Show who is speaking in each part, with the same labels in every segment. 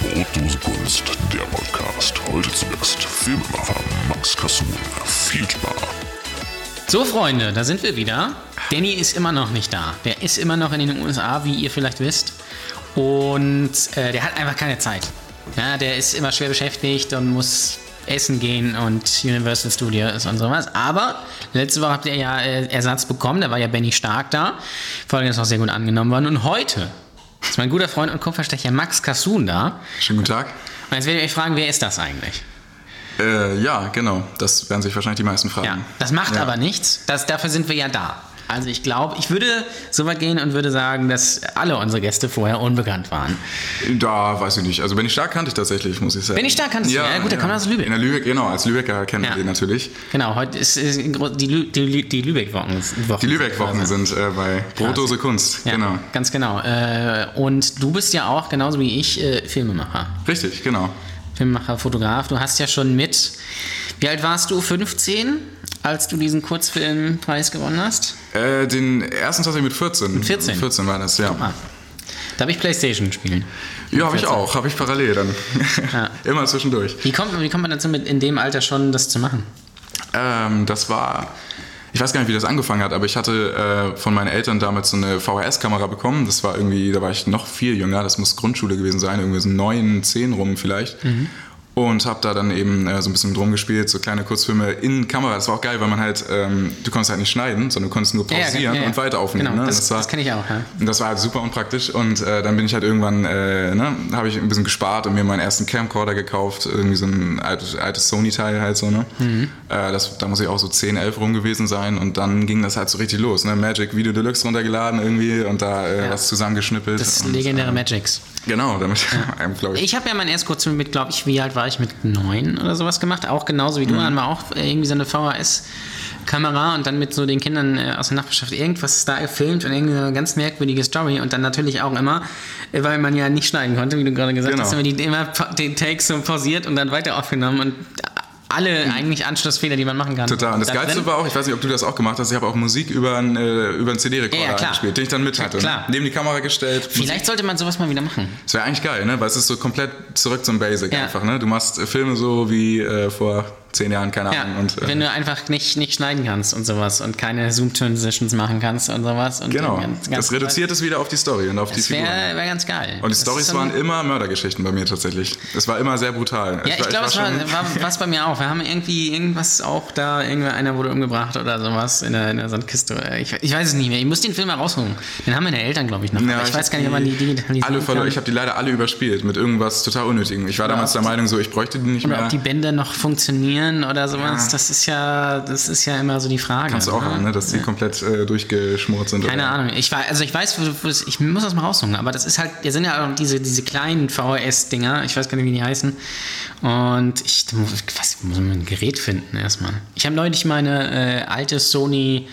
Speaker 1: Brotdose Kunst, der Podcast. Heute zu Gast Filmemacher Max Kassun. Viel Spaß.
Speaker 2: So, Freunde, da sind wir wieder. Danny ist immer noch nicht da. Der ist immer noch in den USA, wie ihr vielleicht wisst. Und äh, der hat einfach keine Zeit. Ja, der ist immer schwer beschäftigt und muss essen gehen und Universal Studios und sowas. Aber letzte Woche habt ihr ja äh, Ersatz bekommen. Da war ja Benny Stark da. Folgendes auch sehr gut angenommen worden. Und heute ist mein guter Freund und Kupferstecher Max Kassun da.
Speaker 3: Schönen guten Tag.
Speaker 2: Und jetzt werdet ihr euch fragen, wer ist das eigentlich?
Speaker 3: Äh, ja, genau. Das werden sich wahrscheinlich die meisten fragen.
Speaker 2: Ja, das macht
Speaker 3: Ja.
Speaker 2: aber nichts. Das, dafür sind wir ja da. Also ich glaube, ich würde so weit gehen und würde sagen, dass alle unsere Gäste vorher unbekannt waren.
Speaker 3: Da weiß ich nicht. Also, wenn ich stark kannte ich tatsächlich, muss ich sagen.
Speaker 2: Wenn ich stark kannte ich, ja, gut, der kam aus Lübeck.
Speaker 3: In der Lübeck, genau. Als Lübecker kennen
Speaker 2: Ja.
Speaker 3: wir den natürlich.
Speaker 2: Genau, heute ist, ist gro- die, Lü- die, Lü- die Lübeck-Wochen.
Speaker 3: Die Lübeck-Wochen sind äh, bei Brotdose Kunst.
Speaker 2: also Ja,
Speaker 3: Genau.
Speaker 2: Ganz genau. Äh, Und du bist ja auch, genauso wie ich, äh, Filmemacher.
Speaker 3: Richtig, genau.
Speaker 2: Filmemacher, Fotograf. Du hast ja schon mit, wie alt warst du? 15, als du diesen Kurzfilmpreis gewonnen hast?
Speaker 3: Äh, den ersten tatsächlich mit 14. Mit
Speaker 2: 14?
Speaker 3: 14 war das, ja.
Speaker 2: Ah, darf ich Playstation spielen?
Speaker 3: Ja, habe ich auch. Habe ich parallel dann. Immer zwischendurch.
Speaker 2: Wie kommt, wie kommt man dazu, mit in dem Alter schon das zu machen?
Speaker 3: Ähm, das war. Ich weiß gar nicht, wie das angefangen hat, aber ich hatte äh, von meinen Eltern damals so eine VHS-Kamera bekommen. Das war irgendwie, da war ich noch viel jünger, das muss Grundschule gewesen sein, irgendwie so neun, zehn rum vielleicht.
Speaker 2: Mhm.
Speaker 3: Und habe da dann eben äh, so ein bisschen drum gespielt, so kleine Kurzfilme in Kamera. Das war auch geil, weil man halt, ähm, du konntest halt nicht schneiden, sondern du konntest nur pausieren und weiter aufnehmen.
Speaker 2: Genau,
Speaker 3: ne?
Speaker 2: das,
Speaker 3: war-
Speaker 2: das kenne ich auch. Ja.
Speaker 3: und das war halt super unpraktisch und äh, dann bin ich halt irgendwann, äh, ne, habe ich ein bisschen gespart und mir meinen ersten Camcorder gekauft, irgendwie so ein altes, altes Sony-Teil halt so, ne.
Speaker 2: Mhm.
Speaker 3: Äh, das, da muss ich auch so 10, 11 rum gewesen sein und dann ging das halt so richtig los, ne, Magic Video Deluxe runtergeladen irgendwie und da äh,
Speaker 2: Ja.
Speaker 3: was zusammengeschnippelt.
Speaker 2: Das
Speaker 3: und, ähm,
Speaker 2: legendäre Magics.
Speaker 3: Genau, damit, glaube ich,
Speaker 2: Ich habe ja meinen erst kurz mit, glaube ich, wie alt war ich mit neun oder sowas gemacht. Auch genauso wie
Speaker 3: Mhm.
Speaker 2: du, hatten wir auch äh, irgendwie so eine VHS-Kamera und dann mit so den Kindern äh, aus der Nachbarschaft irgendwas da gefilmt und irgendwie so eine ganz merkwürdige Story. Und dann natürlich auch immer, äh, weil man ja nicht schneiden konnte, wie du gerade gesagt
Speaker 3: Genau.
Speaker 2: hast, haben wir die immer pa- den Takes so pausiert und dann weiter aufgenommen und alle eigentlich Anschlussfehler, die man machen kann.
Speaker 3: Mhm. Total. Und das
Speaker 2: da
Speaker 3: Geilste
Speaker 2: drin.
Speaker 3: war auch, ich weiß nicht, ob du das auch gemacht hast, ich habe auch Musik über einen, äh, über einen CD-Rekorder
Speaker 2: Ja, ja, klar.
Speaker 3: gespielt, den ich dann mit hatte. ne?
Speaker 2: klar.
Speaker 3: Neben die Kamera gestellt. Musik
Speaker 2: Vielleicht sollte man sowas mal wieder machen.
Speaker 3: Das wäre eigentlich geil, ne? Weil es ist so komplett zurück zum Basic
Speaker 2: Ja.
Speaker 3: einfach, ne? Du machst äh, Filme so wie äh, vor zehn Jahren, keine
Speaker 2: Ja,
Speaker 3: Ahnung. und, äh,
Speaker 2: wenn du einfach nicht, nicht schneiden kannst und sowas und keine Zoom-Transitions machen kannst und sowas. Und
Speaker 3: genau.
Speaker 2: ganz- ganz-
Speaker 3: das reduziert es wieder auf die Story und auf die
Speaker 2: Das
Speaker 3: Figuren.
Speaker 2: wäre wär ganz geil.
Speaker 3: und die
Speaker 2: Das ist
Speaker 3: Stories
Speaker 2: so ein-
Speaker 3: waren immer Mördergeschichten bei mir tatsächlich. Es war immer sehr brutal.
Speaker 2: Ja, ich glaube, es war, war was bei mir auch. Wir haben irgendwie irgendwas auch da, irgendwer einer wurde umgebracht oder sowas in der, in der Sandkiste. oder- Ich, ich weiß es nicht mehr. Ich muss den Film mal rausholen. Den haben meine Eltern, glaube ich, noch.
Speaker 3: Ja,
Speaker 2: Aber ich,
Speaker 3: ich
Speaker 2: weiß
Speaker 3: hab
Speaker 2: gar nicht, ob man die
Speaker 3: die
Speaker 2: digitalisieren
Speaker 3: alle verloren.
Speaker 2: kann.
Speaker 3: Ich habe die leider alle überspielt mit irgendwas total Unnötigem. Ich war damals der Meinung, so ich bräuchte die nicht
Speaker 2: oder
Speaker 3: mehr.
Speaker 2: ob die Bänder noch funktionieren oder sowas. Das ist ja, das ist ja immer so die Frage.
Speaker 3: Kannst du auch
Speaker 2: ne?
Speaker 3: haben, ne? dass die komplett äh, durchgeschmort sind.
Speaker 2: Keine
Speaker 3: oder?
Speaker 2: Ahnung. Ich war, also ich weiß, wo- wo es- ich muss das mal raussuchen, aber das ist halt, da sind ja auch diese, diese kleinen VHS-Dinger, ich weiß gar nicht, wie die heißen. Und ich da muss, ich weiß, muss man ein Gerät finden erstmal. Ich habe neulich meine äh, alte Sony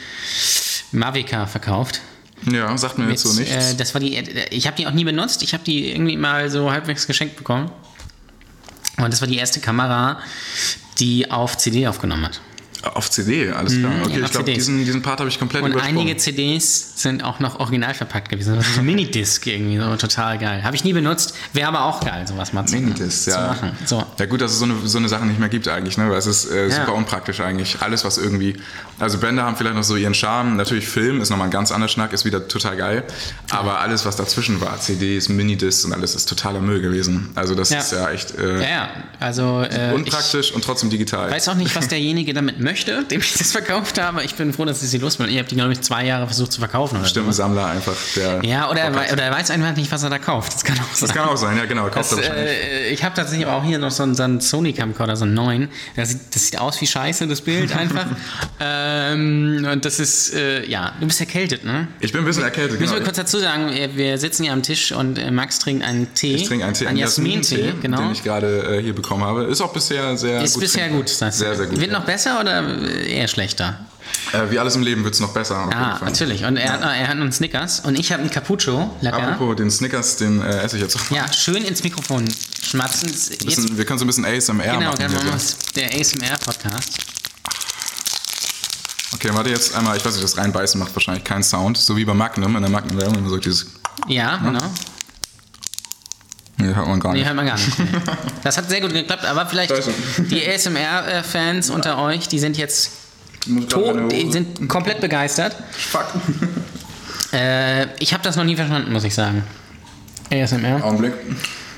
Speaker 2: Mavica verkauft.
Speaker 3: Ja, sagt mir jetzt so
Speaker 2: Mit,
Speaker 3: nichts.
Speaker 2: Äh, das war die, äh, ich habe die auch nie benutzt. Ich habe die irgendwie mal so halbwegs geschenkt bekommen. Und das war die erste Kamera, die auf CD aufgenommen hat.
Speaker 3: auf CD, alles klar. Okay,
Speaker 2: Mhm. auf
Speaker 3: ich glaube,
Speaker 2: CDs.
Speaker 3: diesen, diesen Part habe ich komplett
Speaker 2: Und
Speaker 3: übersprungen.
Speaker 2: einige CDs sind auch noch original verpackt gewesen. Das ist so ein Minidisc irgendwie, so total geil. Habe ich nie benutzt, wäre aber auch geil, sowas mal zu,
Speaker 3: Minidisc,
Speaker 2: zu
Speaker 3: ja.
Speaker 2: machen. So.
Speaker 3: Ja gut, dass es so eine, so eine Sache nicht mehr gibt eigentlich, ne? weil es ist äh, super
Speaker 2: Ja.
Speaker 3: unpraktisch eigentlich. Alles, was irgendwie... Also Bänder haben vielleicht noch so ihren Charme. Natürlich Film ist nochmal ein ganz anderer Schnack, ist wieder total geil. Aber alles, was dazwischen war, CDs, Minidiscs und alles, ist totaler Müll gewesen. Also das
Speaker 2: Ja.
Speaker 3: ist ja echt äh,
Speaker 2: Ja, ja. Also, äh, ich
Speaker 3: unpraktisch und trotzdem digital.
Speaker 2: weiß auch nicht, was derjenige damit möchte, dem ich das verkauft habe. Ich bin froh, dass ich sie los bin. Ihr habt die, glaube ich, zwei Jahre versucht zu verkaufen. Oder
Speaker 3: Stimmt, ein Sammler einfach. Der
Speaker 2: so. Ja, oder er, wei- oder er weiß einfach nicht, was er da kauft. Das kann auch sein.
Speaker 3: das kann auch sein, ja genau.
Speaker 2: Das,
Speaker 3: Kauft er wahrscheinlich.
Speaker 2: äh, ich habe tatsächlich aber auch hier noch so einen, so einen Sony Camcorder, so einen neuen. Das sieht, das sieht aus wie Scheiße, das Bild einfach. ähm, und das ist, äh, ja, du bist erkältet, ne?
Speaker 3: ich bin ein bisschen erkältet,
Speaker 2: Müssen
Speaker 3: genau.
Speaker 2: wir kurz dazu sagen, wir- wir sitzen hier am Tisch und äh, Max trinkt einen Tee.
Speaker 3: Ich trinke einen Tee,
Speaker 2: einen Jasmin-Tee, genau.
Speaker 3: den ich gerade äh, hier bekommen habe. Ist auch bisher sehr
Speaker 2: Ist
Speaker 3: gut.
Speaker 2: bisher
Speaker 3: trinkbar.
Speaker 2: gut, sagst du.
Speaker 3: Sehr, sehr gut.
Speaker 2: Wird
Speaker 3: ja.
Speaker 2: noch besser oder eher schlechter?
Speaker 3: Äh, wie alles im Leben wird es noch besser. auf jeden
Speaker 2: Ah,
Speaker 3: Fall.
Speaker 2: natürlich. Und er, hat noch- er hat einen Snickers und ich habe einen Cappuccio. Lecker.
Speaker 3: Apropos den Snickers, den äh, esse ich jetzt auch.
Speaker 2: Ja, schön ins Mikrofon schmatzen. Jetzt
Speaker 3: Bisschen, wir können so ein bisschen ASMR
Speaker 2: genau,
Speaker 3: machen.
Speaker 2: dann
Speaker 3: hier
Speaker 2: machen wir
Speaker 3: so.
Speaker 2: es. Der ASMR-Podcast.
Speaker 3: Okay, warte jetzt einmal, ich weiß nicht, das reinbeißen macht wahrscheinlich keinen Sound. So wie bei Magnum, in der Magnum-Werbung immer so dieses.
Speaker 2: Ja, genau.
Speaker 3: Ja. Nee, hat man gar
Speaker 2: Nee,
Speaker 3: nicht.
Speaker 2: hört man gar nicht. Nee. Das hat sehr gut geklappt, aber vielleicht
Speaker 3: Scheiße.
Speaker 2: die ASMR-Fans unter euch, die sind jetzt
Speaker 3: Ich muss grad meine
Speaker 2: tot, die
Speaker 3: Hose-
Speaker 2: sind komplett begeistert.
Speaker 3: Fuck.
Speaker 2: Äh, ich habe das noch nie verstanden, muss ich sagen. ASMR.
Speaker 3: Augenblick.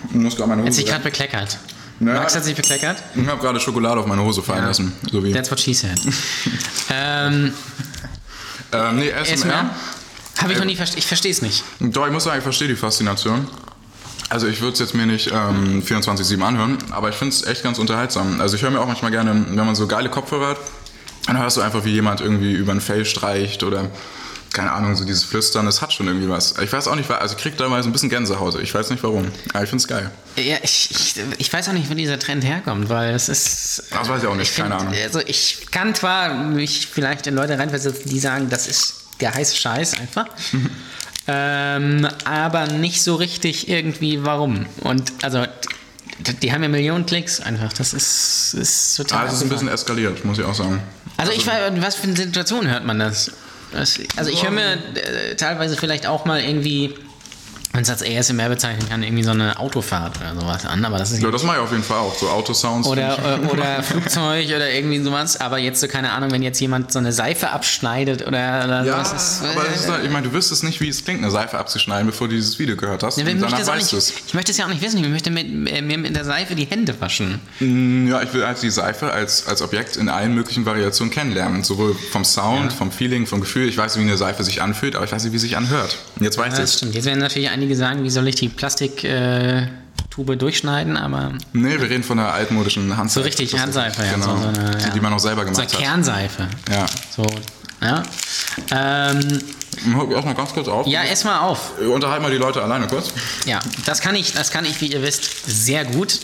Speaker 3: Ich muss gerade meine
Speaker 2: Hat
Speaker 3: Hose.
Speaker 2: sich gerade bekleckert.
Speaker 3: Na.
Speaker 2: Max hat sich bekleckert.
Speaker 3: Ich habe gerade Schokolade auf meine Hose fallen lassen. So wie.
Speaker 2: That's what she said. ähm,
Speaker 3: Ähm, nee,
Speaker 2: ASMR?
Speaker 3: SMR.
Speaker 2: Habe ich noch nie verstanden. Ich verstehe es nicht.
Speaker 3: Doch, ich muss sagen, ich verstehe die Faszination. Also ich würde es jetzt mir nicht ähm, 24-7 anhören, aber ich finde es echt ganz unterhaltsam. Also ich höre mir auch manchmal gerne, wenn man so geile Kopfhörer hat, dann hörst du einfach, wie jemand irgendwie über ein Fell streicht oder keine Ahnung, so dieses Flüstern, das hat schon irgendwie was. Ich weiß auch nicht, wa- also ich krieg dabei so ein bisschen Gänsehaut. Ich weiß nicht warum. Aber ich finde es geil.
Speaker 2: Ja, ich, ich, ich weiß auch nicht, wo dieser Trend herkommt, weil es ist.
Speaker 3: Das weiß ich auch nicht, keine Ahnung.
Speaker 2: Also ich kann zwar mich vielleicht in Leute reinversetzen, die sagen, das ist der heiße Scheiß einfach. ähm, aber nicht so richtig irgendwie warum. Und also d- die haben ja Millionen Klicks einfach. Das ist, ist total.
Speaker 3: Aber Also, es ist
Speaker 2: abgefahren.
Speaker 3: ein bisschen eskaliert, muss ich auch sagen.
Speaker 2: also ich weiß, in was für eine Situation hört man das? das also ich höre mir äh, teilweise vielleicht auch mal irgendwie, wenn es als ASMR bezeichnen kann, irgendwie so eine Autofahrt oder sowas an, aber das ist
Speaker 3: Ja, das mache ich auf jeden Fall auch, so Autosounds.
Speaker 2: oder, äh, oder Flugzeug oder irgendwie sowas. Aber jetzt so, keine Ahnung, wenn jetzt jemand so eine Seife abschneidet oder, oder
Speaker 3: Ja,
Speaker 2: sowas. Ist, äh,
Speaker 3: aber das ist, halt- ich meine, du wüsstest nicht, wie es klingt, eine Seife abzuschneiden, bevor du dieses Video gehört hast.
Speaker 2: Ja, wer
Speaker 3: Und
Speaker 2: möchte
Speaker 3: danach
Speaker 2: das auch
Speaker 3: weißt
Speaker 2: nicht,
Speaker 3: du es.
Speaker 2: ich möchte es ja auch nicht wissen. Ich möchte mit, äh, mir mit der Seife die Hände waschen.
Speaker 3: Ja, ich will halt die Seife als, als Objekt in allen möglichen Variationen kennenlernen. Sowohl vom Sound, vom Feeling, vom Gefühl. Ich weiß, wie eine Seife sich anfühlt, aber ich weiß nicht, wie sie sich anhört. Und jetzt weiß
Speaker 2: Ja, das
Speaker 3: ich
Speaker 2: stimmt. Jetzt werden natürlich einige sagen, wie soll ich die Plastiktube äh, Tube durchschneiden, aber
Speaker 3: Nee, wir reden von einer altmodischen Handseife.
Speaker 2: so richtig
Speaker 3: Das ist-
Speaker 2: Handseife. ja,
Speaker 3: Genau,
Speaker 2: so, so eine,
Speaker 3: die,
Speaker 2: ja.
Speaker 3: die man auch selber
Speaker 2: So
Speaker 3: gemacht
Speaker 2: eine
Speaker 3: hat.
Speaker 2: Kernseife.
Speaker 3: Ja.
Speaker 2: So, ja. Ähm,
Speaker 3: Hör Hm, auch mal ganz kurz auf.
Speaker 2: ja, ess mal auf.
Speaker 3: Unterhalt mal die Leute alleine kurz.
Speaker 2: Ja, das kann ich, das kann ich, wie ihr wisst, sehr gut.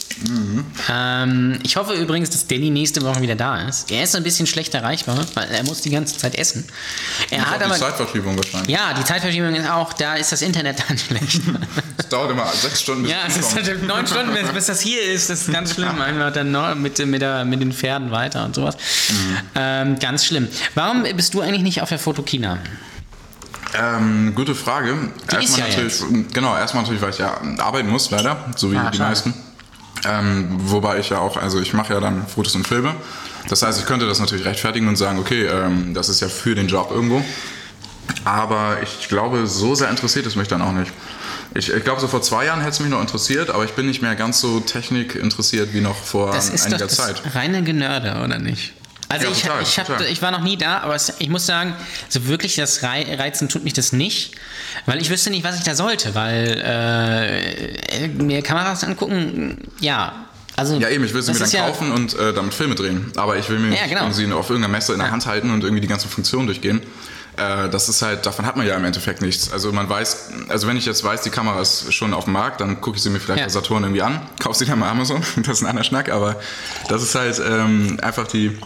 Speaker 2: Ähm, ich hoffe übrigens, dass Danny nächste Woche wieder da ist. Er ist so ein bisschen schlecht erreichbar, weil er muss die ganze Zeit essen. Er
Speaker 3: Auch
Speaker 2: hat
Speaker 3: die
Speaker 2: aber.
Speaker 3: Zeitverschiebung wahrscheinlich.
Speaker 2: ja, die Zeitverschiebung ist auch, da ist das Internet dann schlecht.
Speaker 3: Es dauert immer sechs Stunden bis
Speaker 2: ja,
Speaker 3: es
Speaker 2: es ist
Speaker 3: kommt.
Speaker 2: natürlich neun Stunden, bis- bis das hier ist, das ist ganz schlimm. Einfach dann noch mit, mit, der, mit den Pferden weiter und sowas. Ähm, ganz schlimm. Warum bist du eigentlich nicht auf der Fotokina?
Speaker 3: Ähm, gute Frage.
Speaker 2: ist ja
Speaker 3: natürlich, genau, erstmal natürlich, weil ich ja arbeiten muss, leider, so wie
Speaker 2: Ah,
Speaker 3: die
Speaker 2: schade.
Speaker 3: meisten. Ähm, wobei ich ja auch, also ich mache ja dann Fotos und Filme. Das heißt, ich könnte das natürlich rechtfertigen und sagen, okay, ähm, das ist ja für den Job irgendwo. Aber ich glaube, so sehr interessiert es mich dann auch nicht. Ich, ich glaube, so vor zwei Jahren hätte es mich noch interessiert, aber ich bin nicht mehr ganz so technikinteressiert wie noch vor
Speaker 2: Das ist doch
Speaker 3: einiger
Speaker 2: das
Speaker 3: Zeit.
Speaker 2: reine Genörde, oder nicht? Also
Speaker 3: Ja,
Speaker 2: ich,
Speaker 3: total,
Speaker 2: ich, hab,
Speaker 3: total.
Speaker 2: ich war noch nie da, aber es, ich muss sagen, so wirklich das Rei- Reizen tut mich das nicht, weil ich wüsste nicht, was ich da sollte, weil äh, äh, mir Kameras angucken, ja. Also,
Speaker 3: Ja, eben, ich will sie
Speaker 2: das
Speaker 3: mir dann
Speaker 2: ist ja-
Speaker 3: kaufen und äh, damit Filme drehen. Aber ich will mir
Speaker 2: Ja,
Speaker 3: nicht
Speaker 2: genau.
Speaker 3: irgendwie auf irgendeiner Messe in der Hand halten und irgendwie die ganzen Funktionen durchgehen. Äh, das ist halt, davon hat man ja im Endeffekt nichts. Also man weiß, also wenn ich jetzt weiß, die Kamera ist schon auf dem Markt, dann gucke ich sie mir vielleicht
Speaker 2: Ja.
Speaker 3: bei Saturn irgendwie an, kaufe sie dann bei Amazon, das ist ein anderer Schnack, aber das ist halt ähm, einfach die,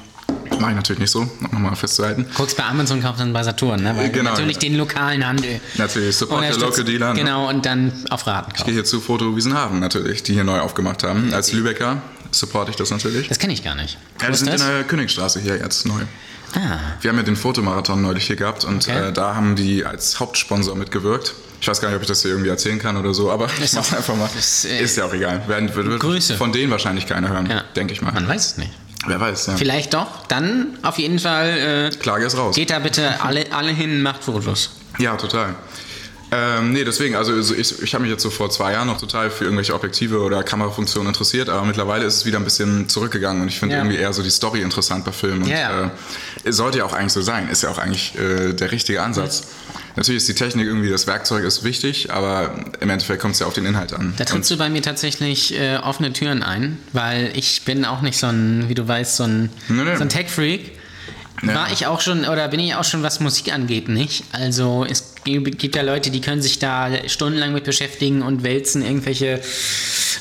Speaker 3: mache ich natürlich nicht so, um nochmal festzuhalten.
Speaker 2: Guckst bei Amazon, kaufst dann bei Saturn, ne? weil
Speaker 3: Genau,
Speaker 2: natürlich
Speaker 3: genau.
Speaker 2: den lokalen Handel.
Speaker 3: Natürlich, support the
Speaker 2: unterstützt.
Speaker 3: local dealer. ne?
Speaker 2: Genau, und dann auf Raten kaufen.
Speaker 3: Gehe hier zu Foto Wiesenhagen natürlich, die hier neu aufgemacht haben. Als Lübecker supporte ich das natürlich.
Speaker 2: Das kenne ich gar nicht.
Speaker 3: Ja,
Speaker 2: Wo
Speaker 3: wir
Speaker 2: ist
Speaker 3: sind
Speaker 2: das?
Speaker 3: in der Königstraße hier jetzt neu.
Speaker 2: ah,
Speaker 3: Wir haben ja den Fotomarathon neulich hier gehabt und
Speaker 2: Okay.
Speaker 3: äh, da haben die als Hauptsponsor mitgewirkt. Ich weiß gar nicht, ob ich das hier irgendwie erzählen kann oder so, aber ich mach's
Speaker 2: auch-
Speaker 3: einfach mal.
Speaker 2: ist,
Speaker 3: Ist,
Speaker 2: äh,
Speaker 3: ja auch egal. Werden, wird, wird
Speaker 2: Grüße.
Speaker 3: von denen wahrscheinlich keiner hören,
Speaker 2: ja.
Speaker 3: denke ich mal.
Speaker 2: Man weiß es nicht.
Speaker 3: Wer weiß, ja.
Speaker 2: Vielleicht doch, dann auf jeden Fall. Äh,
Speaker 3: Klage ist raus.
Speaker 2: Geht da bitte alle, alle hin, macht Fotos.
Speaker 3: Ja, total. Ähm, nee, deswegen, also also ich, ich habe mich jetzt so vor zwei Jahren noch total für irgendwelche Objektive oder Kamerafunktionen interessiert, aber mittlerweile ist es wieder ein bisschen zurückgegangen und ich finde
Speaker 2: Ja.
Speaker 3: irgendwie eher so die Story interessant bei Filmen. Und,
Speaker 2: Ja, ja.
Speaker 3: Äh, es sollte ja auch eigentlich so sein, ist ja auch eigentlich äh, der richtige Ansatz. Natürlich ist die Technik irgendwie, das Werkzeug ist wichtig, aber im Endeffekt kommt es ja auf den Inhalt an.
Speaker 2: Da trittst du bei mir tatsächlich äh, offene Türen ein, weil ich bin auch nicht so ein, wie du weißt, so ein,
Speaker 3: Nee, nee.
Speaker 2: so ein Tech-Freak.
Speaker 3: Ja.
Speaker 2: War ich auch schon, oder bin ich auch schon, was Musik angeht, nicht? Also es gibt gibt ja Leute, die können sich da stundenlang mit beschäftigen und wälzen irgendwelche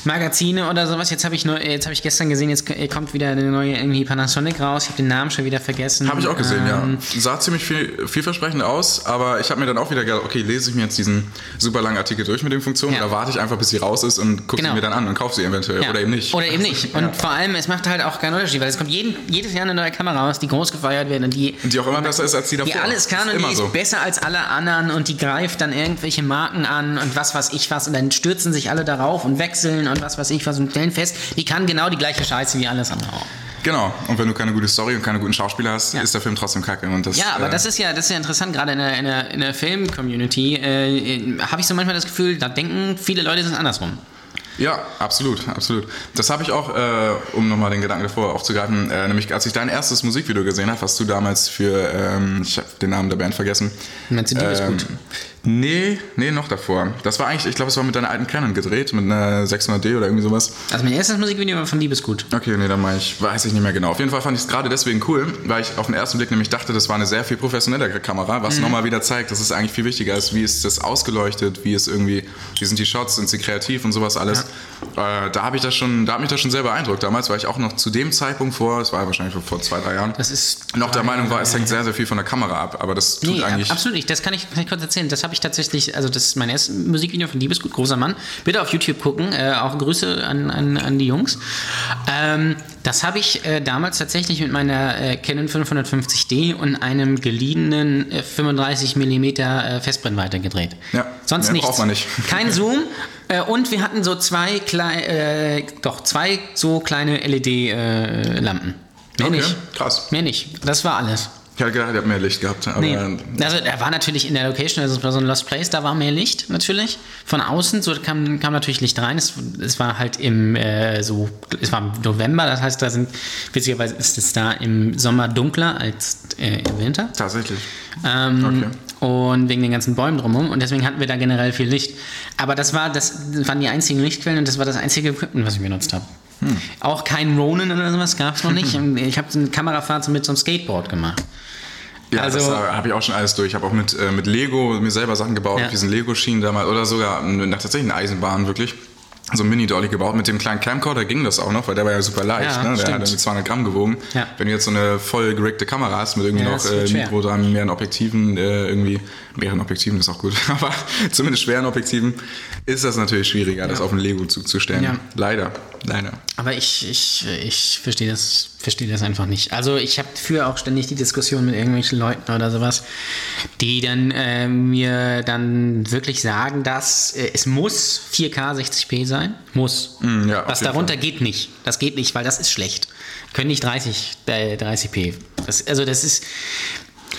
Speaker 2: Magazine oder sowas. Jetzt habe ich, neu- jetzt hab ich gestern gesehen, jetzt k- kommt wieder eine neue irgendwie Panasonic raus. Ich habe den Namen schon wieder vergessen.
Speaker 3: Habe ich auch gesehen,
Speaker 2: Ähm,
Speaker 3: ja. Sah ziemlich viel, vielversprechend aus, aber ich habe mir dann auch wieder gedacht, okay, lese ich mir jetzt diesen super langen Artikel durch mit den Funktionen
Speaker 2: Ja.
Speaker 3: oder warte ich einfach, bis sie raus ist und gucke
Speaker 2: Genau.
Speaker 3: sie mir dann an und kaufe sie eventuell
Speaker 2: ja.
Speaker 3: oder eben nicht.
Speaker 2: Oder eben nicht. Und
Speaker 3: Ja.
Speaker 2: vor allem, es macht halt auch keinen Unterschied, weil es kommt jeden, jedes Jahr eine neue Kamera raus, die groß gefeiert wird und die
Speaker 3: Und die auch immer besser ist als die davor.
Speaker 2: Die alles kann
Speaker 3: Ist
Speaker 2: und
Speaker 3: immer
Speaker 2: die ist
Speaker 3: so.
Speaker 2: besser als alle anderen und die greift dann irgendwelche Marken an und was weiß ich was und dann stürzen sich alle darauf und wechseln und was weiß ich was und stellen fest, die kann genau die gleiche Scheiße wie alles andere auch.
Speaker 3: Genau. Und wenn du keine gute Story und keine guten Schauspieler hast,
Speaker 2: Ja.
Speaker 3: ist der Film trotzdem kacke. Und das,
Speaker 2: Ja, aber
Speaker 3: äh,
Speaker 2: das ist ja, das ist ja interessant, gerade in der, in der, in der Film-Community äh, habe ich so manchmal das Gefühl, da denken viele Leute das ist andersrum.
Speaker 3: Ja, absolut, absolut. Das habe ich auch, äh, um nochmal den Gedanken davor aufzugreifen, äh, nämlich als ich dein erstes Musikvideo gesehen habe, was du damals für, ähm, ich habe den Namen der Band vergessen.
Speaker 2: Meinst du, du bist gut?
Speaker 3: Ähm, Nee, nee, noch davor. Das war eigentlich, ich glaube, es war mit deiner alten Canon gedreht, mit einer 600D oder irgendwie sowas.
Speaker 2: Also mein erstes Musikvideo war von Liebesgut.
Speaker 3: Okay, nee, dann mach ich, weiß ich nicht mehr genau. Auf jeden Fall fand ich es gerade deswegen cool, weil ich auf den ersten Blick nämlich dachte, das war eine sehr viel professionellere Kamera, was nochmal wieder zeigt, dass es eigentlich viel wichtiger ist, wie ist das ausgeleuchtet, wie ist irgendwie, wie sind die Shots, sind sie kreativ und sowas alles. Äh, da habe ich das schon, da hat mich das schon sehr beeindruckt damals, weil ich auch noch zu dem Zeitpunkt vor, es war wahrscheinlich vor zwei, drei Jahren,
Speaker 2: Das ist
Speaker 3: noch der Meinung war, es hängt sehr, sehr viel von der Kamera ab, aber das tut
Speaker 2: Nee, ab-
Speaker 3: eigentlich.
Speaker 2: absolut nicht. Das kann ich, kann ich kurz erzählen. Das habe ich tatsächlich, also das ist mein erstes Musikvideo von Liebesgut, großer Mann. Bitte auf YouTube gucken. Äh, auch Grüße an, an, an die Jungs. Ähm, das habe ich äh, damals tatsächlich mit meiner äh, Canon 550D und einem geliehenen äh, 35 mm äh, Festbrennweite gedreht.
Speaker 3: Ja,
Speaker 2: Sonst
Speaker 3: mehr
Speaker 2: nichts.
Speaker 3: braucht man nicht.
Speaker 2: Kein Zoom. Äh, und wir hatten so zwei kleine, äh, doch zwei so kleine E LED-Lampen. äh, Mehr
Speaker 3: Okay,
Speaker 2: nicht.
Speaker 3: krass.
Speaker 2: Mehr nicht. Das war alles.
Speaker 3: Ich hatte gedacht, ihr habt mehr Licht gehabt, aber
Speaker 2: Nee. Also er war natürlich in der Location, also es war so ein Lost Place, da war mehr Licht natürlich. Von außen, so kam, kam natürlich Licht rein. Es, es war halt im äh, so, es war im November, das heißt, da sind witzigerweise ist es da im Sommer dunkler als äh, im Winter.
Speaker 3: tatsächlich.
Speaker 2: Ähm, Und wegen den ganzen Bäumen drumherum. Und deswegen hatten wir da generell viel Licht. Aber das, war, das waren die einzigen Lichtquellen und das war das einzige Equipment, was ich benutzt habe.
Speaker 3: Hm.
Speaker 2: Auch kein Ronin oder sowas gab es noch nicht. Ich habe so eine Kamerafahrt so mit so einem Skateboard gemacht.
Speaker 3: Ja,
Speaker 2: Also-
Speaker 3: das habe ich auch schon alles durch. Ich habe auch mit, äh, mit Lego mir selber Sachen gebaut,
Speaker 2: Ja.
Speaker 3: diesen Lego-Schienen damals oder sogar ähm, nach tatsächlich eine Eisenbahn wirklich. So ein Mini-Dolly gebaut. Mit dem kleinen Camcorder ging das auch noch, weil der war ja super leicht.
Speaker 2: Ja,
Speaker 3: ne? Der
Speaker 2: stimmt.
Speaker 3: hat irgendwie 200 Gramm gewogen.
Speaker 2: Ja.
Speaker 3: Wenn du jetzt so eine voll geriggte Kamera hast mit irgendwie
Speaker 2: Ja,
Speaker 3: noch
Speaker 2: das wird
Speaker 3: äh,
Speaker 2: schwer.
Speaker 3: Mikro, dann mehreren Objektiven, äh, irgendwie, mehreren Objektiven ist auch gut, aber zumindest schweren Objektiven, ist das natürlich schwieriger, das auf ein Lego-Zug zu stellen.
Speaker 2: Ja.
Speaker 3: Leider, leider.
Speaker 2: Aber ich, ich, ich verstehe das, verstehe das einfach nicht. Also ich habe früher auch ständig die Diskussion mit irgendwelchen Leuten oder sowas, die dann äh, mir dann wirklich sagen, dass äh, es muss 4K 60p sein. Muss.
Speaker 3: Mm, ja, auf
Speaker 2: Was
Speaker 3: jeden
Speaker 2: darunter geht nicht. Das geht nicht, weil das ist schlecht. Können nicht 30, äh, 30p. Das, also das ist.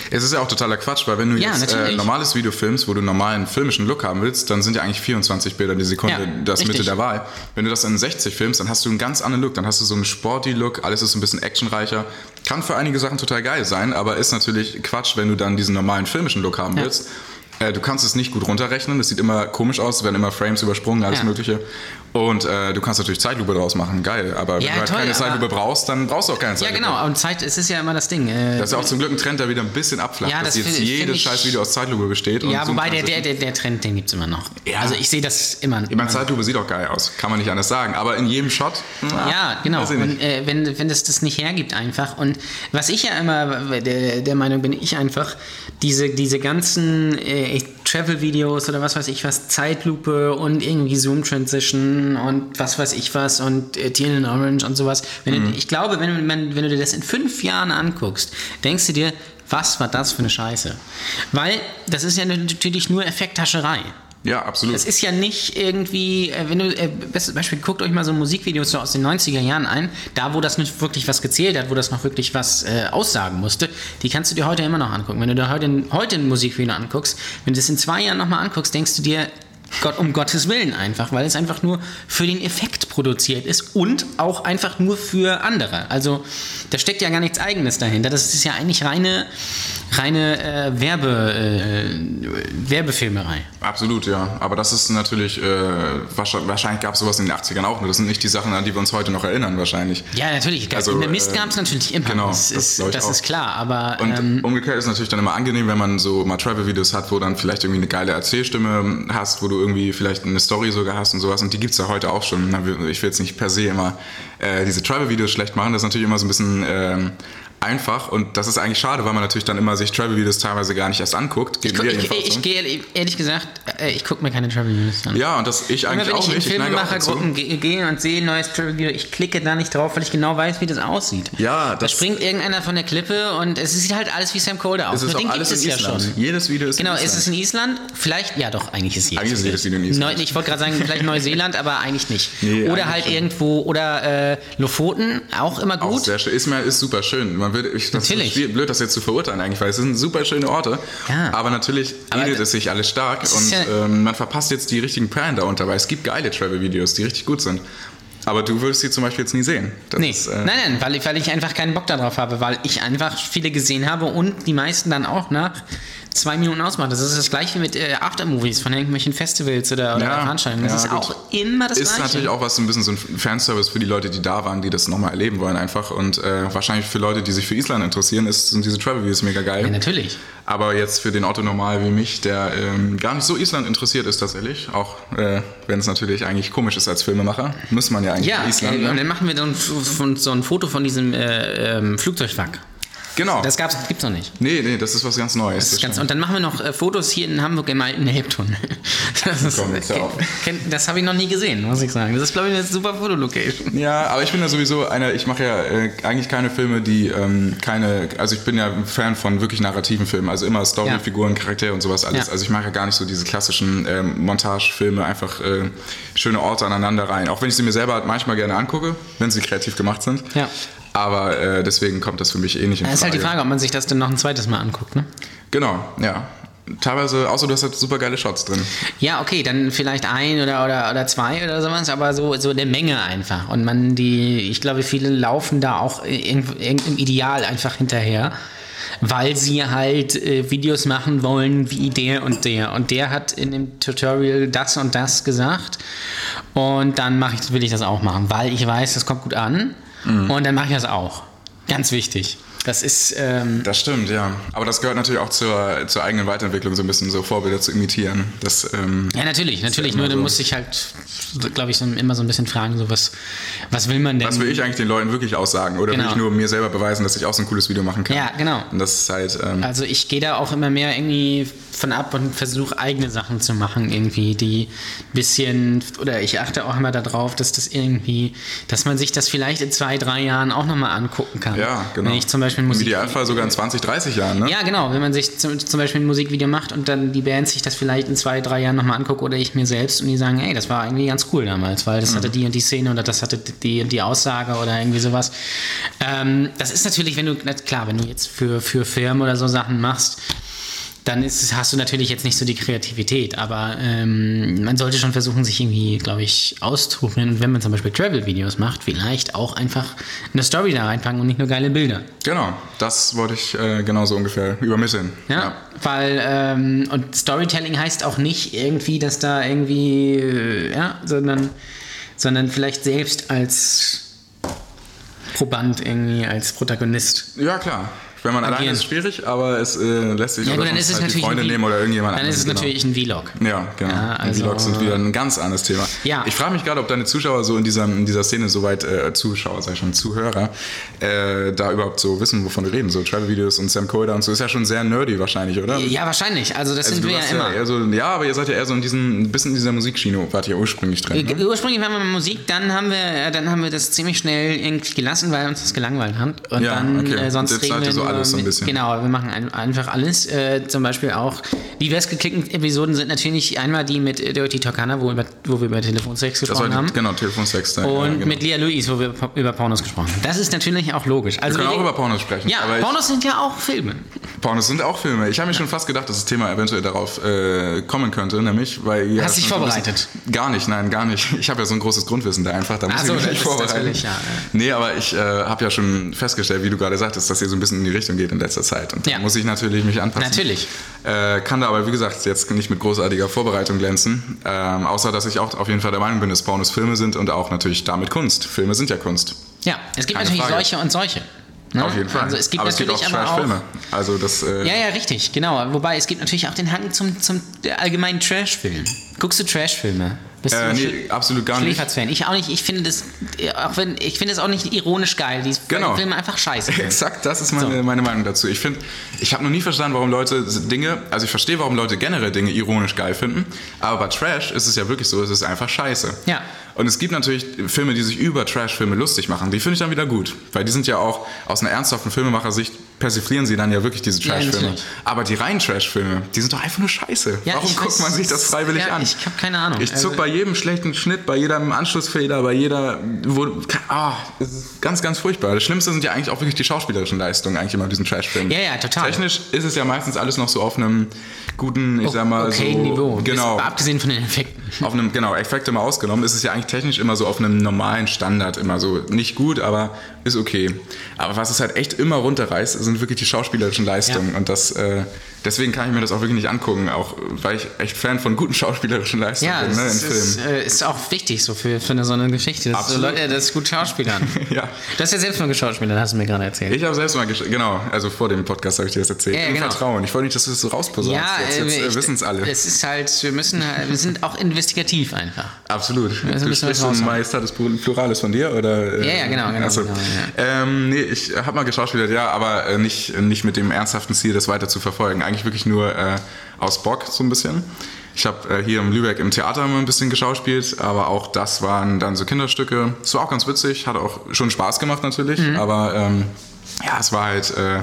Speaker 3: Es ist ja auch totaler Quatsch, weil wenn du
Speaker 2: Ja,
Speaker 3: jetzt äh,
Speaker 2: natürlich.
Speaker 3: normales Video filmst, wo du einen normalen filmischen Look haben willst, dann sind ja eigentlich 24 Bilder die Sekunde
Speaker 2: Ja,
Speaker 3: das
Speaker 2: richtig.
Speaker 3: Mitte der Wahl. Wenn du das in 60 filmst, dann hast du einen ganz anderen Look, dann hast du so einen sporty Look, alles ist ein bisschen actionreicher. Kann für einige Sachen total geil sein, aber ist natürlich Quatsch, wenn du dann diesen normalen filmischen Look haben willst. Äh, Du kannst es nicht gut runterrechnen, es sieht immer komisch aus, es werden immer Frames übersprungen, alles
Speaker 2: Ja.
Speaker 3: Mögliche. Und äh, du kannst natürlich Zeitlupe draus machen, geil. Aber wenn
Speaker 2: Ja,
Speaker 3: du halt
Speaker 2: toll,
Speaker 3: keine
Speaker 2: aber-
Speaker 3: Zeitlupe brauchst, dann brauchst du auch keine
Speaker 2: Ja,
Speaker 3: Zeitlupe.
Speaker 2: genau. Und Zeit, es ist ja immer das Ding. Äh,
Speaker 3: Das ist ja auch zum Glück ein Trend, der wieder ein bisschen abflacht,
Speaker 2: Ja,
Speaker 3: dass
Speaker 2: das
Speaker 3: jetzt
Speaker 2: find- find
Speaker 3: jedes
Speaker 2: ich-
Speaker 3: scheiß Video aus Zeitlupe besteht.
Speaker 2: ja,
Speaker 3: Zoom
Speaker 2: wobei der, der,
Speaker 3: transition.
Speaker 2: der, der Trend, den gibt es immer noch.
Speaker 3: Ja.
Speaker 2: Also ich sehe das immer.
Speaker 3: Ich meine, Zeitlupe sieht auch geil aus, kann man nicht anders sagen. Aber in jedem Shot. na,
Speaker 2: Ja, genau.
Speaker 3: weiß ich nicht.
Speaker 2: Und, äh, wenn wenn das, das nicht hergibt einfach. Und was ich ja immer der, der Meinung bin, ich einfach, diese, diese ganzen äh, Travel-Videos oder was weiß ich was, Zeitlupe und irgendwie Zoom-Transition und was weiß ich was und äh, Teal and Orange und sowas. Wenn
Speaker 3: Mhm.
Speaker 2: du, ich glaube, wenn, man, wenn du dir das in fünf Jahren anguckst, denkst du dir, was war das für eine Scheiße? Weil das ist ja natürlich nur Effekthascherei.
Speaker 3: ja, absolut.
Speaker 2: Es ist ja nicht irgendwie, äh, wenn du, äh, bestes Beispiel, guckt euch mal so Musikvideos so aus den 90er Jahren ein, da wo das nicht wirklich was gezählt hat, wo das noch wirklich was äh, aussagen musste, die kannst du dir heute immer noch angucken. Wenn du dir heute, ein- heute ein Musikvideo anguckst, wenn du es in zwei Jahren nochmal anguckst, denkst du dir, Gott, um Gottes Willen einfach, weil es einfach nur für den Effekt produziert ist und auch einfach nur für andere. Also da steckt ja gar nichts Eigenes dahinter. Das ist ja eigentlich reine, reine äh, Werbe, äh, Werbefilmerei.
Speaker 3: Absolut, ja. Aber das ist natürlich, äh, wahrscheinlich, wahrscheinlich gab es sowas in den 80ern auch nur. Das sind nicht die Sachen, an die wir uns heute noch erinnern, wahrscheinlich.
Speaker 2: Ja, natürlich.
Speaker 3: Also,
Speaker 2: Also, Mist
Speaker 3: äh,
Speaker 2: gab es natürlich immer.
Speaker 3: genau,
Speaker 2: das,
Speaker 3: das
Speaker 2: ist,
Speaker 3: glaub ich
Speaker 2: das
Speaker 3: auch.
Speaker 2: ist klar. Aber
Speaker 3: Und
Speaker 2: ähm,
Speaker 3: umgekehrt ist natürlich dann immer angenehm, wenn man so mal Travel-Videos hat, wo dann vielleicht irgendwie eine geile Erzählstimme hast, wo du irgendwie vielleicht eine Story sogar hast und sowas. Und die gibt's ja heute auch schon. Na, wir- Ich will jetzt nicht per se immer äh, diese Travel-Videos schlecht machen. Das ist natürlich immer so ein bisschen ähm, einfach. Und das ist eigentlich schade, weil man natürlich dann immer sich Travel-Videos teilweise gar nicht erst anguckt. Geht
Speaker 2: ich,
Speaker 3: mir
Speaker 2: guck- ich,
Speaker 3: jedenfalls
Speaker 2: ich,
Speaker 3: so.
Speaker 2: ich gehe ehrlich- ehrlich gesagt, äh, ich gucke mir keine Travel News an.
Speaker 3: ja, und das ich
Speaker 2: Immer
Speaker 3: eigentlich
Speaker 2: wenn
Speaker 3: auch
Speaker 2: ich in
Speaker 3: nicht. Ich neige auch
Speaker 2: Filmemachergruppen
Speaker 3: dazu.
Speaker 2: ge- gehe und sehe ein neues Travel-Video, ich klicke da nicht drauf, weil ich genau weiß, wie das aussieht.
Speaker 3: Ja,
Speaker 2: Da
Speaker 3: das
Speaker 2: springt irgendeiner von der Klippe und es sieht halt alles wie Sam Colder aus.
Speaker 3: es ist
Speaker 2: Nur
Speaker 3: auch
Speaker 2: den
Speaker 3: alles
Speaker 2: gibt es
Speaker 3: in
Speaker 2: ja
Speaker 3: Island.
Speaker 2: schon.
Speaker 3: Jedes Video ist
Speaker 2: Genau,
Speaker 3: in
Speaker 2: ist es in Island? Vielleicht, ja doch, eigentlich ist es jedes
Speaker 3: Eigentlich ist jedes Video in Island.
Speaker 2: Neu, ich wollte gerade sagen, vielleicht Neuseeland, aber eigentlich nicht.
Speaker 3: Nee,
Speaker 2: oder
Speaker 3: eigentlich
Speaker 2: halt
Speaker 3: schon.
Speaker 2: irgendwo, oder äh, Lofoten, auch immer
Speaker 3: Auch
Speaker 2: gut.
Speaker 3: sehr schön. Ist, ist super schön. Man würde, ich, das
Speaker 2: Natürlich.
Speaker 3: ist schwierig- blöd, das jetzt zu verurteilen eigentlich, weil es sind super schöne Orte.
Speaker 2: Ja.
Speaker 3: Aber natürlich
Speaker 2: Aber
Speaker 3: edelt
Speaker 2: d-
Speaker 3: es sich alles stark
Speaker 2: es ist
Speaker 3: und
Speaker 2: ja-
Speaker 3: ähm, man verpasst jetzt die richtigen Perlen darunter, weil es gibt geile Travel-Videos, die richtig gut sind. Aber du würdest sie zum Beispiel jetzt nie sehen. Das
Speaker 2: Nee,
Speaker 3: ist, äh,
Speaker 2: nein, nein, weil, ich- weil ich einfach keinen Bock darauf habe, weil ich einfach viele gesehen habe und die meisten dann auch nach zwei Minuten ausmachen. Das ist das gleiche mit äh, Aftermovies von irgendwelchen Festivals oder, oder
Speaker 3: Ja,
Speaker 2: Veranstaltungen. Das ist
Speaker 3: ja, gut.
Speaker 2: auch immer das
Speaker 3: ist
Speaker 2: gleiche.
Speaker 3: natürlich auch was so ein bisschen so ein Fanservice für die Leute, die da waren, die das nochmal erleben wollen einfach. Und äh, wahrscheinlich für Leute, die sich für Island interessieren, ist, sind diese Travel-Videos mega geil.
Speaker 2: ja, natürlich.
Speaker 3: Aber jetzt für den Otto Normal wie mich, der ähm, gar nicht so Island interessiert ist tatsächlich, auch äh, wenn es natürlich eigentlich komisch ist als Filmemacher, muss man ja eigentlich
Speaker 2: Ja,
Speaker 3: Island.
Speaker 2: äh, und
Speaker 3: ne?
Speaker 2: dann machen wir so ein, F- von- so ein Foto von diesem äh, ähm, Flugzeugwrack.
Speaker 3: Genau.
Speaker 2: Das gab's, gibt's noch nicht.
Speaker 3: nee, nee, das ist was ganz Neues.
Speaker 2: Das ist ganz,
Speaker 3: stimmt.
Speaker 2: und dann machen wir noch äh, Fotos hier in Hamburg im alten Elbtunnel. Das, ist-
Speaker 3: Komm, jetzt hör auf.
Speaker 2: kenn- das habe ich noch nie gesehen, muss ich sagen. Das ist, glaube ich, eine super Fotolocation.
Speaker 3: ja, aber ich bin ja sowieso einer, ich mache ja äh, eigentlich keine Filme, die ähm, keine, also ich bin ja ein Fan von wirklich narrativen Filmen, also immer Story,
Speaker 2: Ja.
Speaker 3: Figuren, Charaktere und sowas alles.
Speaker 2: Ja.
Speaker 3: Also ich mache ja gar nicht so diese klassischen ähm, Montagefilme, einfach äh, schöne Orte aneinander rein. Auch wenn ich sie mir selber manchmal gerne angucke, wenn sie kreativ gemacht sind.
Speaker 2: Ja.
Speaker 3: Aber äh, deswegen kommt das für mich eh nicht in Frage.
Speaker 2: Das ist halt die Frage, ob man sich das denn noch ein zweites Mal anguckt, ne?
Speaker 3: Genau, ja. Teilweise, außer du hast halt super geile Shots drin.
Speaker 2: Ja, okay, dann vielleicht ein oder, oder, oder zwei oder sowas, aber so, so eine Menge einfach. Und man, die, ich glaube, viele laufen da auch irg- irgendeinem Ideal einfach hinterher, weil sie halt äh, Videos machen wollen wie der und der. Und der hat in dem Tutorial das und das gesagt. Und dann mache ich, will ich das auch machen, weil ich weiß, das kommt gut an. Und dann mache ich das auch. Ganz wichtig. Das ist. Ähm,
Speaker 3: Das stimmt, ja. Aber das gehört natürlich auch zur, zur eigenen Weiterentwicklung, so ein bisschen so Vorbilder zu imitieren. Das, ähm,
Speaker 2: Ja, natürlich, natürlich.
Speaker 3: ja immer
Speaker 2: Nur dann
Speaker 3: so.
Speaker 2: muss ich halt, glaube ich, so, immer so ein bisschen fragen, so was, was will man denn?
Speaker 3: was will ich eigentlich den Leuten wirklich aussagen? Oder will
Speaker 2: Mhm. Genau.
Speaker 3: ich nur mir selber beweisen, dass ich auch so ein cooles Video machen kann?
Speaker 2: Ja, genau.
Speaker 3: Und das ist halt, ähm,
Speaker 2: Also ich gehe da auch immer mehr irgendwie von ab und versuche eigene Sachen zu machen irgendwie, die ein bisschen, oder ich achte auch immer darauf, dass das irgendwie, dass man sich das vielleicht in zwei, drei Jahren auch nochmal angucken kann.
Speaker 3: ja, genau.
Speaker 2: Wenn ich zum Beispiel
Speaker 3: Im
Speaker 2: Musik...
Speaker 3: Idealfall sogar in 20, 30 Jahren, ne?
Speaker 2: Ja, genau. Wenn man sich zum, zum Beispiel ein Musikvideo macht und dann die Band sich das vielleicht in zwei, drei Jahren nochmal anguckt oder ich mir selbst und die sagen, ey, das war irgendwie ganz cool damals, weil das hatte die und die Szene oder das hatte die und die Aussage oder irgendwie sowas. Ähm, das ist natürlich, wenn du, na klar, wenn du jetzt für, für Firmen oder so Sachen machst, dann ist, es- hast du natürlich jetzt nicht so die Kreativität, aber ähm, man sollte schon versuchen, sich irgendwie, glaube ich, auszuprobieren. Und wenn man zum Beispiel Travel-Videos macht, vielleicht auch einfach eine Story da reinpacken und nicht nur geile Bilder.
Speaker 3: Genau. Das wollte ich äh, genauso ungefähr übermitteln.
Speaker 2: Ja, weil ähm, und Storytelling heißt auch nicht irgendwie, dass da irgendwie, äh, ja, sondern, sondern vielleicht selbst als Proband irgendwie, als Protagonist.
Speaker 3: Ja, klar. Wenn man alleine
Speaker 2: Agieren.
Speaker 3: ist, schwierig, aber es äh, lässt sich
Speaker 2: Ja,
Speaker 3: oder
Speaker 2: gut, dann
Speaker 3: sonst
Speaker 2: ist es
Speaker 3: halt die
Speaker 2: natürlich
Speaker 3: Freunde
Speaker 2: ein Vi-
Speaker 3: nehmen oder irgendjemand
Speaker 2: Dann ist es
Speaker 3: genau.
Speaker 2: natürlich ein Vlog.
Speaker 3: Ja, genau.
Speaker 2: Ja,
Speaker 3: und
Speaker 2: also-
Speaker 3: Vlogs sind wieder ein ganz anderes Thema.
Speaker 2: Ja.
Speaker 3: Ich frage mich gerade, ob deine Zuschauer so in dieser, in dieser Szene soweit, äh, Zuschauer, sei schon Zuhörer, äh, da überhaupt so wissen, wovon wir reden. So Travel-Videos und Sam Colder und so ist ja schon sehr nerdy wahrscheinlich, oder?
Speaker 2: Ja, wahrscheinlich. Also das
Speaker 3: also
Speaker 2: sind
Speaker 3: du
Speaker 2: wir ja
Speaker 3: warst
Speaker 2: immer.
Speaker 3: ja, eher so, ja, aber ihr seid ja eher so in diesem, ein bisschen in dieser Musikschiene, wart ihr ursprünglich drin. Ne?
Speaker 2: Ur- Ursprünglich waren wir mit Musik, dann haben wir, äh, dann haben wir das ziemlich schnell irgendwie gelassen, weil uns das gelangweilt hat. Und
Speaker 3: Ja,
Speaker 2: dann
Speaker 3: okay.
Speaker 2: äh, sonst
Speaker 3: Jetzt
Speaker 2: reden
Speaker 3: seid ihr
Speaker 2: wir
Speaker 3: so
Speaker 2: nur
Speaker 3: alles so ein
Speaker 2: mit-
Speaker 3: bisschen.
Speaker 2: Genau, wir machen ein, einfach alles. Äh, zum Beispiel auch die bestgeklickten Episoden sind natürlich einmal die mit äh, Dirty Tokana, wo, über- wo wir über Telefonsex
Speaker 3: Das war
Speaker 2: gesprochen haben.
Speaker 3: die, genau, Telefonsex. da,
Speaker 2: Und
Speaker 3: ja, genau.
Speaker 2: mit Lia Luis, wo wir po- über Pornos gesprochen haben. Das ist natürlich auch logisch. Also
Speaker 3: wir können auch
Speaker 2: reden-
Speaker 3: über Pornos sprechen.
Speaker 2: ja,
Speaker 3: aber ich-
Speaker 2: Pornos sind ja auch Filme.
Speaker 3: Pornos sind auch Filme. Ich habe mir schon fast gedacht, dass das Thema eventuell darauf äh, kommen könnte, nämlich weil ihr
Speaker 2: Hast dich
Speaker 3: schon so ein
Speaker 2: vorbereitet?
Speaker 3: Bisschen, gar nicht, nein, gar nicht. Ich habe ja so ein großes Grundwissen da einfach, da muss
Speaker 2: Ach
Speaker 3: ich
Speaker 2: so,
Speaker 3: mich
Speaker 2: das
Speaker 3: nicht
Speaker 2: ist- das
Speaker 3: vorbereiten.
Speaker 2: will ich, ja, ja.
Speaker 3: Nee, aber ich äh, habe ja schon festgestellt, wie du gerade sagtest, dass ihr so ein bisschen in die Richtung geht in letzter Zeit. Und da
Speaker 2: Ja.
Speaker 3: muss ich natürlich mich anpassen.
Speaker 2: Natürlich.
Speaker 3: Äh, kann da aber, wie gesagt, jetzt nicht mit großartiger Vorbereitung glänzen. Ähm, außer, dass ich auch auf jeden Fall der Meinung bin, dass Pornos Filme sind und auch natürlich damit Kunst. Filme sind ja Kunst.
Speaker 2: Ja, es gibt
Speaker 3: Keine
Speaker 2: natürlich
Speaker 3: Frage.
Speaker 2: solche und solche. ne?
Speaker 3: Auf jeden Fall.
Speaker 2: Also es gibt
Speaker 3: aber es gibt
Speaker 2: natürlich
Speaker 3: auch
Speaker 2: aber auch
Speaker 3: Filme. Also das, äh,
Speaker 2: Ja, ja, richtig, genau. Wobei es gibt natürlich auch den Hang zum, zum allgemeinen Trash-Film. Guckst du Trash-Filme? Bist
Speaker 3: äh,
Speaker 2: ein
Speaker 3: nee, absolut gar nicht.
Speaker 2: Schläferz-Fan? Ich auch nicht. Ich finde das, auch wenn, ich finde es auch nicht ironisch geil. Die
Speaker 3: Genau.
Speaker 2: Filme einfach scheiße. sind.
Speaker 3: Exakt, das ist meine, meine Meinung dazu. Ich finde, ich habe noch nie verstanden, warum Leute Dinge, also ich verstehe, warum Leute generell Dinge ironisch geil finden, aber bei Trash ist es ja wirklich so, es ist einfach scheiße.
Speaker 2: Ja.
Speaker 3: Und es gibt natürlich Filme, die sich über Trash-Filme lustig machen, die finde ich dann wieder gut, weil die sind ja auch aus einer ernsthaften Filmemacher-Sicht persiflieren sie dann ja wirklich diese
Speaker 2: Ja,
Speaker 3: Trash-Filme.
Speaker 2: natürlich.
Speaker 3: aber die reinen Trash-Filme, die sind doch einfach nur scheiße.
Speaker 2: Ja,
Speaker 3: warum
Speaker 2: ich
Speaker 3: guckt
Speaker 2: weiß-
Speaker 3: man sich das freiwillig
Speaker 2: ja,
Speaker 3: an?
Speaker 2: ich hab keine Ahnung.
Speaker 3: Ich
Speaker 2: Also-
Speaker 3: zuck bei jedem schlechten Schnitt, bei jedem Anschlussfehler, bei jeder. Wo, ah, es ist ganz, ganz furchtbar. Das Schlimmste sind ja eigentlich auch wirklich die schauspielerischen Leistungen, eigentlich immer in diesen Trash-Filmen.
Speaker 2: Ja, ja, total.
Speaker 3: Technisch ist es ja meistens alles noch so auf einem guten, ich sag mal,
Speaker 2: Oh, okay,
Speaker 3: so.
Speaker 2: Niveau.
Speaker 3: Genau.
Speaker 2: Bis- abgesehen von den Effekten.
Speaker 3: Auf einem, genau, Effekte mal ausgenommen, ist es ja eigentlich technisch immer so auf einem normalen Standard immer so. Nicht gut, aber ist okay. Aber was es halt echt immer runterreißt, sind wirklich die schauspielerischen Leistungen.
Speaker 2: Ja.
Speaker 3: Und das, äh, deswegen kann ich mir das auch wirklich nicht angucken, auch weil ich echt Fan von guten schauspielerischen Leistungen
Speaker 2: Ja,
Speaker 3: bin, ne, in
Speaker 2: das
Speaker 3: Filmen.
Speaker 2: ist, äh, ist auch wichtig so für, für eine, so eine Geschichte. Das, so
Speaker 3: Absolut.
Speaker 2: Leute, das ist gut Schauspielern.
Speaker 3: Ja.
Speaker 2: Du hast ja selbst mal geschauspielert, hast du mir gerade erzählt.
Speaker 3: Ich habe selbst mal gesch genau, also vor dem Podcast habe ich dir das erzählt.
Speaker 2: Ja,
Speaker 3: Im
Speaker 2: genau.
Speaker 3: Vertrauen. Ich wollte nicht, dass du das so rausposaunst. jetzt
Speaker 2: äh,
Speaker 3: jetzt äh,
Speaker 2: ich-
Speaker 3: wissen es alle. Äh,
Speaker 2: Es ist halt, wir müssen, halt- wir sind auch investigativ einfach.
Speaker 3: Absolut.
Speaker 2: müssen
Speaker 3: Du
Speaker 2: wir
Speaker 3: sprichst
Speaker 2: raushauen.
Speaker 3: im Majestatis Pluralis von dir? Oder, äh,
Speaker 2: Ja, ja, genau, genau,
Speaker 3: achso.
Speaker 2: genau,
Speaker 3: ähm, nee, ich habe mal geschauspielert, ja, aber äh, nicht, nicht mit dem ernsthaften Ziel, das weiter zu verfolgen. Eigentlich wirklich nur äh, aus Bock so ein bisschen. Ich habe äh, hier in Lübeck im Theater mal ein bisschen geschauspielt, aber auch das waren dann so Kinderstücke. Es war auch ganz witzig, hat auch schon Spaß gemacht natürlich,
Speaker 2: Mhm.
Speaker 3: aber ähm, ja, es war halt äh,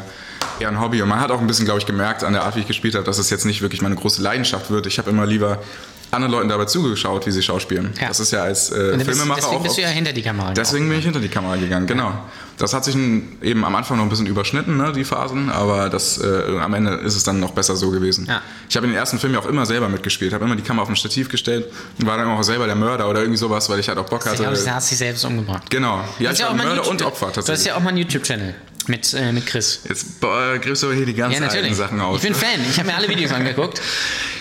Speaker 3: eher ein Hobby und man hat auch ein bisschen, glaube ich, gemerkt an der Art, wie ich gespielt habe, dass es jetzt nicht wirklich meine große Leidenschaft wird. Ich habe immer lieber anderen Leuten dabei zugeschaut, wie sie schauspielen.
Speaker 2: Ja.
Speaker 3: Das ist ja als äh,
Speaker 2: Und dann bist,
Speaker 3: Filmemacher
Speaker 2: deswegen
Speaker 3: auch.
Speaker 2: bist du ja hinter die Kamera.
Speaker 3: deswegen bin ich hinter die Kamera gegangen, genau. Das hat sich n- eben am Anfang noch ein bisschen überschnitten, ne, die Phasen, aber das, äh, am Ende ist es dann noch besser so gewesen.
Speaker 2: Ja.
Speaker 3: Ich habe in den ersten Filmen ja auch immer selber mitgespielt, habe immer die Kamera auf ein Stativ gestellt und war dann auch selber der Mörder oder irgendwie sowas, weil ich halt auch Bock
Speaker 2: Ich
Speaker 3: hatte.
Speaker 2: glaube, du hast dich selbst umgebracht.
Speaker 3: Genau, ja, ich war
Speaker 2: mal ein
Speaker 3: Mörder
Speaker 2: YouTube-
Speaker 3: und
Speaker 2: Du
Speaker 3: Opfer
Speaker 2: hast
Speaker 3: tatsächlich.
Speaker 2: ja auch mal einen YouTube-Channel mit, äh, mit Chris.
Speaker 3: Jetzt äh, griffst du aber hier die ganz
Speaker 2: Ja, natürlich.
Speaker 3: alten Sachen aus.
Speaker 2: Ich bin Fan. Ich habe mir alle Videos angeguckt.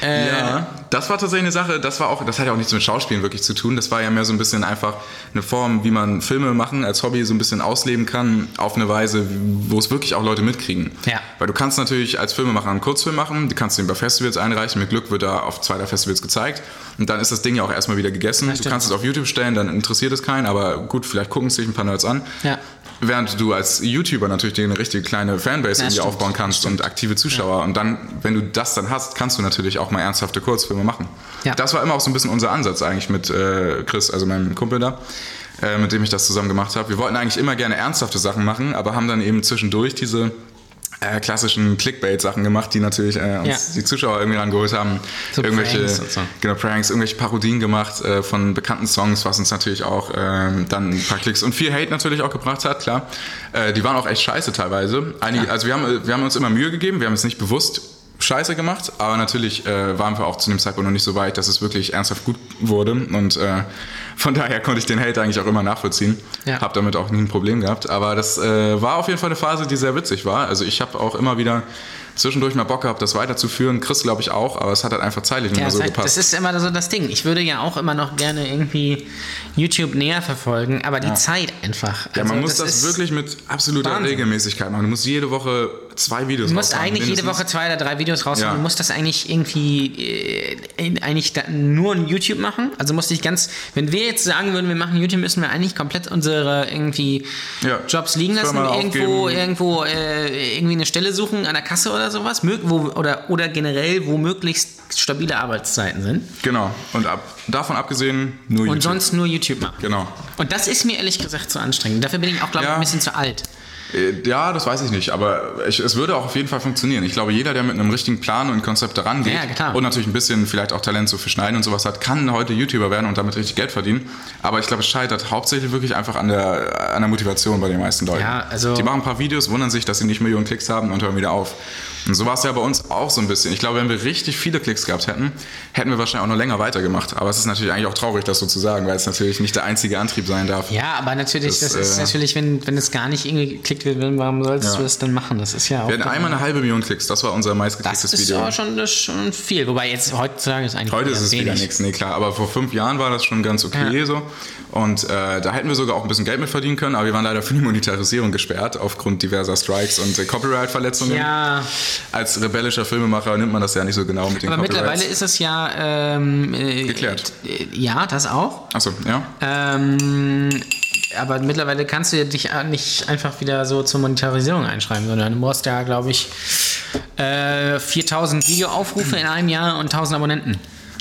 Speaker 2: Äh,
Speaker 3: Ja, das war tatsächlich eine Sache, das war auch, das hat ja auch nichts mit Schauspielen wirklich zu tun. Das war ja mehr so ein bisschen einfach eine Form, wie man Filme machen als Hobby so ein bisschen ausleben kann, auf eine Weise, wo es wirklich auch Leute mitkriegen.
Speaker 2: Ja.
Speaker 3: Weil du kannst natürlich als Filmemacher einen Kurzfilm machen, du kannst den bei Festivals einreichen, mit Glück wird er auf zwei der Festivals gezeigt und dann ist das Ding ja auch erstmal wieder gegessen. Du
Speaker 2: stimmt.
Speaker 3: kannst es auf YouTube stellen, dann interessiert es keinen, aber gut, vielleicht gucken es sich ein paar Nerds an.
Speaker 2: Ja.
Speaker 3: Während du als YouTuber natürlich dir eine richtige kleine Fanbase irgendwie
Speaker 2: stimmt.
Speaker 3: aufbauen kannst und aktive Zuschauer. Und dann, wenn du das dann hast, kannst du natürlich auch mal ernsthafte Kurzfilme machen.
Speaker 2: Ja.
Speaker 3: Das war immer auch so ein bisschen unser Ansatz eigentlich mit äh, Chris, also meinem Kumpel da, äh, mit dem ich das zusammen gemacht habe. Wir wollten eigentlich immer gerne ernsthafte Sachen machen, aber haben dann eben zwischendurch diese äh, klassischen Clickbait-Sachen gemacht, die natürlich äh, uns
Speaker 2: Ja.
Speaker 3: die Zuschauer irgendwie rangeholt haben.
Speaker 2: So
Speaker 3: irgendwelche
Speaker 2: Pranks und so.
Speaker 3: Genau, Pranks, irgendwelche Parodien gemacht äh, von bekannten Songs, was uns natürlich auch ähm, dann ein paar Klicks und viel Hate natürlich auch gebracht hat, klar. Äh, die waren auch echt scheiße teilweise. Einige, Also wir haben, wir haben uns immer Mühe gegeben, wir haben es nicht bewusst scheiße gemacht, aber natürlich äh, waren wir auch zu dem Zeitpunkt noch nicht so weit, dass es wirklich ernsthaft gut wurde und äh, von daher konnte ich den Hate eigentlich auch immer nachvollziehen.
Speaker 2: Ja.
Speaker 3: Hab damit auch nie ein Problem gehabt, aber das äh, war auf jeden Fall eine Phase, die sehr witzig war. Also ich habe auch immer wieder zwischendurch mal Bock gehabt, das weiterzuführen. Chris glaube ich auch, aber es hat halt einfach zeitlich nicht
Speaker 2: Ja,
Speaker 3: mehr so
Speaker 2: das, heißt,
Speaker 3: gepasst.
Speaker 2: das ist immer so das Ding. Ich würde ja auch immer noch gerne irgendwie YouTube näher verfolgen, aber die Zeit einfach.
Speaker 3: Ja, man
Speaker 2: Also
Speaker 3: muss das,
Speaker 2: ist-
Speaker 3: wirklich mit absoluter
Speaker 2: Wahnsinn.
Speaker 3: Regelmäßigkeit machen. Du musst jede Woche zwei Videos
Speaker 2: Du musst eigentlich jede Woche zwei oder drei Videos raushauen.
Speaker 3: Ja.
Speaker 2: Du musst das eigentlich irgendwie äh, in- eigentlich da, nur in YouTube machen. Also musst dich ganz, wenn wir jetzt sagen würden, wir machen YouTube, müssen wir eigentlich komplett unsere irgendwie
Speaker 3: Ja.
Speaker 2: Jobs liegen lassen
Speaker 3: Firma
Speaker 2: und irgendwo,
Speaker 3: aufgeben.
Speaker 2: irgendwo äh, irgendwie eine Stelle suchen an der Kasse oder sowas. Mög- Wo, oder, oder generell, wo möglichst stabile Arbeitszeiten sind.
Speaker 3: Genau. Und ab, davon abgesehen, nur
Speaker 2: Und sonst nur YouTube machen.
Speaker 3: Genau.
Speaker 2: Und das ist mir ehrlich gesagt zu anstrengend. Dafür bin ich auch, glaube ich,
Speaker 3: Ja.
Speaker 2: ein bisschen zu alt.
Speaker 3: Äh, Ja, das weiß ich nicht, aber ich, es würde auch auf jeden Fall funktionieren. Ich glaube, jeder, der mit einem richtigen Plan und Konzept daran geht
Speaker 2: Ja, klar.
Speaker 3: und natürlich ein bisschen vielleicht auch Talent so für Schneiden und sowas hat, kann heute YouTuber werden und damit richtig Geld verdienen. Aber ich glaube, es scheitert hauptsächlich wirklich einfach an der, an der Motivation bei den meisten Leuten.
Speaker 2: Ja, also-
Speaker 3: die machen ein paar Videos, wundern sich, dass sie nicht Millionen Klicks haben und hören wieder auf. Und so war es ja bei uns auch so ein bisschen. Ich glaube, wenn wir richtig viele Klicks gehabt hätten, hätten wir wahrscheinlich auch noch länger weitergemacht. Aber es ist natürlich eigentlich auch traurig, das so zu sagen, weil es natürlich nicht der einzige Antrieb sein darf.
Speaker 2: Ja, aber natürlich, das,
Speaker 3: Das,
Speaker 2: ist
Speaker 3: äh,
Speaker 2: natürlich, wenn, wenn es gar nicht irgendwie geklickt wird, dann warum sollst
Speaker 3: Ja.
Speaker 2: du das denn machen? Das ist ja auch.
Speaker 3: Wir hatten einmal eine halbe Million Klicks, das war unser
Speaker 2: das
Speaker 3: meistgeklicktes
Speaker 2: ist
Speaker 3: Video.
Speaker 2: ja schon, das ist schon viel. Wobei jetzt heutzutage ist eigentlich
Speaker 3: Heute ist
Speaker 2: eher
Speaker 3: es wieder
Speaker 2: wenig.
Speaker 3: nichts, nee klar, aber vor fünf Jahren war das schon ganz okay
Speaker 2: Ja.
Speaker 3: so. Und äh, da hätten wir sogar auch ein bisschen Geld mit verdienen können, aber wir waren leider für die Monetarisierung gesperrt aufgrund diverser Strikes und äh, Copyright-Verletzungen.
Speaker 2: Ja,
Speaker 3: Als rebellischer Filmemacher nimmt man das ja nicht so genau mit den
Speaker 2: aber mittlerweile ist
Speaker 3: Copyrights.
Speaker 2: es ja. Ähm, äh,
Speaker 3: Geklärt.
Speaker 2: äh, Ja, das auch.
Speaker 3: Achso, ja.
Speaker 2: Ähm, aber mittlerweile kannst du ja dich a- nicht einfach wieder so zur Monetarisierung einschreiben, sondern du brauchst ja, glaube ich, äh, 4000 Videoaufrufe in einem Jahr und 1000 Abonnenten.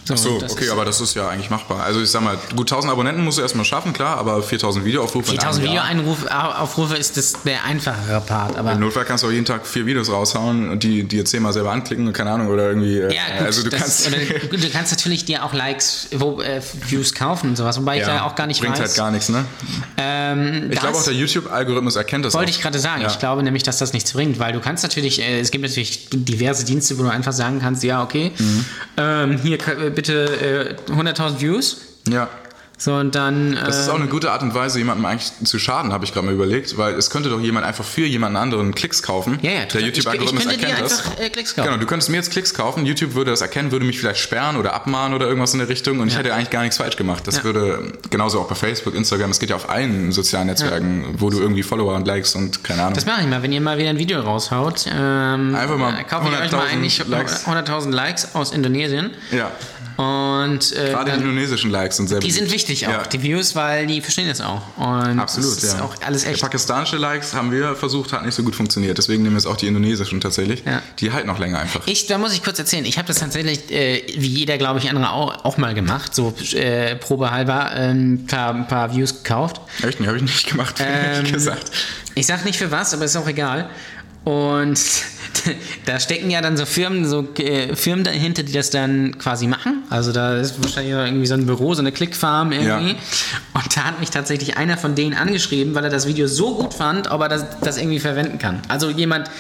Speaker 3: Ach so,
Speaker 2: das
Speaker 3: okay,
Speaker 2: ist-
Speaker 3: aber das ist ja eigentlich machbar. Also ich sag mal, gut 1000 Abonnenten musst du erstmal schaffen, klar, aber 4000 Videoaufrufe in einem
Speaker 2: 4000
Speaker 3: Jahr.
Speaker 2: Videoaufrufe ist das der einfachere Part, aber
Speaker 3: Im Notfall kannst du auch jeden Tag vier Videos raushauen und die dir zehnmal selber anklicken, keine Ahnung, oder irgendwie. äh,
Speaker 2: ja, gut,
Speaker 3: also du
Speaker 2: das,
Speaker 3: kannst.
Speaker 2: oder, gut, du kannst natürlich dir auch Likes, wo, äh, Views kaufen und sowas, wobei ich da auch gar nicht
Speaker 3: bringt
Speaker 2: weiß.
Speaker 3: halt gar nichts, ne?
Speaker 2: ähm,
Speaker 3: Ich glaube auch
Speaker 2: das
Speaker 3: der YouTube-Algorithmus erkennt das
Speaker 2: wollte
Speaker 3: auch.
Speaker 2: ich gerade sagen.
Speaker 3: Ja.
Speaker 2: Ich glaube nämlich, dass das nichts bringt, weil du kannst natürlich, äh, es gibt natürlich diverse Dienste, wo du einfach sagen kannst, ja, okay,
Speaker 3: Mhm.
Speaker 2: ähm, hier äh, bitte äh, 100.000 Views.
Speaker 3: Ja.
Speaker 2: So, und dann.
Speaker 3: Das ist
Speaker 2: äh,
Speaker 3: auch eine gute Art und Weise, jemandem eigentlich zu schaden, habe ich gerade mal überlegt, weil es könnte doch jemand einfach für jemanden anderen Klicks kaufen.
Speaker 2: ja, ja,
Speaker 3: der
Speaker 2: total. Ich-
Speaker 3: YouTube-Algorithmus
Speaker 2: ich könnte dir
Speaker 3: erkennt das.
Speaker 2: einfach, äh, Klicks kaufen.
Speaker 3: Genau, du könntest mir jetzt Klicks kaufen, YouTube würde das erkennen, würde mich vielleicht sperren oder abmahnen oder irgendwas in der Richtung und ich hätte eigentlich gar nichts falsch gemacht. Das würde genauso auch bei Facebook, Instagram, es geht ja auf allen sozialen Netzwerken, wo du irgendwie Follower und Likes und keine Ahnung.
Speaker 2: Das mache ich mal, wenn ihr mal wieder ein Video raushaut. Ähm,
Speaker 3: Einfach mal
Speaker 2: äh, kaufe ich euch mal
Speaker 3: 100.000
Speaker 2: ein, ich
Speaker 3: Likes.
Speaker 2: 100.000 Likes aus Indonesien.
Speaker 3: ja,
Speaker 2: Und äh,
Speaker 3: gerade die
Speaker 2: dann,
Speaker 3: indonesischen Likes und selber.
Speaker 2: die sind wichtig auch,
Speaker 3: Ja.
Speaker 2: die Views, weil die verstehen das auch. Und
Speaker 3: Absolut,
Speaker 2: das ist
Speaker 3: ja.
Speaker 2: auch alles echt.
Speaker 3: Pakistanische Likes haben wir versucht, hat nicht so gut funktioniert. Deswegen nehmen wir jetzt auch die indonesischen tatsächlich.
Speaker 2: Ja.
Speaker 3: Die halten noch länger einfach.
Speaker 2: Ich, da muss ich kurz erzählen, ich habe das tatsächlich, äh, wie jeder, glaube ich, andere auch, auch mal gemacht, so äh, probehalber, äh, ein paar, ein paar Views gekauft.
Speaker 3: Echt? Nee, habe ich nicht gemacht, ehrlich
Speaker 2: Ähm,
Speaker 3: gesagt.
Speaker 2: Ich sag nicht für was, aber ist auch egal. Und da stecken ja dann so Firmen, so äh, Firmen dahinter, die das dann quasi machen. Also da ist wahrscheinlich noch irgendwie so ein Büro, so eine Clickfarm irgendwie.
Speaker 3: Ja.
Speaker 2: Und da hat mich tatsächlich einer von denen angeschrieben, weil er das Video so gut fand, ob er das, das irgendwie verwenden kann. Also jemand,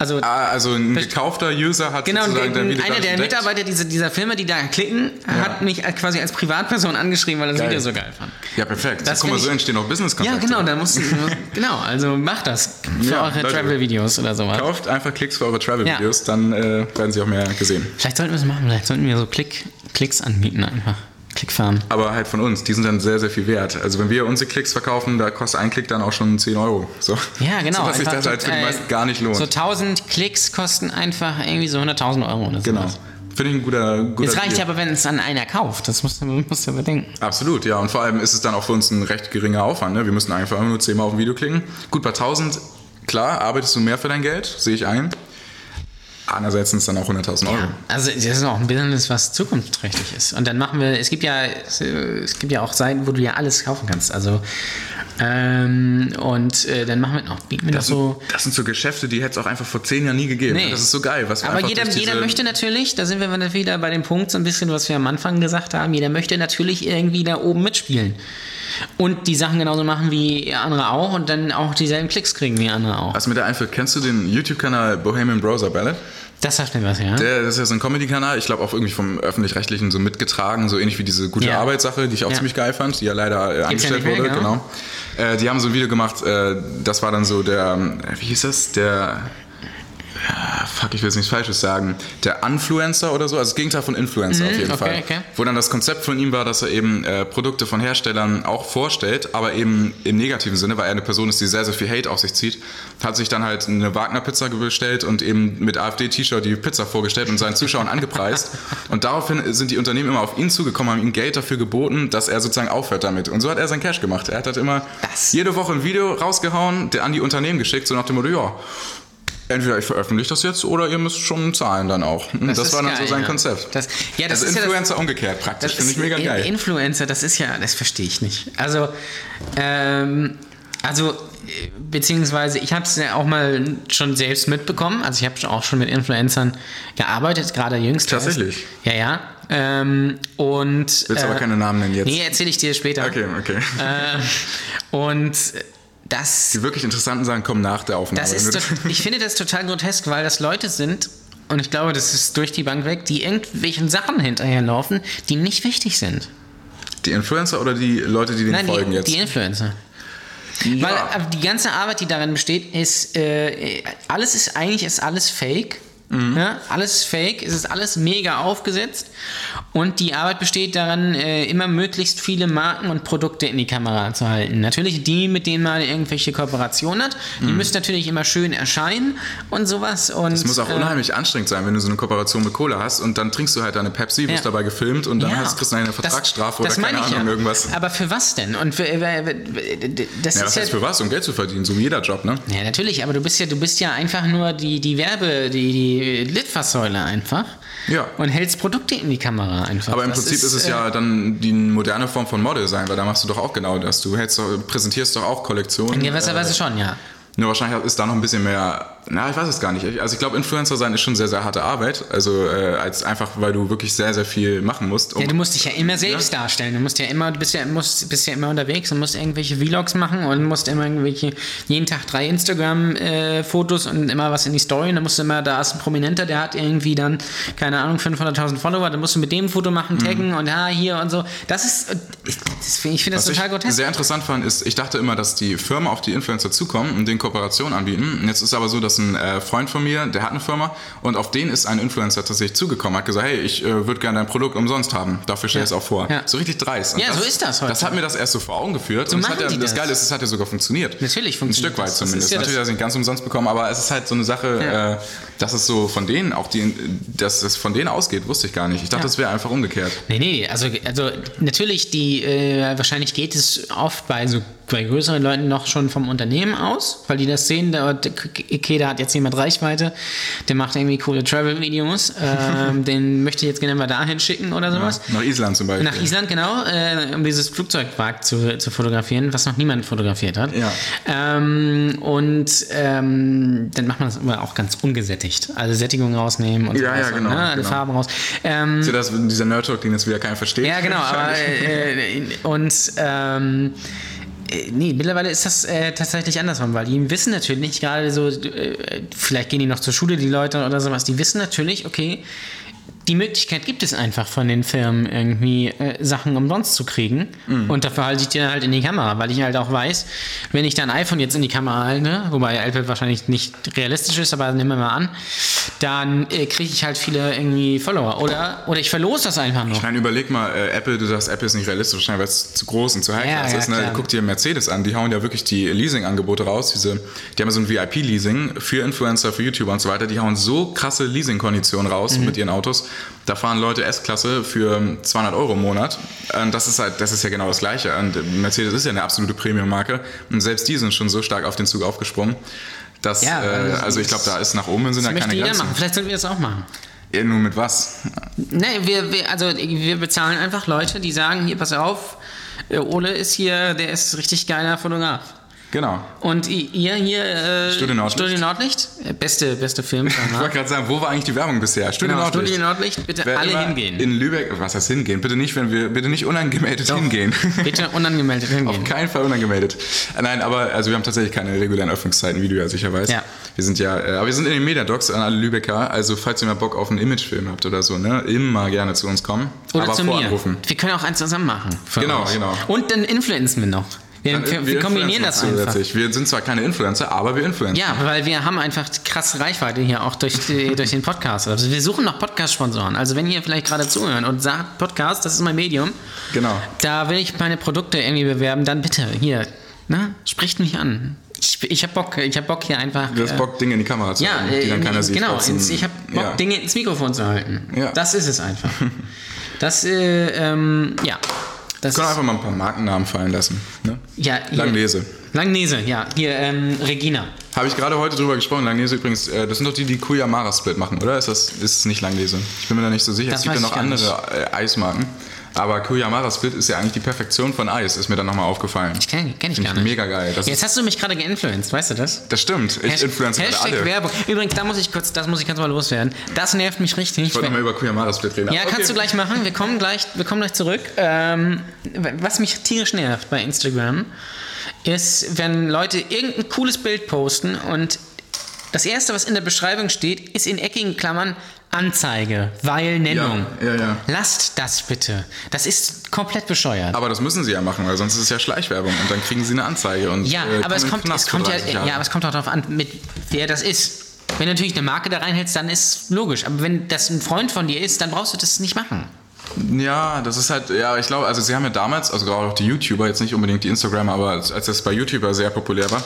Speaker 2: also
Speaker 3: Ah, also ein gekaufter User hat
Speaker 2: Genau, und
Speaker 3: sozusagen dein Video
Speaker 2: einer
Speaker 3: gar
Speaker 2: der
Speaker 3: nicht entdeckt.
Speaker 2: Mitarbeiter diese, dieser Firma, die da klicken, hat mich quasi als Privatperson angeschrieben, weil er das
Speaker 3: Geil.
Speaker 2: Video so geil fand.
Speaker 3: Ja, perfekt.
Speaker 2: Das
Speaker 3: Guck mal,
Speaker 2: find
Speaker 3: so
Speaker 2: ich-
Speaker 3: entstehen auch
Speaker 2: Ja,
Speaker 3: Business-Kontakte.
Speaker 2: genau, da musst du, genau, also macht das für
Speaker 3: Ja,
Speaker 2: eure
Speaker 3: Leute.
Speaker 2: Travel-Videos oder sowas.
Speaker 3: Kauft einfach Klicks für eure Travel-Videos, dann äh, werden sie auch mehr gesehen.
Speaker 2: Vielleicht sollten wir es machen, vielleicht sollten wir so Klick, Klicks anbieten einfach. Klickfarmen.
Speaker 3: Aber halt von uns, die sind dann sehr, sehr viel wert. Also wenn wir unsere Klicks verkaufen, da kostet ein Klick dann auch schon 10 Euro. So.
Speaker 2: Ja, genau.
Speaker 3: So, dass sich
Speaker 2: einfach
Speaker 3: das halt für die
Speaker 2: äh,
Speaker 3: meisten gar nicht lohnt.
Speaker 2: So 1000 Klicks kosten einfach irgendwie so 100.000 Euro oder so.
Speaker 3: genau. Finde ich ein guter, guter
Speaker 2: Es reicht
Speaker 3: Deal.
Speaker 2: aber, wenn es an einer kauft. Das musst du, musst du bedenken.
Speaker 3: Absolut, ja. Und vor allem ist es dann auch für uns ein recht geringer Aufwand. Ne? Wir müssen einfach nur zehnmal auf ein Video klicken. Gut, bei 1000, klar, arbeitest du mehr für dein Geld, sehe ich ein. Andererseits sind es dann auch 100.000 Euro.
Speaker 2: Also das ist auch ein Business, was zukunftsträchtig ist. Und dann machen wir, es gibt ja, es gibt ja auch Seiten, wo du ja alles kaufen kannst. Also ähm, und äh, dann machen wir noch, bieten wir noch so.
Speaker 3: das sind so Geschäfte, die hätte es auch einfach vor zehn Jahren nie gegeben.
Speaker 2: Nee.
Speaker 3: Das ist so geil. Was wir
Speaker 2: Aber
Speaker 3: einfach
Speaker 2: jeder,
Speaker 3: durch diese-
Speaker 2: jeder möchte natürlich, da sind wir dann wieder bei dem Punkt so ein bisschen, was wir am Anfang gesagt haben, jeder möchte natürlich irgendwie da oben mitspielen. Und die Sachen genauso machen wie andere auch und dann auch dieselben Klicks kriegen wie andere auch.
Speaker 3: Was mir da einfällt, kennst du den YouTube-Kanal Bohemian Browser Ballad?
Speaker 2: Das sagt mir was, ja.
Speaker 3: Der, das ist ja so ein Comedy-Kanal. Ich glaube auch irgendwie vom Öffentlich-Rechtlichen so mitgetragen, so ähnlich wie diese gute
Speaker 2: Ja.
Speaker 3: Arbeitssache, die ich auch
Speaker 2: Ja.
Speaker 3: ziemlich geil fand, die ja leider äh,
Speaker 2: Gibt's ja
Speaker 3: angestellt
Speaker 2: nicht mehr,
Speaker 3: wurde.
Speaker 2: genau.
Speaker 3: Genau. Äh, die haben so ein Video gemacht, äh, das war dann so der, äh, wie hieß das? Der. ah, Fuck, ich will jetzt nichts Falsches sagen. Der Influencer oder so, also das Gegenteil von Influencer auf jeden
Speaker 2: Mhm, okay,
Speaker 3: Fall.
Speaker 2: okay.
Speaker 3: Wo dann das Konzept von ihm war, dass er eben äh, Produkte von Herstellern auch vorstellt, aber eben im negativen Sinne, weil er eine Person ist, die sehr, sehr viel Hate auf sich zieht, hat sich dann halt eine Wagner-Pizza bestellt und eben mit AfD-T-Shirt die Pizza vorgestellt und seinen Zuschauern angepreist. Und daraufhin sind die Unternehmen immer auf ihn zugekommen, haben ihm Geld dafür geboten, dass er sozusagen aufhört damit. Und so hat er sein Cash gemacht. Er hat halt immer
Speaker 2: Das-
Speaker 3: jede Woche ein Video rausgehauen, der an die Unternehmen geschickt, so nach dem Motto, ja, entweder ich veröffentliche das jetzt oder ihr müsst schon zahlen dann auch. Und Das,
Speaker 2: ist
Speaker 3: war dann
Speaker 2: geil,
Speaker 3: so sein
Speaker 2: ja.
Speaker 3: Konzept.
Speaker 2: Das- ja, das
Speaker 3: also
Speaker 2: ist ja das-
Speaker 3: Influencer umgekehrt praktisch,
Speaker 2: Das
Speaker 3: finde ich
Speaker 2: ist-
Speaker 3: mega
Speaker 2: In-
Speaker 3: geil.
Speaker 2: Influencer, das ist ja, das verstehe ich nicht. Also, ähm, also äh, beziehungsweise ich habe es ja auch mal schon selbst mitbekommen. Also ich habe auch schon mit Influencern gearbeitet, gerade jüngst.
Speaker 3: Tatsächlich?
Speaker 2: Ja, ja. Ähm, und äh,
Speaker 3: Willst aber keine Namen nennen jetzt.
Speaker 2: Nee, erzähle ich dir später.
Speaker 3: Okay, okay.
Speaker 2: Ähm, Äh, und das
Speaker 3: Die wirklich interessanten Sachen kommen nach der Aufnahme.
Speaker 2: Das ist, tot- ich finde das total grotesk, weil das Leute sind, und ich glaube, das ist durch die Bank weg, die irgendwelchen Sachen hinterherlaufen, die nicht wichtig sind.
Speaker 3: die Influencer oder die Leute, die den
Speaker 2: Nein,
Speaker 3: folgen
Speaker 2: die,
Speaker 3: jetzt?
Speaker 2: die Influencer.
Speaker 3: ja.
Speaker 2: Weil aber die ganze Arbeit, die darin besteht, ist, äh, alles ist eigentlich ist alles fake.
Speaker 3: Mhm.
Speaker 2: Ja, alles ist fake, es ist alles mega aufgesetzt und die Arbeit besteht darin, äh, immer möglichst viele Marken und Produkte in die Kamera zu halten. Natürlich die, mit denen man irgendwelche Kooperationen hat, die müssen natürlich immer schön erscheinen und sowas. Und,
Speaker 3: Es Mhm. muss auch
Speaker 2: äh,
Speaker 3: unheimlich anstrengend sein, wenn du so eine Kooperation mit Cola hast und dann trinkst du halt deine Pepsi, wirst
Speaker 2: Ja.
Speaker 3: dabei gefilmt und dann
Speaker 2: äh, Ja.
Speaker 3: hast, kriegst du eine
Speaker 2: Das-
Speaker 3: Vertragsstrafe
Speaker 2: das
Speaker 3: oder
Speaker 2: meine
Speaker 3: keine
Speaker 2: ich
Speaker 3: Ahnung,
Speaker 2: ja.
Speaker 3: irgendwas.
Speaker 2: Aber für was denn? Und für, äh, das
Speaker 3: Ja,
Speaker 2: ist
Speaker 3: was
Speaker 2: ja,
Speaker 3: heißt für was? Um Geld zu verdienen, so wie jeder Job, ne?
Speaker 2: ja, natürlich, aber du bist ja, du bist ja einfach nur die, die Werbe, die, die Litfaßsäule einfach.
Speaker 3: Ja.
Speaker 2: Und hältst Produkte in die Kamera einfach.
Speaker 3: Aber im
Speaker 2: Das
Speaker 3: Prinzip ist, es
Speaker 2: äh,
Speaker 3: ja dann die moderne Form von Model sein, weil da machst du doch auch genau das. Du hältst, doch- präsentierst doch auch Kollektionen.
Speaker 2: In gewisser Weise schon, ja.
Speaker 3: Nur wahrscheinlich ist da noch ein bisschen mehr, na, ich weiß es gar nicht. Ich- Also ich glaube, Influencer sein ist schon sehr, sehr harte Arbeit. Also äh, als einfach, weil du wirklich sehr, sehr viel machen musst. Um,
Speaker 2: Ja, du musst dich ja immer selbst darstellen. Du musst ja immer, du bist ja, musst, bist ja immer unterwegs und musst irgendwelche Vlogs machen und musst immer irgendwelche, jeden Tag drei Instagram-Fotos und immer was in die Story. Und dann musst du immer, da ist ein Prominenter, der hat irgendwie dann, keine Ahnung, 500.000 Follower, dann musst du mit dem ein Foto machen, taggen und ja, hier und so. Das ist, ich, das find- ich finde das
Speaker 3: Mhm. was
Speaker 2: total
Speaker 3: ich
Speaker 2: grotesk.
Speaker 3: sehr interessant fand, ist, ich dachte immer, dass die Firmen auf die Influencer zukommen und denen Kooperationen anbieten. Und jetzt ist aber so, dass ein äh, Freund von mir, der hat eine Firma und auf den ist ein Influencer tatsächlich zugekommen, hat gesagt, hey, ich äh, würde gerne dein Produkt umsonst haben. Dafür stell ich es auch vor.
Speaker 2: Ja.
Speaker 3: So richtig dreist. Und
Speaker 2: Ja, so ist das heute.
Speaker 3: Das hat mir das erst so vor Augen geführt. und es
Speaker 2: machen
Speaker 3: hat ja,
Speaker 2: die
Speaker 3: das
Speaker 2: das.
Speaker 3: Geile ist, es hat ja sogar funktioniert.
Speaker 2: Natürlich funktioniert
Speaker 3: Ein Stück weit
Speaker 2: das. Das ist
Speaker 3: zumindest.
Speaker 2: ja das-
Speaker 3: Natürlich, dass ich nicht ganz umsonst bekommen, aber es ist halt so eine Sache,
Speaker 2: Ja.
Speaker 3: äh, dass es so von denen auch die, dass es von denen ausgeht, wusste ich gar nicht. Ich dachte,
Speaker 2: Ja.
Speaker 3: es wäre einfach umgekehrt.
Speaker 2: Nee, nee, also, also natürlich, die, äh, wahrscheinlich geht es oft bei so bei größeren Leuten noch schon vom Unternehmen aus, weil die das sehen, da, okay, da hat jetzt jemand Reichweite, der macht irgendwie coole Travel-Videos, ähm, den möchte ich jetzt gerne mal dahin schicken oder sowas.
Speaker 3: Nach Island zum Beispiel.
Speaker 2: Nach Island, genau, äh, um dieses Flugzeugwrack zu, zu fotografieren, was noch niemand fotografiert hat.
Speaker 3: Ja.
Speaker 2: Ähm, und ähm, dann macht man das immer auch ganz ungesättigt. Also Sättigung rausnehmen und so
Speaker 3: Ja, ja,
Speaker 2: was,
Speaker 3: genau,
Speaker 2: ne? Alle
Speaker 3: genau.
Speaker 2: Farben raus. Ähm,
Speaker 3: Ist ja das, dieser Nerd-Talk, den jetzt wieder keiner versteht.
Speaker 2: ja, genau. Aber, äh, äh, und ähm, äh, nee, mittlerweile ist das äh, tatsächlich andersrum, weil die wissen natürlich, gerade so, äh, vielleicht gehen die noch zur Schule, die Leute oder sowas, die wissen natürlich, okay, die Möglichkeit gibt es einfach von den Firmen irgendwie äh, Sachen umsonst zu kriegen. Und dafür halte ich die dann halt in die Kamera, weil ich halt auch weiß, wenn ich da ein iPhone jetzt in die Kamera halte, wobei Apple wahrscheinlich nicht realistisch ist, aber nehmen wir mal an, dann äh, kriege ich halt viele irgendwie Follower. Oder, oder ich verlose das einfach noch.
Speaker 3: Ich meine, überleg mal, äh, Apple, du sagst, Apple ist nicht realistisch, ne, weil es zu groß und zu high
Speaker 2: Ja, ja,
Speaker 3: ist. Ne?
Speaker 2: klar.
Speaker 3: Guck dir Mercedes an, die hauen ja wirklich die Leasing-Angebote raus. Diese, die haben ja so ein VIP-Leasing für Influencer, für YouTuber und so weiter. Die hauen so krasse Leasing-Konditionen raus
Speaker 2: Mhm.
Speaker 3: mit ihren Autos. Da fahren Leute S-Klasse für ähm, 200 Euro im Monat. Und das ist halt, das ist ja genau das Gleiche. Und äh, Mercedes ist ja eine absolute Premium-Marke. Und selbst die sind schon so stark auf den Zug aufgesprungen. Dass,
Speaker 2: Ja,
Speaker 3: äh,
Speaker 2: also
Speaker 3: also ich glaube, da ist nach oben sind ja
Speaker 2: Das
Speaker 3: keine
Speaker 2: möchte jeder
Speaker 3: Grenzen.
Speaker 2: machen. Vielleicht sollten wir das auch machen.
Speaker 3: Ja, nur mit was?
Speaker 2: Nee, wir, wir, also wir bezahlen einfach Leute, die sagen, hier, pass auf, äh, Ole ist hier, der ist richtig geiler Fotograf.
Speaker 3: Genau.
Speaker 2: Und i- ihr hier, äh,
Speaker 3: Studio Nordlicht.
Speaker 2: Studio Nordlicht äh, beste, beste Film.
Speaker 3: Ich wollte gerade sagen, wo war eigentlich die Werbung bisher? Studio
Speaker 2: genau,
Speaker 3: Nordlicht.
Speaker 2: Studio Nordlicht, bitte
Speaker 3: Wer
Speaker 2: alle
Speaker 3: immer
Speaker 2: hingehen.
Speaker 3: In Lübeck, was heißt hingehen? Bitte nicht, wenn wir, bitte nicht unangemeldet hingehen.
Speaker 2: bitte unangemeldet
Speaker 3: Auf
Speaker 2: hingehen.
Speaker 3: keinen Fall unangemeldet. Nein, aber also wir haben tatsächlich keine regulären Öffnungszeiten, wie du ja sicher weißt.
Speaker 2: Ja.
Speaker 3: Wir sind ja, äh, aber wir sind in den Mediadocs an alle Lübecker. Also falls ihr mal Bock auf einen Imagefilm habt oder so, ne, immer gerne zu uns kommen.
Speaker 2: Oder
Speaker 3: aber
Speaker 2: zu mir.
Speaker 3: voranrufen.
Speaker 2: Wir können auch eins zusammen machen. für
Speaker 3: Genau, genau.
Speaker 2: Und dann influenzen wir noch. Wir, wir, wir kombinieren das
Speaker 3: äh, influenzen uns
Speaker 2: einfach.
Speaker 3: zusätzlich. Wir sind zwar keine Influencer, aber wir influenzen.
Speaker 2: Ja, weil wir haben einfach krass Reichweite hier auch durch, die- durch den Podcast. Also wir suchen noch Podcast-Sponsoren. Also wenn ihr vielleicht gerade zuhören und sagt, Podcast, das ist mein Medium,
Speaker 3: Genau.
Speaker 2: da will ich meine Produkte irgendwie bewerben, dann bitte hier, ne? spricht mich an. Ich, ich hab Bock, ich hab Bock hier einfach.
Speaker 3: Du hast
Speaker 2: äh,
Speaker 3: Bock, Dinge in die Kamera zu
Speaker 2: ja,
Speaker 3: halten,
Speaker 2: äh,
Speaker 3: die dann keiner sieht.
Speaker 2: genau.
Speaker 3: trotzdem.
Speaker 2: Ins, ich hab Bock,
Speaker 3: Ja.
Speaker 2: Dinge ins Mikrofon zu halten.
Speaker 3: Ja.
Speaker 2: Das ist es einfach. Das, äh, ähm, ja. Das
Speaker 3: Können
Speaker 2: ist,
Speaker 3: wir einfach mal ein paar Markennamen fallen lassen. Ne?
Speaker 2: ja, hier-
Speaker 3: Langnese.
Speaker 2: Langnese, ja. Hier, ähm, Regina.
Speaker 3: Habe ich gerade heute drüber gesprochen. Langnese übrigens, äh, das sind doch die, die Kuyamara-Split machen, oder? Ist das ist es nicht Langnese? Ich bin mir da nicht so sicher.
Speaker 2: Das
Speaker 3: es gibt
Speaker 2: weiß
Speaker 3: ja noch
Speaker 2: ich gar
Speaker 3: andere äh, Eismarken. Aber Kuyamara-Split ist ja eigentlich die Perfektion von Eis, ist mir dann nochmal aufgefallen.
Speaker 2: Kenn, kenn ich
Speaker 3: Finde
Speaker 2: gar
Speaker 3: ich
Speaker 2: nicht.
Speaker 3: mega geil. Das,
Speaker 2: Jetzt hast du mich gerade geinfluenced, weißt du das?
Speaker 3: ist, das stimmt. Ich influencer gerade
Speaker 2: Hashtag
Speaker 3: alle.
Speaker 2: Werbung. Übrigens, da muss ich kurz, das muss ich ganz mal loswerden. Das nervt mich richtig.
Speaker 3: Ich wollte nochmal über Kuyamara-Split reden.
Speaker 2: ja,
Speaker 3: Aber
Speaker 2: kannst du gleich machen. Wir kommen gleich, wir kommen gleich zurück. Ähm, was mich tierisch nervt bei Instagram, ist, wenn Leute irgendein cooles Bild posten und das erste, was in der Beschreibung steht, ist in eckigen Klammern Anzeige, weil Nennung.
Speaker 3: Ja, ja, ja.
Speaker 2: Lasst das bitte. Das ist komplett bescheuert.
Speaker 3: Aber das müssen sie ja machen, weil sonst ist es ja Schleichwerbung und dann kriegen sie eine Anzeige und
Speaker 2: ja,
Speaker 3: äh,
Speaker 2: aber es
Speaker 3: kommen in den
Speaker 2: kommt, es
Speaker 3: Knast
Speaker 2: kommt
Speaker 3: für
Speaker 2: ja,
Speaker 3: 30
Speaker 2: ja,
Speaker 3: Jahre.
Speaker 2: aber es kommt auch darauf an, mit wer das ist. Wenn du natürlich eine Marke da reinhältst, dann ist logisch. Aber wenn das ein Freund von dir ist, dann brauchst du das nicht machen.
Speaker 3: Ja, das ist halt, ja, ich glaube, also sie haben ja damals, also gerade auch die YouTuber, jetzt nicht unbedingt die Instagramer, aber als, als das bei YouTuber sehr populär war,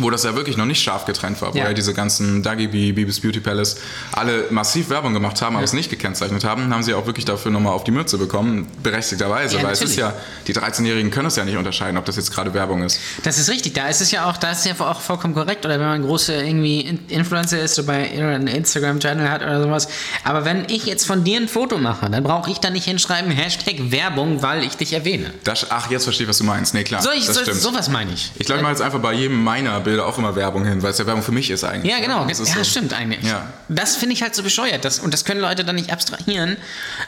Speaker 3: wo das ja wirklich noch nicht scharf getrennt war, wo
Speaker 2: Ja.
Speaker 3: ja, diese ganzen Dagi Bee, Bibis Beauty Palace alle massiv Werbung gemacht haben, aber es nicht gekennzeichnet haben, haben sie auch wirklich dafür nochmal auf die Mütze bekommen, berechtigterweise,
Speaker 2: Ja,
Speaker 3: weil es ist
Speaker 2: natürlich.
Speaker 3: ja, die 13-Jährigen können es ja nicht unterscheiden, ob das jetzt gerade Werbung ist.
Speaker 2: Das ist richtig. Da ist es ja auch, da ist es ja auch vollkommen korrekt. Oder wenn man große irgendwie In- Influencer ist oder bei oder einen Instagram-Channel hat oder sowas. Aber wenn ich jetzt von dir ein Foto mache, dann brauche ich da nicht hinschreiben Hashtag Werbung, weil ich dich erwähne.
Speaker 3: Das, ach, jetzt verstehe ich, was du meinst. Nee, klar,
Speaker 2: So, ich,
Speaker 3: das
Speaker 2: so,
Speaker 3: stimmt.
Speaker 2: sowas meine ich.
Speaker 3: ich glaube, ich mache jetzt einfach bei jedem meiner Bilder auch immer Werbung hin, weil es ja Werbung für mich ist eigentlich. ne?
Speaker 2: Ja, genau.
Speaker 3: Das
Speaker 2: Das
Speaker 3: ist
Speaker 2: ja,
Speaker 3: so.
Speaker 2: stimmt eigentlich.
Speaker 3: Ja.
Speaker 2: Das finde ich halt so bescheuert. Das, und das können Leute dann nicht abstrahieren,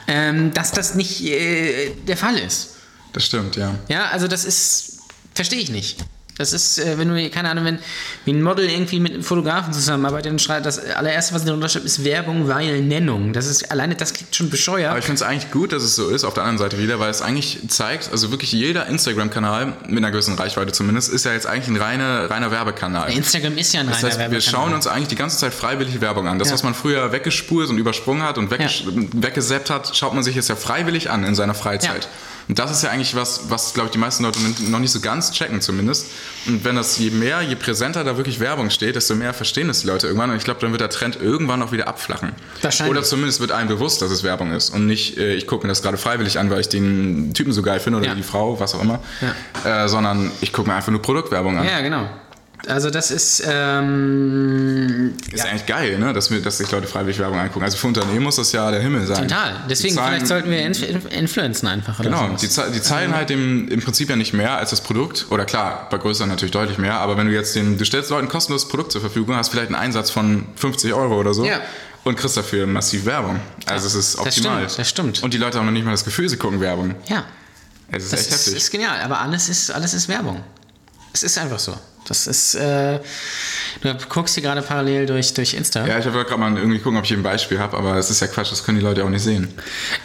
Speaker 2: ähm, dass das nicht äh, der Fall ist.
Speaker 3: Das stimmt, ja.
Speaker 2: Ja, also das ist, verstehe ich nicht. Das ist, äh, wenn du, keine Ahnung, wenn wie ein Model irgendwie mit einem Fotografen zusammenarbeitet und schreibt, das allererste, was in der Unterschrift ist, Werbung, weil Nennung. Das ist, alleine das klingt schon
Speaker 3: Aber
Speaker 2: bescheuert.
Speaker 3: ich finde es eigentlich gut, dass es so ist, auf der anderen Seite wieder, weil es eigentlich zeigt, also wirklich jeder Instagram-Kanal, mit einer gewissen Reichweite zumindest, ist ja jetzt eigentlich ein reiner, reiner Werbekanal.
Speaker 2: Instagram ist ja ein
Speaker 3: Das heißt, wir schauen uns eigentlich die ganze Zeit freiwillig Werbung an. Das,
Speaker 2: Ja.
Speaker 3: was man früher weggespult und übersprungen hat und weggesch weggesappt hat, schaut man sich jetzt ja freiwillig an in seiner Freizeit.
Speaker 2: Ja.
Speaker 3: Und das ist ja eigentlich was, was, glaube ich, die meisten Leute noch nicht so ganz checken zumindest. Und wenn das je mehr, je präsenter da wirklich Werbung steht, desto mehr verstehen das die Leute irgendwann. Und ich glaube, dann wird der Trend irgendwann auch wieder abflachen.
Speaker 2: Wahrscheinlich.
Speaker 3: Oder zumindest wird einem bewusst, dass es Werbung ist. Und nicht, äh, ich gucke mir das gerade freiwillig an, weil ich den Typen so geil finde oder
Speaker 2: Ja.
Speaker 3: die Frau, was auch immer. Äh, sondern ich gucke mir einfach nur Produktwerbung an.
Speaker 2: Ja, genau. Also das ist, ähm,
Speaker 3: Ist eigentlich geil, ne? dass, wir, dass sich Leute freiwillig Werbung angucken. Also für Unternehmen muss das ja der Himmel sein.
Speaker 2: total. Deswegen,
Speaker 3: Die zahlen,
Speaker 2: vielleicht sollten wir Inf Inf- influenzen einfach. Oder
Speaker 3: Genau,
Speaker 2: sowas.
Speaker 3: die, za- die zahlen halt im, im Prinzip ja nicht mehr als das Produkt. Oder klar, bei größeren natürlich deutlich mehr. Aber wenn du jetzt den, du stellst Leuten kostenloses Produkt zur Verfügung, hast vielleicht einen Einsatz von 50 Euro oder so.
Speaker 2: Ja.
Speaker 3: Und kriegst dafür massiv Werbung. Also es ist
Speaker 2: das
Speaker 3: optimal.
Speaker 2: stimmt, das stimmt.
Speaker 3: Und die Leute haben noch nicht mal das Gefühl, sie gucken Werbung.
Speaker 2: ja,
Speaker 3: Es ist
Speaker 2: das
Speaker 3: echt
Speaker 2: ist,
Speaker 3: heftig.
Speaker 2: ist genial. Aber alles ist, alles ist Werbung. Es ist einfach so. Das ist, äh, du guckst hier gerade parallel durch, durch Insta.
Speaker 3: ja, ich wollte gerade mal irgendwie gucken, ob ich hier ein Beispiel habe, aber es ist ja Quatsch, das können die Leute auch nicht sehen.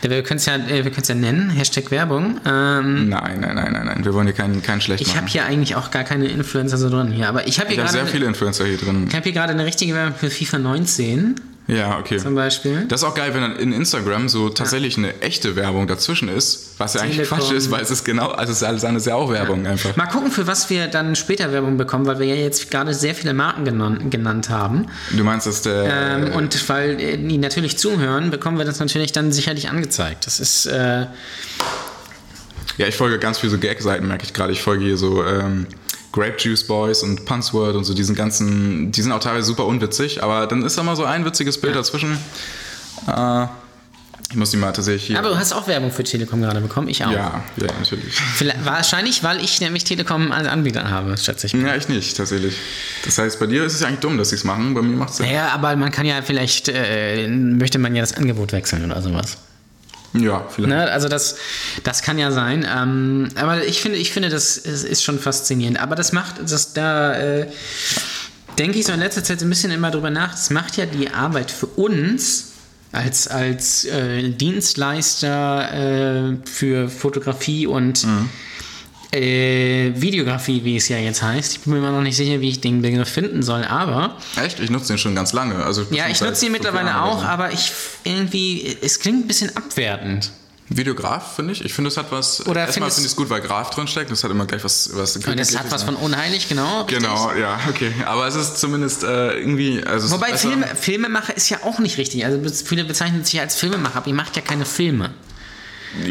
Speaker 2: Ja, wir können es ja, äh, wir können's ja nennen, Hashtag Werbung. Ähm,
Speaker 3: Nein, nein, nein, nein, nein. Wir wollen hier keinen, keinen schlecht
Speaker 2: ich habe
Speaker 3: machen.
Speaker 2: hier eigentlich auch gar keine Influencer so drin hier, aber ich habe hier
Speaker 3: Ich habe
Speaker 2: gerade
Speaker 3: sehr
Speaker 2: eine-
Speaker 3: viele Influencer hier drin.
Speaker 2: ich hab hier gerade eine richtige Werbung für FIFA 19
Speaker 3: Ja, okay.
Speaker 2: zum Beispiel.
Speaker 3: Das ist auch geil, wenn dann in Instagram so tatsächlich eine echte Werbung dazwischen ist, was ja eigentlich
Speaker 2: Telekom.
Speaker 3: Quatsch ist, weil es ist genau, also es ist alles andere ist ja auch Werbung einfach.
Speaker 2: Mal gucken, für was wir dann später Werbung bekommen, weil wir ja jetzt gerade sehr viele Marken genon- genannt haben.
Speaker 3: Du meinst, dass der
Speaker 2: Ähm, und weil äh, die natürlich zuhören, bekommen wir das natürlich dann sicherlich angezeigt. Das ist, äh,
Speaker 3: ja, ich folge ganz viel so Gag-Seiten, merke ich gerade. Ich folge hier so ähm, Grape Juice Boys und Punchword und so diesen ganzen, die sind auch teilweise super unwitzig, aber dann ist da mal so ein witziges Bild dazwischen. Äh, ich muss die mal tatsächlich hier.
Speaker 2: aber du hast auch Werbung für Telekom gerade bekommen, ich auch.
Speaker 3: ja, ja, natürlich.
Speaker 2: Vielleicht, wahrscheinlich, weil ich nämlich Telekom als Anbieter habe, schätze ich.
Speaker 3: Ja, ich nicht, tatsächlich. Das heißt, bei dir ist es ja eigentlich dumm, dass sie es machen, bei mir macht es ja.
Speaker 2: Ja, aber man kann ja vielleicht, äh, möchte man ja das Angebot wechseln oder sowas.
Speaker 3: Ja, vielleicht.
Speaker 2: Ne? Also das, das kann ja sein. Ähm, aber ich finde, ich finde, das ist, ist schon faszinierend. Aber das macht, das da äh, denke ich so in letzter Zeit so ein bisschen immer drüber nach. Das macht ja die Arbeit für uns als, als äh, Dienstleister äh, für Fotografie und äh, Videografie, wie es ja jetzt heißt. Ich bin mir immer noch nicht sicher, wie ich den Begriff finden soll, aber
Speaker 3: Echt? Ich nutze den schon ganz lange. Also
Speaker 2: ja, ich
Speaker 3: seit
Speaker 2: nutze ihn
Speaker 3: fünf
Speaker 2: mittlerweile
Speaker 3: Jahren oder
Speaker 2: auch,
Speaker 3: so.
Speaker 2: aber ich f- irgendwie, es klingt ein bisschen abwertend.
Speaker 3: Videograf, finde ich. Ich finde, es hat was.
Speaker 2: Oder
Speaker 3: erstmal
Speaker 2: findest-
Speaker 3: finde ich es gut, weil Graf drinsteckt. Das hat immer gleich was. was
Speaker 2: Und das hat was von unheilig, genau. richtig.
Speaker 3: Genau, ja, okay. Aber es ist zumindest äh, irgendwie. Also es ist
Speaker 2: Wobei
Speaker 3: besser.
Speaker 2: Filme, Filmemacher ist ja auch nicht richtig. Also bez- viele bezeichnen sich ja als Filmemacher, aber ihr macht ja keine Filme.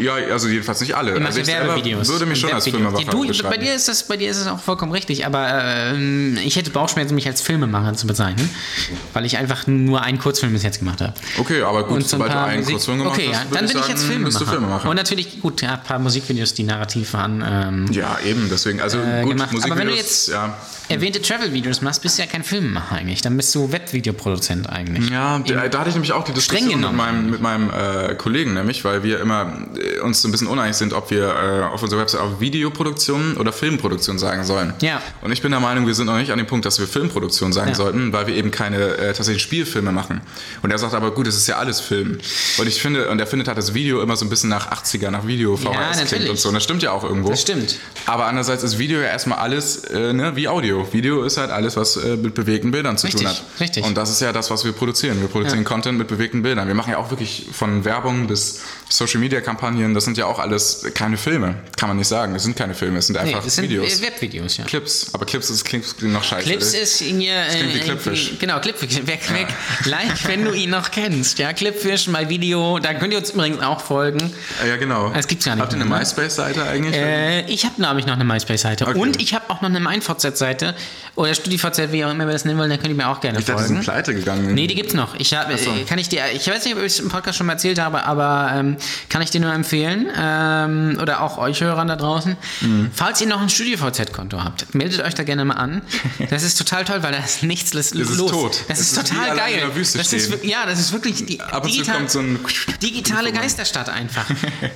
Speaker 3: Ja, also jedenfalls nicht alle.
Speaker 2: Ihr macht
Speaker 3: also
Speaker 2: ja
Speaker 3: selber
Speaker 2: Werbevideos.
Speaker 3: würde mich schon als
Speaker 2: Webvideos.
Speaker 3: Filmemacher
Speaker 2: Du, bei
Speaker 3: beschreiben.
Speaker 2: dir ist das, bei dir ist es auch vollkommen richtig, aber ähm, ich hätte Bauchschmerzen, mich als Filmemacher zu bezeichnen, weil ich einfach nur einen Kurzfilm bis jetzt gemacht habe.
Speaker 3: Okay, aber gut,
Speaker 2: Und so ein
Speaker 3: sobald du
Speaker 2: paar
Speaker 3: einen
Speaker 2: Musik
Speaker 3: Kurzfilm gemacht
Speaker 2: Okay,
Speaker 3: hast,
Speaker 2: ja,
Speaker 3: würde
Speaker 2: dann bin ich
Speaker 3: sagen,
Speaker 2: jetzt
Speaker 3: bist du
Speaker 2: Filmemacher.
Speaker 3: Filmemacher.
Speaker 2: Und natürlich, gut, ja, ein paar Musikvideos, die narrativ waren. Ähm,
Speaker 3: ja, eben, deswegen. Also
Speaker 2: Äh,
Speaker 3: gut,
Speaker 2: gemacht.
Speaker 3: Musikvideos,
Speaker 2: Aber wenn du jetzt-
Speaker 3: ja.
Speaker 2: erwähnte Travel-Videos machst, bist du ja kein Filmemacher eigentlich. Dann bist du Webvideoproduzent eigentlich.
Speaker 3: Ja, da, da hatte ich nämlich auch die Diskussion mit
Speaker 2: genommen
Speaker 3: meinem, mit meinem äh, Kollegen, nämlich, weil wir immer, äh, uns so ein bisschen uneinig sind, ob wir äh, auf unserer Website auf Videoproduktion oder Filmproduktion sagen sollen.
Speaker 2: Ja.
Speaker 3: Und ich bin der Meinung, wir sind noch nicht an dem Punkt, dass wir Filmproduktion sagen
Speaker 2: Ja.
Speaker 3: sollten, weil wir eben keine äh, tatsächlich Spielfilme machen. Und er sagt aber, gut, es ist ja alles Film. Und ich finde, und er findet halt das Video immer so ein bisschen nach 80er, nach Video, VHS klingt
Speaker 2: natürlich.
Speaker 3: und so. Und das stimmt ja auch irgendwo.
Speaker 2: Das stimmt.
Speaker 3: Aber andererseits ist Video ja erstmal alles äh, ne, wie Audio. Video ist halt alles, was äh, mit bewegten Bildern zu
Speaker 2: Richtig,
Speaker 3: tun hat.
Speaker 2: richtig.
Speaker 3: Und das ist ja das, was wir produzieren. Wir produzieren Content mit bewegten Bildern. Wir machen ja auch wirklich von Werbung bis Social Media Kampagnen, das sind ja auch alles keine Filme. Kann man nicht sagen. Es sind keine Filme, es sind
Speaker 2: Nee,
Speaker 3: einfach
Speaker 2: das sind
Speaker 3: Videos.
Speaker 2: äh, Webvideos, ja.
Speaker 3: Clips. Aber Clips ist, klingt noch scheiße.
Speaker 2: Clips ist in ihr. Äh,
Speaker 3: klingt wie Clipfish.
Speaker 2: irgendwie- Genau, Clipfish. Weg, weg. Like, wenn du ihn noch kennst. Ja, Clipfish, mal Video. Da könnt ihr uns übrigens auch folgen.
Speaker 3: Äh, ja, genau.
Speaker 2: Das Ah, gibt's gar nicht
Speaker 3: Habt ihr eine
Speaker 2: mehr, ne?
Speaker 3: MySpace-Seite eigentlich?
Speaker 2: Äh, ich habe nämlich noch eine MySpace-Seite.
Speaker 3: Okay.
Speaker 2: Und ich habe auch noch eine MeinVZ-Seite. Oder StudiVZ, wie auch immer wir das nennen wollen, da könnt ihr mir auch gerne
Speaker 3: ich dachte, die sind
Speaker 2: folgen.
Speaker 3: pleite gegangen.
Speaker 2: Nee, die gibt's noch. Ich hab, äh, kann ich dir, ich weiß nicht, ob ich es im Podcast schon mal erzählt habe, aber ähm, kann ich dir nur empfehlen ähm, oder auch euch Hörern da draußen,
Speaker 3: Mhm.
Speaker 2: falls ihr noch ein StudiVZ-Konto habt, meldet euch da gerne mal an. Das ist total toll, weil da ist nichts los.
Speaker 3: Es ist tot.
Speaker 2: Das
Speaker 3: Es
Speaker 2: ist,
Speaker 3: ist wie
Speaker 2: total
Speaker 3: alle
Speaker 2: geil.
Speaker 3: in der Wüste
Speaker 2: das ist,
Speaker 3: stehen.
Speaker 2: wir- ja, das ist wirklich die,
Speaker 3: Ab und zu kommt so ein
Speaker 2: digitale Geisterstadt einfach.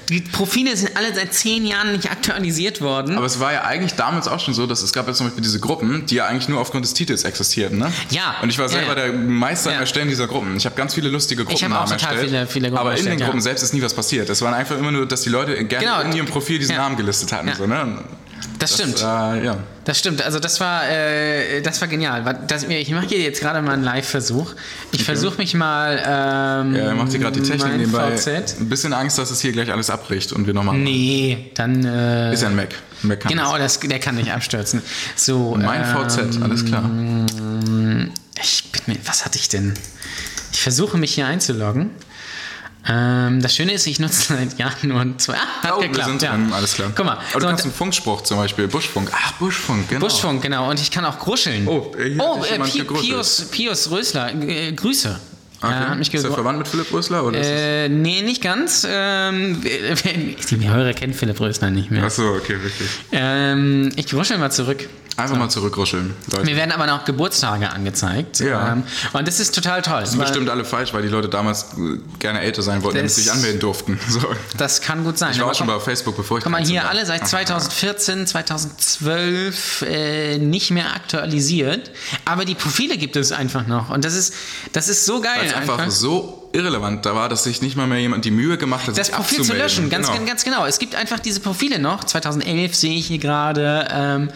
Speaker 2: Die Profile sind alle seit zehn Jahren nicht aktualisiert worden.
Speaker 3: Aber es war ja eigentlich damals auch schon so, dass es gab jetzt zum Beispiel diese Gruppen, die ja eigentlich nur aufgrund des Titels existierten, ne?
Speaker 2: Ja.
Speaker 3: Und ich war
Speaker 2: Ja,
Speaker 3: selber
Speaker 2: ja.
Speaker 3: der Meister im
Speaker 2: Ja.
Speaker 3: Erstellen dieser Gruppen. Ich habe ganz viele lustige
Speaker 2: Ich
Speaker 3: Gruppennamen
Speaker 2: hab auch total
Speaker 3: erstellt.
Speaker 2: viele- viele Gruppen
Speaker 3: aber in den
Speaker 2: erstellt, ja.
Speaker 3: Gruppen selbst ist nie was passiert. Es waren einfach immer nur, dass die Leute gerne
Speaker 2: Genau.
Speaker 3: in ihrem Profil diesen
Speaker 2: Ja.
Speaker 3: Namen gelistet hatten.
Speaker 2: Ja.
Speaker 3: So, ne?
Speaker 2: das stimmt.
Speaker 3: Äh, ja.
Speaker 2: Das stimmt, also das war, äh, das war genial. Wa- Das, ich mache hier jetzt gerade mal einen Live-Versuch. Ich versuche mich mal. Ähm,
Speaker 3: Er macht hier gerade die Technik
Speaker 2: mein
Speaker 3: nebenbei.
Speaker 2: VZ.
Speaker 3: Ein bisschen Angst, dass es hier gleich alles abbricht und wir nochmal.
Speaker 2: Nee, dann. Äh,
Speaker 3: Ist ja ein Mac. Mac kann
Speaker 2: genau,
Speaker 3: Das.
Speaker 2: das, der kann nicht abstürzen. So,
Speaker 3: Mein
Speaker 2: ähm,
Speaker 3: VZ, alles klar.
Speaker 2: Ich bin mir, was hatte ich denn? Ich versuche mich hier einzuloggen. Ähm, das Schöne ist, ich nutze seit Jahren nur zwei. Ah, hat
Speaker 3: Oh, wir
Speaker 2: geklappt.
Speaker 3: sind
Speaker 2: ja.
Speaker 3: dran, alles klar.
Speaker 2: Guck mal.
Speaker 3: Aber
Speaker 2: so,
Speaker 3: du
Speaker 2: und-
Speaker 3: kannst einen Funkspruch zum Beispiel, Buschfunk. Ach, Buschfunk, genau.
Speaker 2: Buschfunk, genau. Und ich kann auch gruscheln.
Speaker 3: Oh, hier hat
Speaker 2: oh
Speaker 3: sich
Speaker 2: äh,
Speaker 3: jemand
Speaker 2: Pi-
Speaker 3: gegruschelt.
Speaker 2: Pius, Pius Rösler, äh, Grüße.
Speaker 3: Ah, Okay.
Speaker 2: Ja, hat mich
Speaker 3: ist er
Speaker 2: gegru-
Speaker 3: verwandt mit Philipp Rösler? Oder ist es-
Speaker 2: Äh, nee, nicht ganz. Ähm, die Hörer kennen Philipp Rösner nicht mehr.
Speaker 3: Achso, okay, richtig.
Speaker 2: Ähm, ich ruschel mal zurück.
Speaker 3: Einfach mal zurückruscheln. Leute.
Speaker 2: Mir werden aber noch Geburtstage angezeigt.
Speaker 3: Ja.
Speaker 2: Ähm, und das ist total toll.
Speaker 3: Das sind
Speaker 2: weil
Speaker 3: bestimmt alle falsch, weil die Leute damals äh, gerne älter sein wollten, damit sie sich
Speaker 2: Das-
Speaker 3: anmelden durften. So.
Speaker 2: Das kann gut sein.
Speaker 3: Ich war
Speaker 2: Aber
Speaker 3: auch schon
Speaker 2: guck-
Speaker 3: bei Facebook, bevor ich
Speaker 2: Guck mal,
Speaker 3: 13
Speaker 2: hier
Speaker 3: war.
Speaker 2: alle seit 2014, 2012 äh, nicht mehr aktualisiert. Aber die Profile gibt es einfach noch. Und das ist, das ist so geil.
Speaker 3: Weil es einfach so irrelevant da war, dass sich nicht mal mehr jemand die Mühe gemacht hat,
Speaker 2: das
Speaker 3: sich
Speaker 2: Profil zu
Speaker 3: abzumelden.
Speaker 2: löschen, ganz, ganz, ganz genau. Es gibt einfach diese Profile noch. 2011 sehe ich hier gerade. Ähm,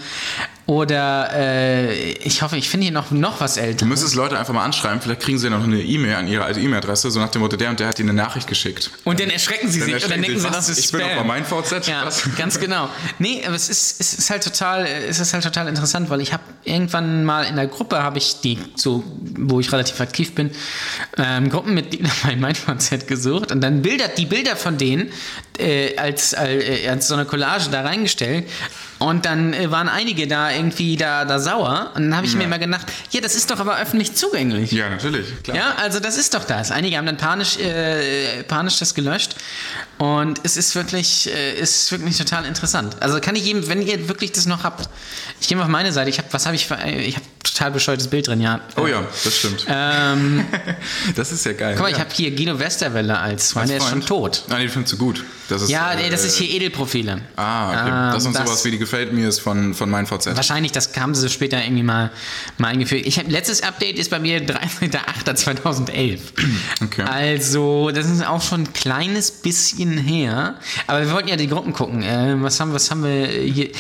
Speaker 2: oder äh, ich hoffe, ich finde hier noch, noch was
Speaker 3: Du
Speaker 2: älter.
Speaker 3: müsstest Leute einfach mal anschreiben, vielleicht kriegen sie noch eine E-Mail an ihre alte E-Mail-Adresse, so nach dem Motto, der und der hat ihnen eine Nachricht geschickt.
Speaker 2: Und dann erschrecken sie
Speaker 3: Dann
Speaker 2: sich und dann
Speaker 3: erschrecken
Speaker 2: denken
Speaker 3: sie,
Speaker 2: sie,
Speaker 3: was?
Speaker 2: das ist
Speaker 3: Ich bin
Speaker 2: Spam.
Speaker 3: doch bei meinem VZ,
Speaker 2: Ja,
Speaker 3: was?
Speaker 2: ganz genau. Nee, aber es ist, es ist halt total, äh, es ist halt total interessant, weil ich habe irgendwann mal in der Gruppe, habe ich die, so, wo ich relativ aktiv bin, ähm, Gruppenmitglieder bei meinem VZ gesucht und dann Bilder, die Bilder von denen äh, als, äh, als so eine Collage da reingestellt. Und dann äh, waren einige da irgendwie da, da sauer. Und dann habe ich mir immer gedacht, ja, das ist doch aber öffentlich zugänglich.
Speaker 3: Ja, natürlich, klar.
Speaker 2: Ja, also das ist doch das. Einige haben dann panisch, äh, panisch das gelöscht und es ist wirklich, äh, es ist wirklich total interessant. Also kann ich jedem, wenn ihr wirklich das noch habt, ich gehe mal auf meine Seite. Ich habe, was habe ich? für- äh, Ich habe total bescheuertes Bild drin, ja.
Speaker 3: Oh ja, das stimmt.
Speaker 2: Ähm,
Speaker 3: das ist ja geil.
Speaker 2: guck mal,
Speaker 3: ja.
Speaker 2: ich habe hier Guido Westerwelle als Freund, der ist schon
Speaker 3: Freund.
Speaker 2: tot.
Speaker 3: Nein, den findest du gut. Das ist,
Speaker 2: Ja, nee, das
Speaker 3: äh,
Speaker 2: ist hier Edelprofile.
Speaker 3: Ah, okay. das
Speaker 2: Ähm,
Speaker 3: ist sowas wie die Gefällt mir ist von, von mein VZ.
Speaker 2: Wahrscheinlich, das haben sie später irgendwie mal, mal eingeführt. Ich hab, letztes Update ist bei mir 13.08.2011.
Speaker 3: Okay.
Speaker 2: Also, das ist auch schon ein kleines bisschen her. Aber wir wollten ja die Gruppen gucken. Äh, was, haben, was haben wir hier?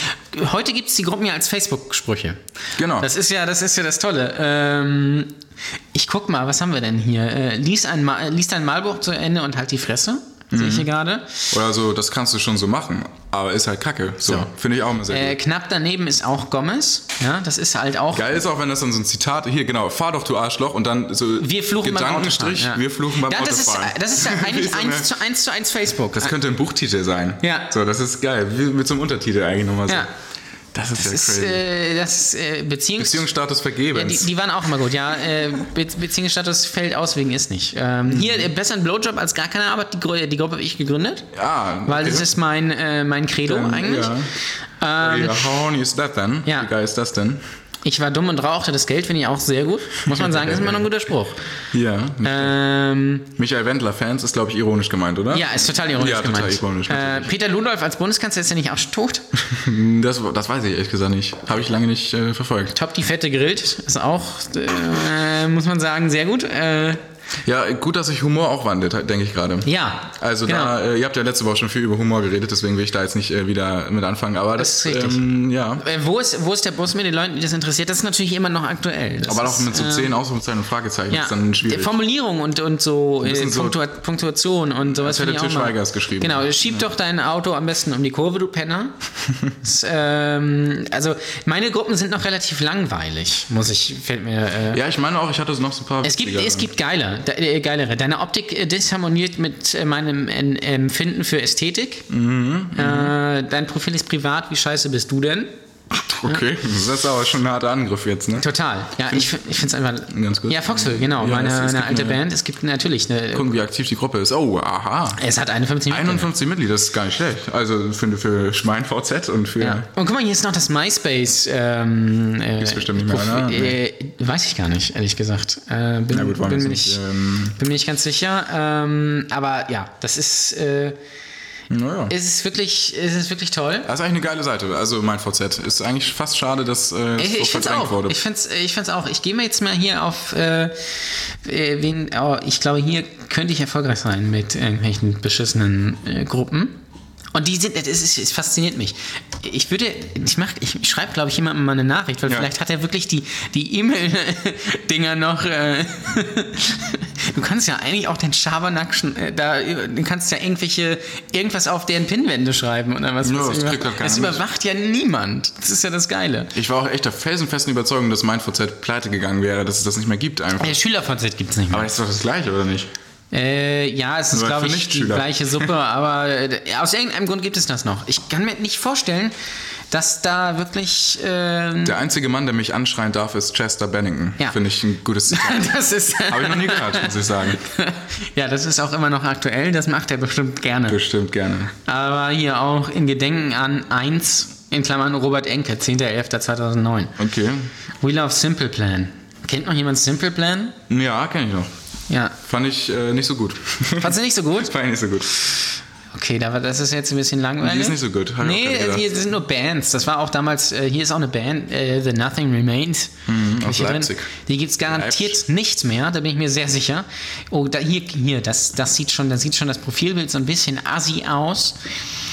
Speaker 2: Heute gibt es die Gruppen ja als Facebook-Sprüche.
Speaker 3: Genau.
Speaker 2: Das ist ja das, ist ja das Tolle. Ähm, ich guck mal, was haben wir denn hier? Äh, lies, ein Ma äh, lies dein Malbuch zu Ende und halt die Fresse. Sehe
Speaker 3: Mhm.
Speaker 2: ich hier gerade.
Speaker 3: Oder so, das kannst du schon so machen, aber ist halt kacke. So, finde ich auch immer sehr
Speaker 2: Äh,
Speaker 3: gut.
Speaker 2: knapp daneben ist auch Gomez. Ja, das ist halt auch
Speaker 3: Geil ist auch, wenn das dann so ein Zitat, hier genau, fahr doch du Arschloch und dann so
Speaker 2: Wir fluchen
Speaker 3: Gedankenstrich,
Speaker 2: beim Autofahren. ja.
Speaker 3: wir fluchen beim
Speaker 2: ja, das ist, äh,
Speaker 3: Autofahren.
Speaker 2: das ist ja
Speaker 3: Wie
Speaker 2: eigentlich
Speaker 3: so eine-
Speaker 2: 1 zu 1 zu 1 Facebook.
Speaker 3: Das könnte ein Buchtitel sein.
Speaker 2: Ja.
Speaker 3: So, das ist geil. Wie mit so einem Untertitel eigentlich nochmal so.
Speaker 2: Ja.
Speaker 3: Das ist ja
Speaker 2: das ist,
Speaker 3: crazy.
Speaker 2: äh, das ist äh, Beziehungs...
Speaker 3: Beziehungsstatus
Speaker 2: ja, die,
Speaker 3: vergebens.
Speaker 2: die waren auch immer gut, ja. Äh, Be Beziehungsstatus fällt aus wegen ist nicht. Ähm,
Speaker 3: Hm.
Speaker 2: Hier, äh, besser ein Blowjob als gar keine Arbeit. Die, Gru- die Gruppe habe ich gegründet.
Speaker 3: Ah,
Speaker 2: Weil
Speaker 3: okay.
Speaker 2: das ist mein, äh, mein Credo
Speaker 3: Dann,
Speaker 2: eigentlich.
Speaker 3: Ähm,
Speaker 2: Ähm,
Speaker 3: Ja. Wie horny ist das denn?
Speaker 2: ja.
Speaker 3: Wie geil ist das denn?
Speaker 2: Ich war dumm und rauchte das Geld, finde ich auch sehr gut. Muss man sagen, ist immer noch ein guter Spruch.
Speaker 3: Ja.
Speaker 2: Äh, Ähm,
Speaker 3: Michael Wendler-Fans ist, glaube ich, ironisch gemeint, oder?
Speaker 2: ja, ist total ironisch
Speaker 3: Ja, total
Speaker 2: gemeint.
Speaker 3: ironisch,
Speaker 2: äh,
Speaker 3: natürlich.
Speaker 2: Peter Ludolf als Bundeskanzler ist ja nicht auch schon tot.
Speaker 3: Das, das weiß ich ehrlich gesagt nicht. Habe ich lange nicht äh, verfolgt.
Speaker 2: Top die Fette grillt, ist auch, äh, muss man sagen, sehr gut. Äh,
Speaker 3: Ja, gut, dass sich Humor auch wandelt, denke ich gerade.
Speaker 2: ja.
Speaker 3: Also
Speaker 2: genau.
Speaker 3: da, äh, ihr habt ja letzte Woche schon viel über Humor geredet, deswegen will ich da jetzt nicht äh, wieder mit anfangen. Aber das,
Speaker 2: Das ist richtig.
Speaker 3: Ähm, ja.
Speaker 2: Äh, Wo ist, wo ist der Bus mit den Leuten, die das interessiert? Das ist natürlich immer noch aktuell. Das
Speaker 3: Aber
Speaker 2: ist, äh,
Speaker 3: auch mit so zehn Ausrufezeichen und Fragezeichen
Speaker 2: ja,
Speaker 3: ist dann schwierig.
Speaker 2: Formulierung und, und so, äh,
Speaker 3: bisschen so-
Speaker 2: Punktua Punktuation und sowas. finde
Speaker 3: hätte
Speaker 2: ich auch
Speaker 3: Til
Speaker 2: mal-
Speaker 3: Schweiger es geschrieben.
Speaker 2: Genau, schieb doch dein Auto am besten um die Kurve, du Penner. das, ähm, also, meine Gruppen sind noch relativ langweilig, muss ich, fällt mir. Äh,
Speaker 3: Ja, ich meine auch, ich hatte so noch so ein paar.
Speaker 2: Es gibt,
Speaker 3: witzigere.
Speaker 2: es gibt geile, de- äh, geilere. Deine Optik äh, disharmoniert mit äh, meinem En- Empfinden für Ästhetik.
Speaker 3: Mhm,
Speaker 2: äh, dein Profil ist privat. Wie scheiße bist du denn?
Speaker 3: Okay, das ist aber schon ein harter Angriff jetzt, ne?
Speaker 2: Total. Ja, ich, f- ich finde es einfach.
Speaker 3: Ganz gut.
Speaker 2: Ja, Foxhole, genau.
Speaker 3: Ja,
Speaker 2: meine
Speaker 3: es- es
Speaker 2: eine
Speaker 3: gibt
Speaker 2: alte
Speaker 3: eine-
Speaker 2: Band. Es gibt natürlich eine.
Speaker 3: Gucken, wie aktiv die Gruppe ist. Oh, aha.
Speaker 2: Es hat 51 Minuten.
Speaker 3: 51 Mitglieder, das ist gar nicht schlecht. Also finde für mein VZ und für.
Speaker 2: Ja. Und guck mal, hier ist noch das MySpace. Ähm, äh,
Speaker 3: Mhm. Ist bestimmt nicht mehr,
Speaker 2: Profi-
Speaker 3: ne?
Speaker 2: äh, Weiß ich gar nicht, ehrlich gesagt. Äh, bin,
Speaker 3: gut, wollen
Speaker 2: bin,
Speaker 3: wir jetzt
Speaker 2: mir
Speaker 3: nicht,
Speaker 2: nicht,
Speaker 3: ähm,
Speaker 2: bin mir nicht ganz sicher. Ähm, aber ja, das ist. Äh,
Speaker 3: Naja.
Speaker 2: es ist wirklich, es ist wirklich toll.
Speaker 3: Das ist eigentlich eine geile Seite. Also mein VZ. Ist eigentlich fast schade, dass äh, es
Speaker 2: Ich, ich find's auch. Ich find's, ich find's auch. Ich gehe mir jetzt mal hier auf äh, äh, wen, oh, ich glaube, hier könnte ich erfolgreich sein mit irgendwelchen beschissenen äh, Gruppen. Und die sind, es, ist, es fasziniert mich. Ich würde, ich mach, ich schreibe, glaube ich, jemandem mal eine Nachricht, weil
Speaker 3: Ja.
Speaker 2: vielleicht hat er wirklich die die E-Mail-Dinger noch. Äh, du kannst ja eigentlich auch den Schabernack, schn- äh, da, du kannst ja irgendwelche irgendwas auf deren Pinwände schreiben oder was.
Speaker 3: Ja,
Speaker 2: weiß
Speaker 3: das
Speaker 2: ich.
Speaker 3: kriegt halt keiner
Speaker 2: das
Speaker 3: mit.
Speaker 2: überwacht ja niemand. Das ist ja das Geile.
Speaker 3: Ich war auch echt der felsenfesten Überzeugung, dass mein VZ pleite gegangen wäre, dass es das nicht mehr gibt einfach.
Speaker 2: Der Schüler-VZ gibt es Äh, nicht mehr.
Speaker 3: Aber das ist doch das Gleiche, oder nicht?
Speaker 2: Äh, ja, es ist,
Speaker 3: Aber
Speaker 2: glaube
Speaker 3: für
Speaker 2: ich, die
Speaker 3: Nichtschüler.
Speaker 2: gleiche Suppe, aber äh, aus irgendeinem Grund gibt es das noch. Ich kann mir nicht vorstellen, dass da wirklich. ähm,
Speaker 3: Der einzige Mann, der mich anschreien darf, ist Chester Bennington.
Speaker 2: Ja.
Speaker 3: Finde ich ein gutes Zitat.
Speaker 2: das ist.
Speaker 3: Habe ich noch nie gehört, muss ich sagen.
Speaker 2: ja, das ist auch immer noch aktuell, das macht er bestimmt gerne.
Speaker 3: Bestimmt gerne.
Speaker 2: Aber hier auch in Gedenken an 1, in Klammern Robert Enke, 10.11.2009.
Speaker 3: Okay.
Speaker 2: We Love Simple Plan. Kennt noch jemand Simple Plan?
Speaker 3: Ja, kenne ich noch.
Speaker 2: Ja.
Speaker 3: Fand ich äh, nicht so gut.
Speaker 2: Fandst du nicht so gut?
Speaker 3: Fand ich nicht so gut.
Speaker 2: Okay, da war, das ist jetzt ein bisschen langweilig.
Speaker 3: Die ist nicht so gut, hab ich auch
Speaker 2: nee,
Speaker 3: gerade gedacht.
Speaker 2: hier sind nur Bands. Das war auch damals, äh, hier ist auch eine Band, äh, The Nothing Remains. Hab
Speaker 3: Mhm, aus
Speaker 2: ich hier
Speaker 3: Leipzig.
Speaker 2: Die gibt es garantiert
Speaker 3: Leipzig.
Speaker 2: nicht mehr, da bin ich mir sehr sicher. Oh, da, hier, hier das, das, sieht schon, das sieht schon das Profilbild so ein bisschen assi aus.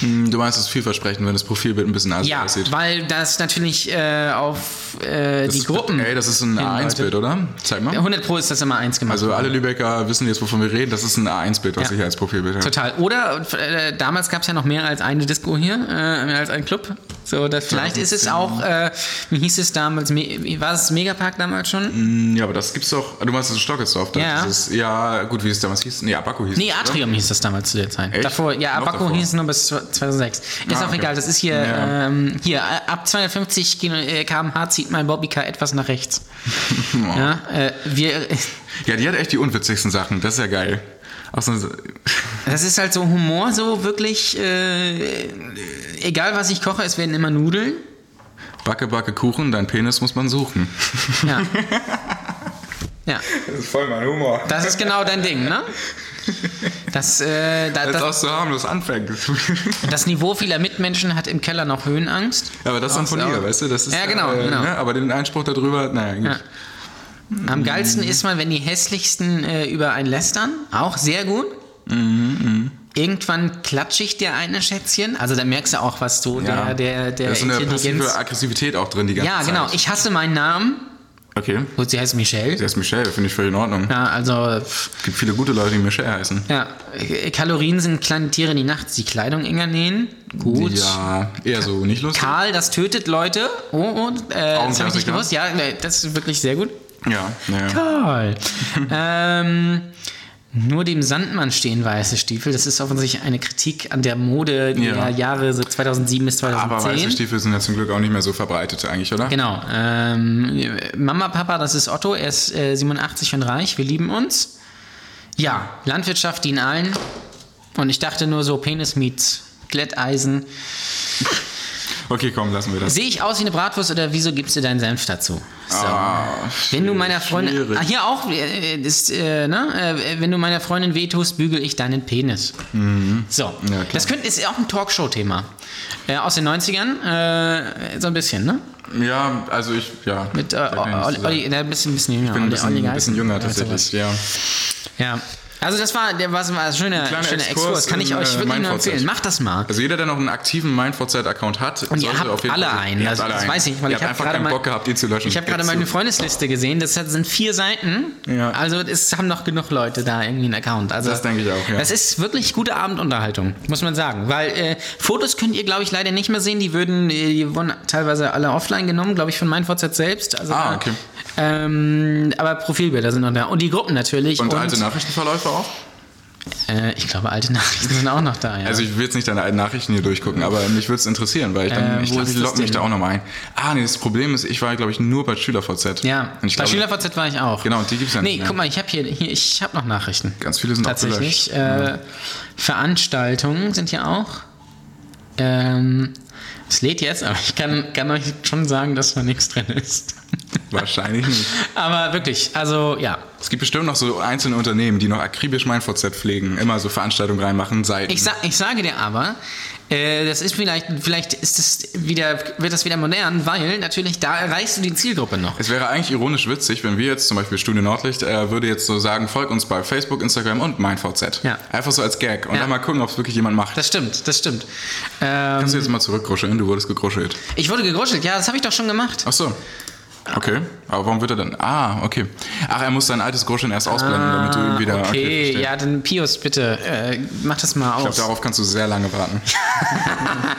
Speaker 3: Hm, Du meinst, es ist vielversprechend, wenn das Profilbild ein bisschen anders
Speaker 2: Ja,
Speaker 3: aussieht.
Speaker 2: weil das natürlich äh, auf äh, die
Speaker 3: Das-
Speaker 2: Gruppen.
Speaker 3: Ey, das ist ein
Speaker 2: Hinweise.
Speaker 3: A1-Bild, oder? Zeig mal.
Speaker 2: 100 Pro ist das immer eins gemacht.
Speaker 3: Also alle Lübecker wissen jetzt, wovon wir reden. Das ist ein A1-Bild, was
Speaker 2: Ja.
Speaker 3: ich hier als Profilbild habe.
Speaker 2: Total. Oder äh, damals gab es ja noch mehr als eine Disco hier, äh, mehr als einen Club. So, das, vielleicht ist es auch, äh, wie hieß es damals, Me- wie war es Megapark damals schon?
Speaker 3: Ja, aber das gibt's doch. ah, Du meinst das ist Stockelsdorf? Das
Speaker 2: Ja.
Speaker 3: Ist, ja, gut, wie es damals hieß. Nee, Abaco hieß
Speaker 2: Nee,
Speaker 3: es, oder?
Speaker 2: Atrium hieß das damals zu der Zeit.
Speaker 3: Echt?
Speaker 2: Davor, ja,
Speaker 3: Noch
Speaker 2: Abaco
Speaker 3: davor.
Speaker 2: hieß es nur bis 2006. Ist
Speaker 3: Ah,
Speaker 2: auch
Speaker 3: okay.
Speaker 2: egal, das ist hier,
Speaker 3: Ja.
Speaker 2: ähm, hier, äh, ab 250 Kilo- äh, km/h zieht mein Bobbycar etwas nach rechts. ja, äh, wir,
Speaker 3: Ja, die hat echt die unwitzigsten Sachen. Das ist ja geil. Auch so,
Speaker 2: das ist halt so Humor, so wirklich, äh, egal was ich koche, es werden immer Nudeln.
Speaker 3: backe, backe Kuchen, dein Penis muss man suchen.
Speaker 2: Ja. ja.
Speaker 3: Das ist voll mein Humor.
Speaker 2: Das ist genau dein Ding, ne? Das, äh, da,
Speaker 3: Als
Speaker 2: das,
Speaker 3: auch so harmlos anfängt.
Speaker 2: das Niveau vieler Mitmenschen hat im Keller noch Höhenangst.
Speaker 3: aber das ist dann von
Speaker 2: Auch so.
Speaker 3: ihr, weißt du? Das ist,
Speaker 2: Ja, genau,
Speaker 3: äh,
Speaker 2: genau.
Speaker 3: Ne? Aber den Einspruch darüber, naja, eigentlich.
Speaker 2: Am geilsten ist man, wenn die hässlichsten äh, über einen lästern. Auch sehr gut.
Speaker 3: Mhm,
Speaker 2: Irgendwann klatsche ich dir eine Schätzchen. Also da merkst du auch was du, der,
Speaker 3: Ja.
Speaker 2: der, der
Speaker 3: da ist so eine passive
Speaker 2: Intelligenz.
Speaker 3: Aggressivität auch drin, die ganze
Speaker 2: Ja,
Speaker 3: Zeit.
Speaker 2: genau. Ich hasse meinen Namen.
Speaker 3: Okay.
Speaker 2: Gut, sie heißt
Speaker 3: Der
Speaker 2: Michelle.
Speaker 3: ist Michelle, finde ich völlig in Ordnung.
Speaker 2: Ja, also pff,
Speaker 3: Es gibt viele gute Leute, die Michelle heißen.
Speaker 2: ja. Kalorien sind kleine Tiere, die nachts die Kleidung enger nähen. Gut.
Speaker 3: Ja, eher so nicht lustig.
Speaker 2: Karl, das tötet Leute. Oh, oh äh, das habe ich nicht
Speaker 3: Augenklassiker.
Speaker 2: gewusst. Ja, nee, das ist wirklich sehr gut.
Speaker 3: Ja, naja.
Speaker 2: Karl. ähm, nur dem Sandmann stehen weiße Stiefel. Das ist offensichtlich eine Kritik an der Mode der
Speaker 3: Ja.
Speaker 2: Jahre so 2007 bis 2010.
Speaker 3: Aber weiße Stiefel sind ja zum Glück auch nicht mehr so verbreitet eigentlich, oder?
Speaker 2: Genau. Ähm, Mama, Papa, das ist Otto. Er ist äh, 87 und reich. Wir lieben uns. Ja, Landwirtschaft dient allen. Und ich dachte nur so, Penis meets Glätteisen.
Speaker 3: Okay, komm, lassen wir das.
Speaker 2: Sehe ich aus wie eine Bratwurst oder wieso gibst du deinen Senf dazu? So.
Speaker 3: Ah,
Speaker 2: Wenn du
Speaker 3: schwierig,
Speaker 2: meiner Freundin.
Speaker 3: schwierig.
Speaker 2: Ah, hier auch. äh, Ist, äh, ne? Äh, Wenn du meiner Freundin wehtust, bügel ich deinen Penis. So.
Speaker 3: Mhm. klar.
Speaker 2: das könnte, ist ja auch ein Talkshow-Thema. Äh, aus den 90ern. Äh, so ein bisschen, ne?
Speaker 3: Ja, also ich, ja.
Speaker 2: Mit äh,
Speaker 3: Da kann ich nichts
Speaker 2: Olli,
Speaker 3: zu sagen.
Speaker 2: Olli, na, ein bisschen, ein bisschen jünger.
Speaker 3: bin ein
Speaker 2: Olli- Olli
Speaker 3: bisschen, ein
Speaker 2: Geis.
Speaker 3: bisschen jünger
Speaker 2: Ja, sowas.
Speaker 3: tatsächlich, ja.
Speaker 2: Ja. Also das war, der war, war ein schöner,
Speaker 3: kleiner
Speaker 2: schöner
Speaker 3: Exkurs
Speaker 2: Exkurs. Kann ich
Speaker 3: in,
Speaker 2: euch
Speaker 3: äh,
Speaker 2: wirklich nur
Speaker 3: mein Vorzeit.
Speaker 2: empfehlen. Macht das mal.
Speaker 3: Also jeder, der noch einen aktiven MindForZ-Account hat,
Speaker 2: ihr habt alle einen.
Speaker 3: Ihr
Speaker 2: Also
Speaker 3: habt alle
Speaker 2: das
Speaker 3: einen.
Speaker 2: weiß ich, weil
Speaker 3: ihr
Speaker 2: ich
Speaker 3: habt
Speaker 2: hab
Speaker 3: einfach
Speaker 2: gerade
Speaker 3: keinen
Speaker 2: mal-
Speaker 3: Bock gehabt, die zu löschen.
Speaker 2: Ich habe gerade
Speaker 3: Jetzt
Speaker 2: meine
Speaker 3: so.
Speaker 2: Freundesliste gesehen, das hat, sind vier Seiten.
Speaker 3: Ja.
Speaker 2: Also es haben noch genug Leute da irgendwie einen Account. Also,
Speaker 3: Das denke ich auch, ja.
Speaker 2: Das ist wirklich gute Abendunterhaltung, muss man sagen. Weil äh, Fotos könnt ihr, glaube ich, leider nicht mehr sehen. Die würden, äh, die wurden teilweise alle offline genommen, glaube ich, von MeinVZ selbst. Also,
Speaker 3: Ah,
Speaker 2: äh,
Speaker 3: okay.
Speaker 2: Ähm, aber Profilbilder sind noch da. Und die Gruppen natürlich.
Speaker 3: Und, alte Nachrichtenverläufe auch?
Speaker 2: äh, Ich glaube, alte Nachrichten sind auch noch da, ja.
Speaker 3: Also ich will jetzt nicht deine alten Nachrichten hier durchgucken, aber mich würde es interessieren, weil ich dann,
Speaker 2: Äh,
Speaker 3: ich
Speaker 2: wo
Speaker 3: glaube,
Speaker 2: ist
Speaker 3: ich
Speaker 2: das
Speaker 3: lock mich
Speaker 2: denn?
Speaker 3: da auch nochmal ein. Ah, nee, das Problem ist, ich war, glaube ich, nur bei SchülerVZ.
Speaker 2: ja,
Speaker 3: Und ich
Speaker 2: bei
Speaker 3: glaube,
Speaker 2: SchülerVZ war ich auch.
Speaker 3: Genau, und die gibt's ja
Speaker 2: Nee,
Speaker 3: nicht mehr.
Speaker 2: guck mal, ich habe hier, hier, ich habe noch Nachrichten.
Speaker 3: Ganz viele sind auch gelöscht.
Speaker 2: Tatsächlich. Äh, Veranstaltungen sind hier auch. Ähm, es lädt jetzt, aber ich kann, kann euch schon sagen, dass da nichts drin ist.
Speaker 3: Wahrscheinlich nicht.
Speaker 2: aber wirklich, also ja.
Speaker 3: Es gibt bestimmt noch so einzelne Unternehmen, die noch akribisch MindVZ pflegen, immer so Veranstaltungen reinmachen, Seiten.
Speaker 2: Ich, sa ich sage dir aber, äh, das ist vielleicht, vielleicht ist das wieder, wird das wieder modern, weil natürlich da erreichst du die Zielgruppe noch.
Speaker 3: Es wäre eigentlich ironisch witzig, wenn wir jetzt zum Beispiel Studio Nordlicht äh, würde jetzt so sagen, folg uns bei Facebook, Instagram und MeinVZ.
Speaker 2: Ja.
Speaker 3: Einfach so als Gag und
Speaker 2: Ja.
Speaker 3: dann mal gucken, ob es wirklich jemand macht.
Speaker 2: Das stimmt, das stimmt. Ähm,
Speaker 3: Kannst du jetzt mal zurückgruscheln? Du wurdest gegruschelt.
Speaker 2: ich wurde gegruschelt, ja, das habe ich doch schon gemacht.
Speaker 3: Ach so. Okay. Aber warum wird er dann? Ah, okay. Ach, er muss sein altes Gruscheln erst ausblenden, damit du ihn wieder.
Speaker 2: Ah, okay,
Speaker 3: verstehe.
Speaker 2: ja, dann Pius, bitte, äh, mach das mal
Speaker 3: Ich
Speaker 2: aus.
Speaker 3: glaube, darauf kannst du sehr lange warten.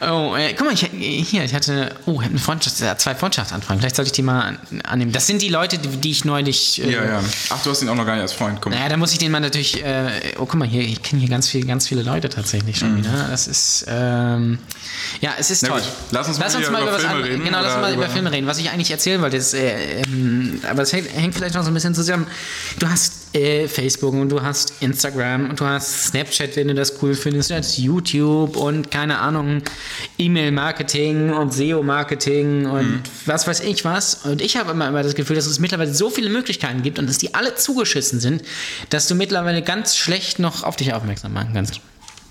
Speaker 2: Oh, äh, guck mal, ich, hier, ich hatte, oh, ich hab eine Freundschaft, äh, zwei Freundschaftsanfragen. Vielleicht sollte ich die mal an- annehmen. Das sind die Leute, die, die ich neulich. Äh,
Speaker 3: ja, ja. Ach, du hast ihn auch noch gar nicht als Freund. Guck mal.
Speaker 2: Naja, da muss ich den mal natürlich. Äh, oh, guck mal, hier, ich kenne hier ganz viele, ganz viele Leute tatsächlich
Speaker 3: Mhm.
Speaker 2: schon wieder. Das ist, ähm, ja, es ist
Speaker 3: Na
Speaker 2: toll.
Speaker 3: gut, lass uns mal wieder über
Speaker 2: was
Speaker 3: Filme
Speaker 2: an-
Speaker 3: reden
Speaker 2: Genau, lass uns
Speaker 3: oder
Speaker 2: mal über,
Speaker 3: über-
Speaker 2: Filme reden. Was ich eigentlich erzählen wollte, ist, äh, ähm, aber es hängt, hängt vielleicht noch so ein bisschen zusammen. Du hast äh, Facebook und du hast Instagram und du hast Snapchat, wenn du das cool findest, du hast YouTube und keine Ahnung, E-Mail-Marketing und SEO-Marketing und
Speaker 3: Mhm.
Speaker 2: was weiß ich was. Und ich habe immer, immer das Gefühl, dass es mittlerweile so viele Möglichkeiten gibt und dass die alle zugeschissen sind, dass du mittlerweile ganz schlecht noch auf dich aufmerksam machen kannst.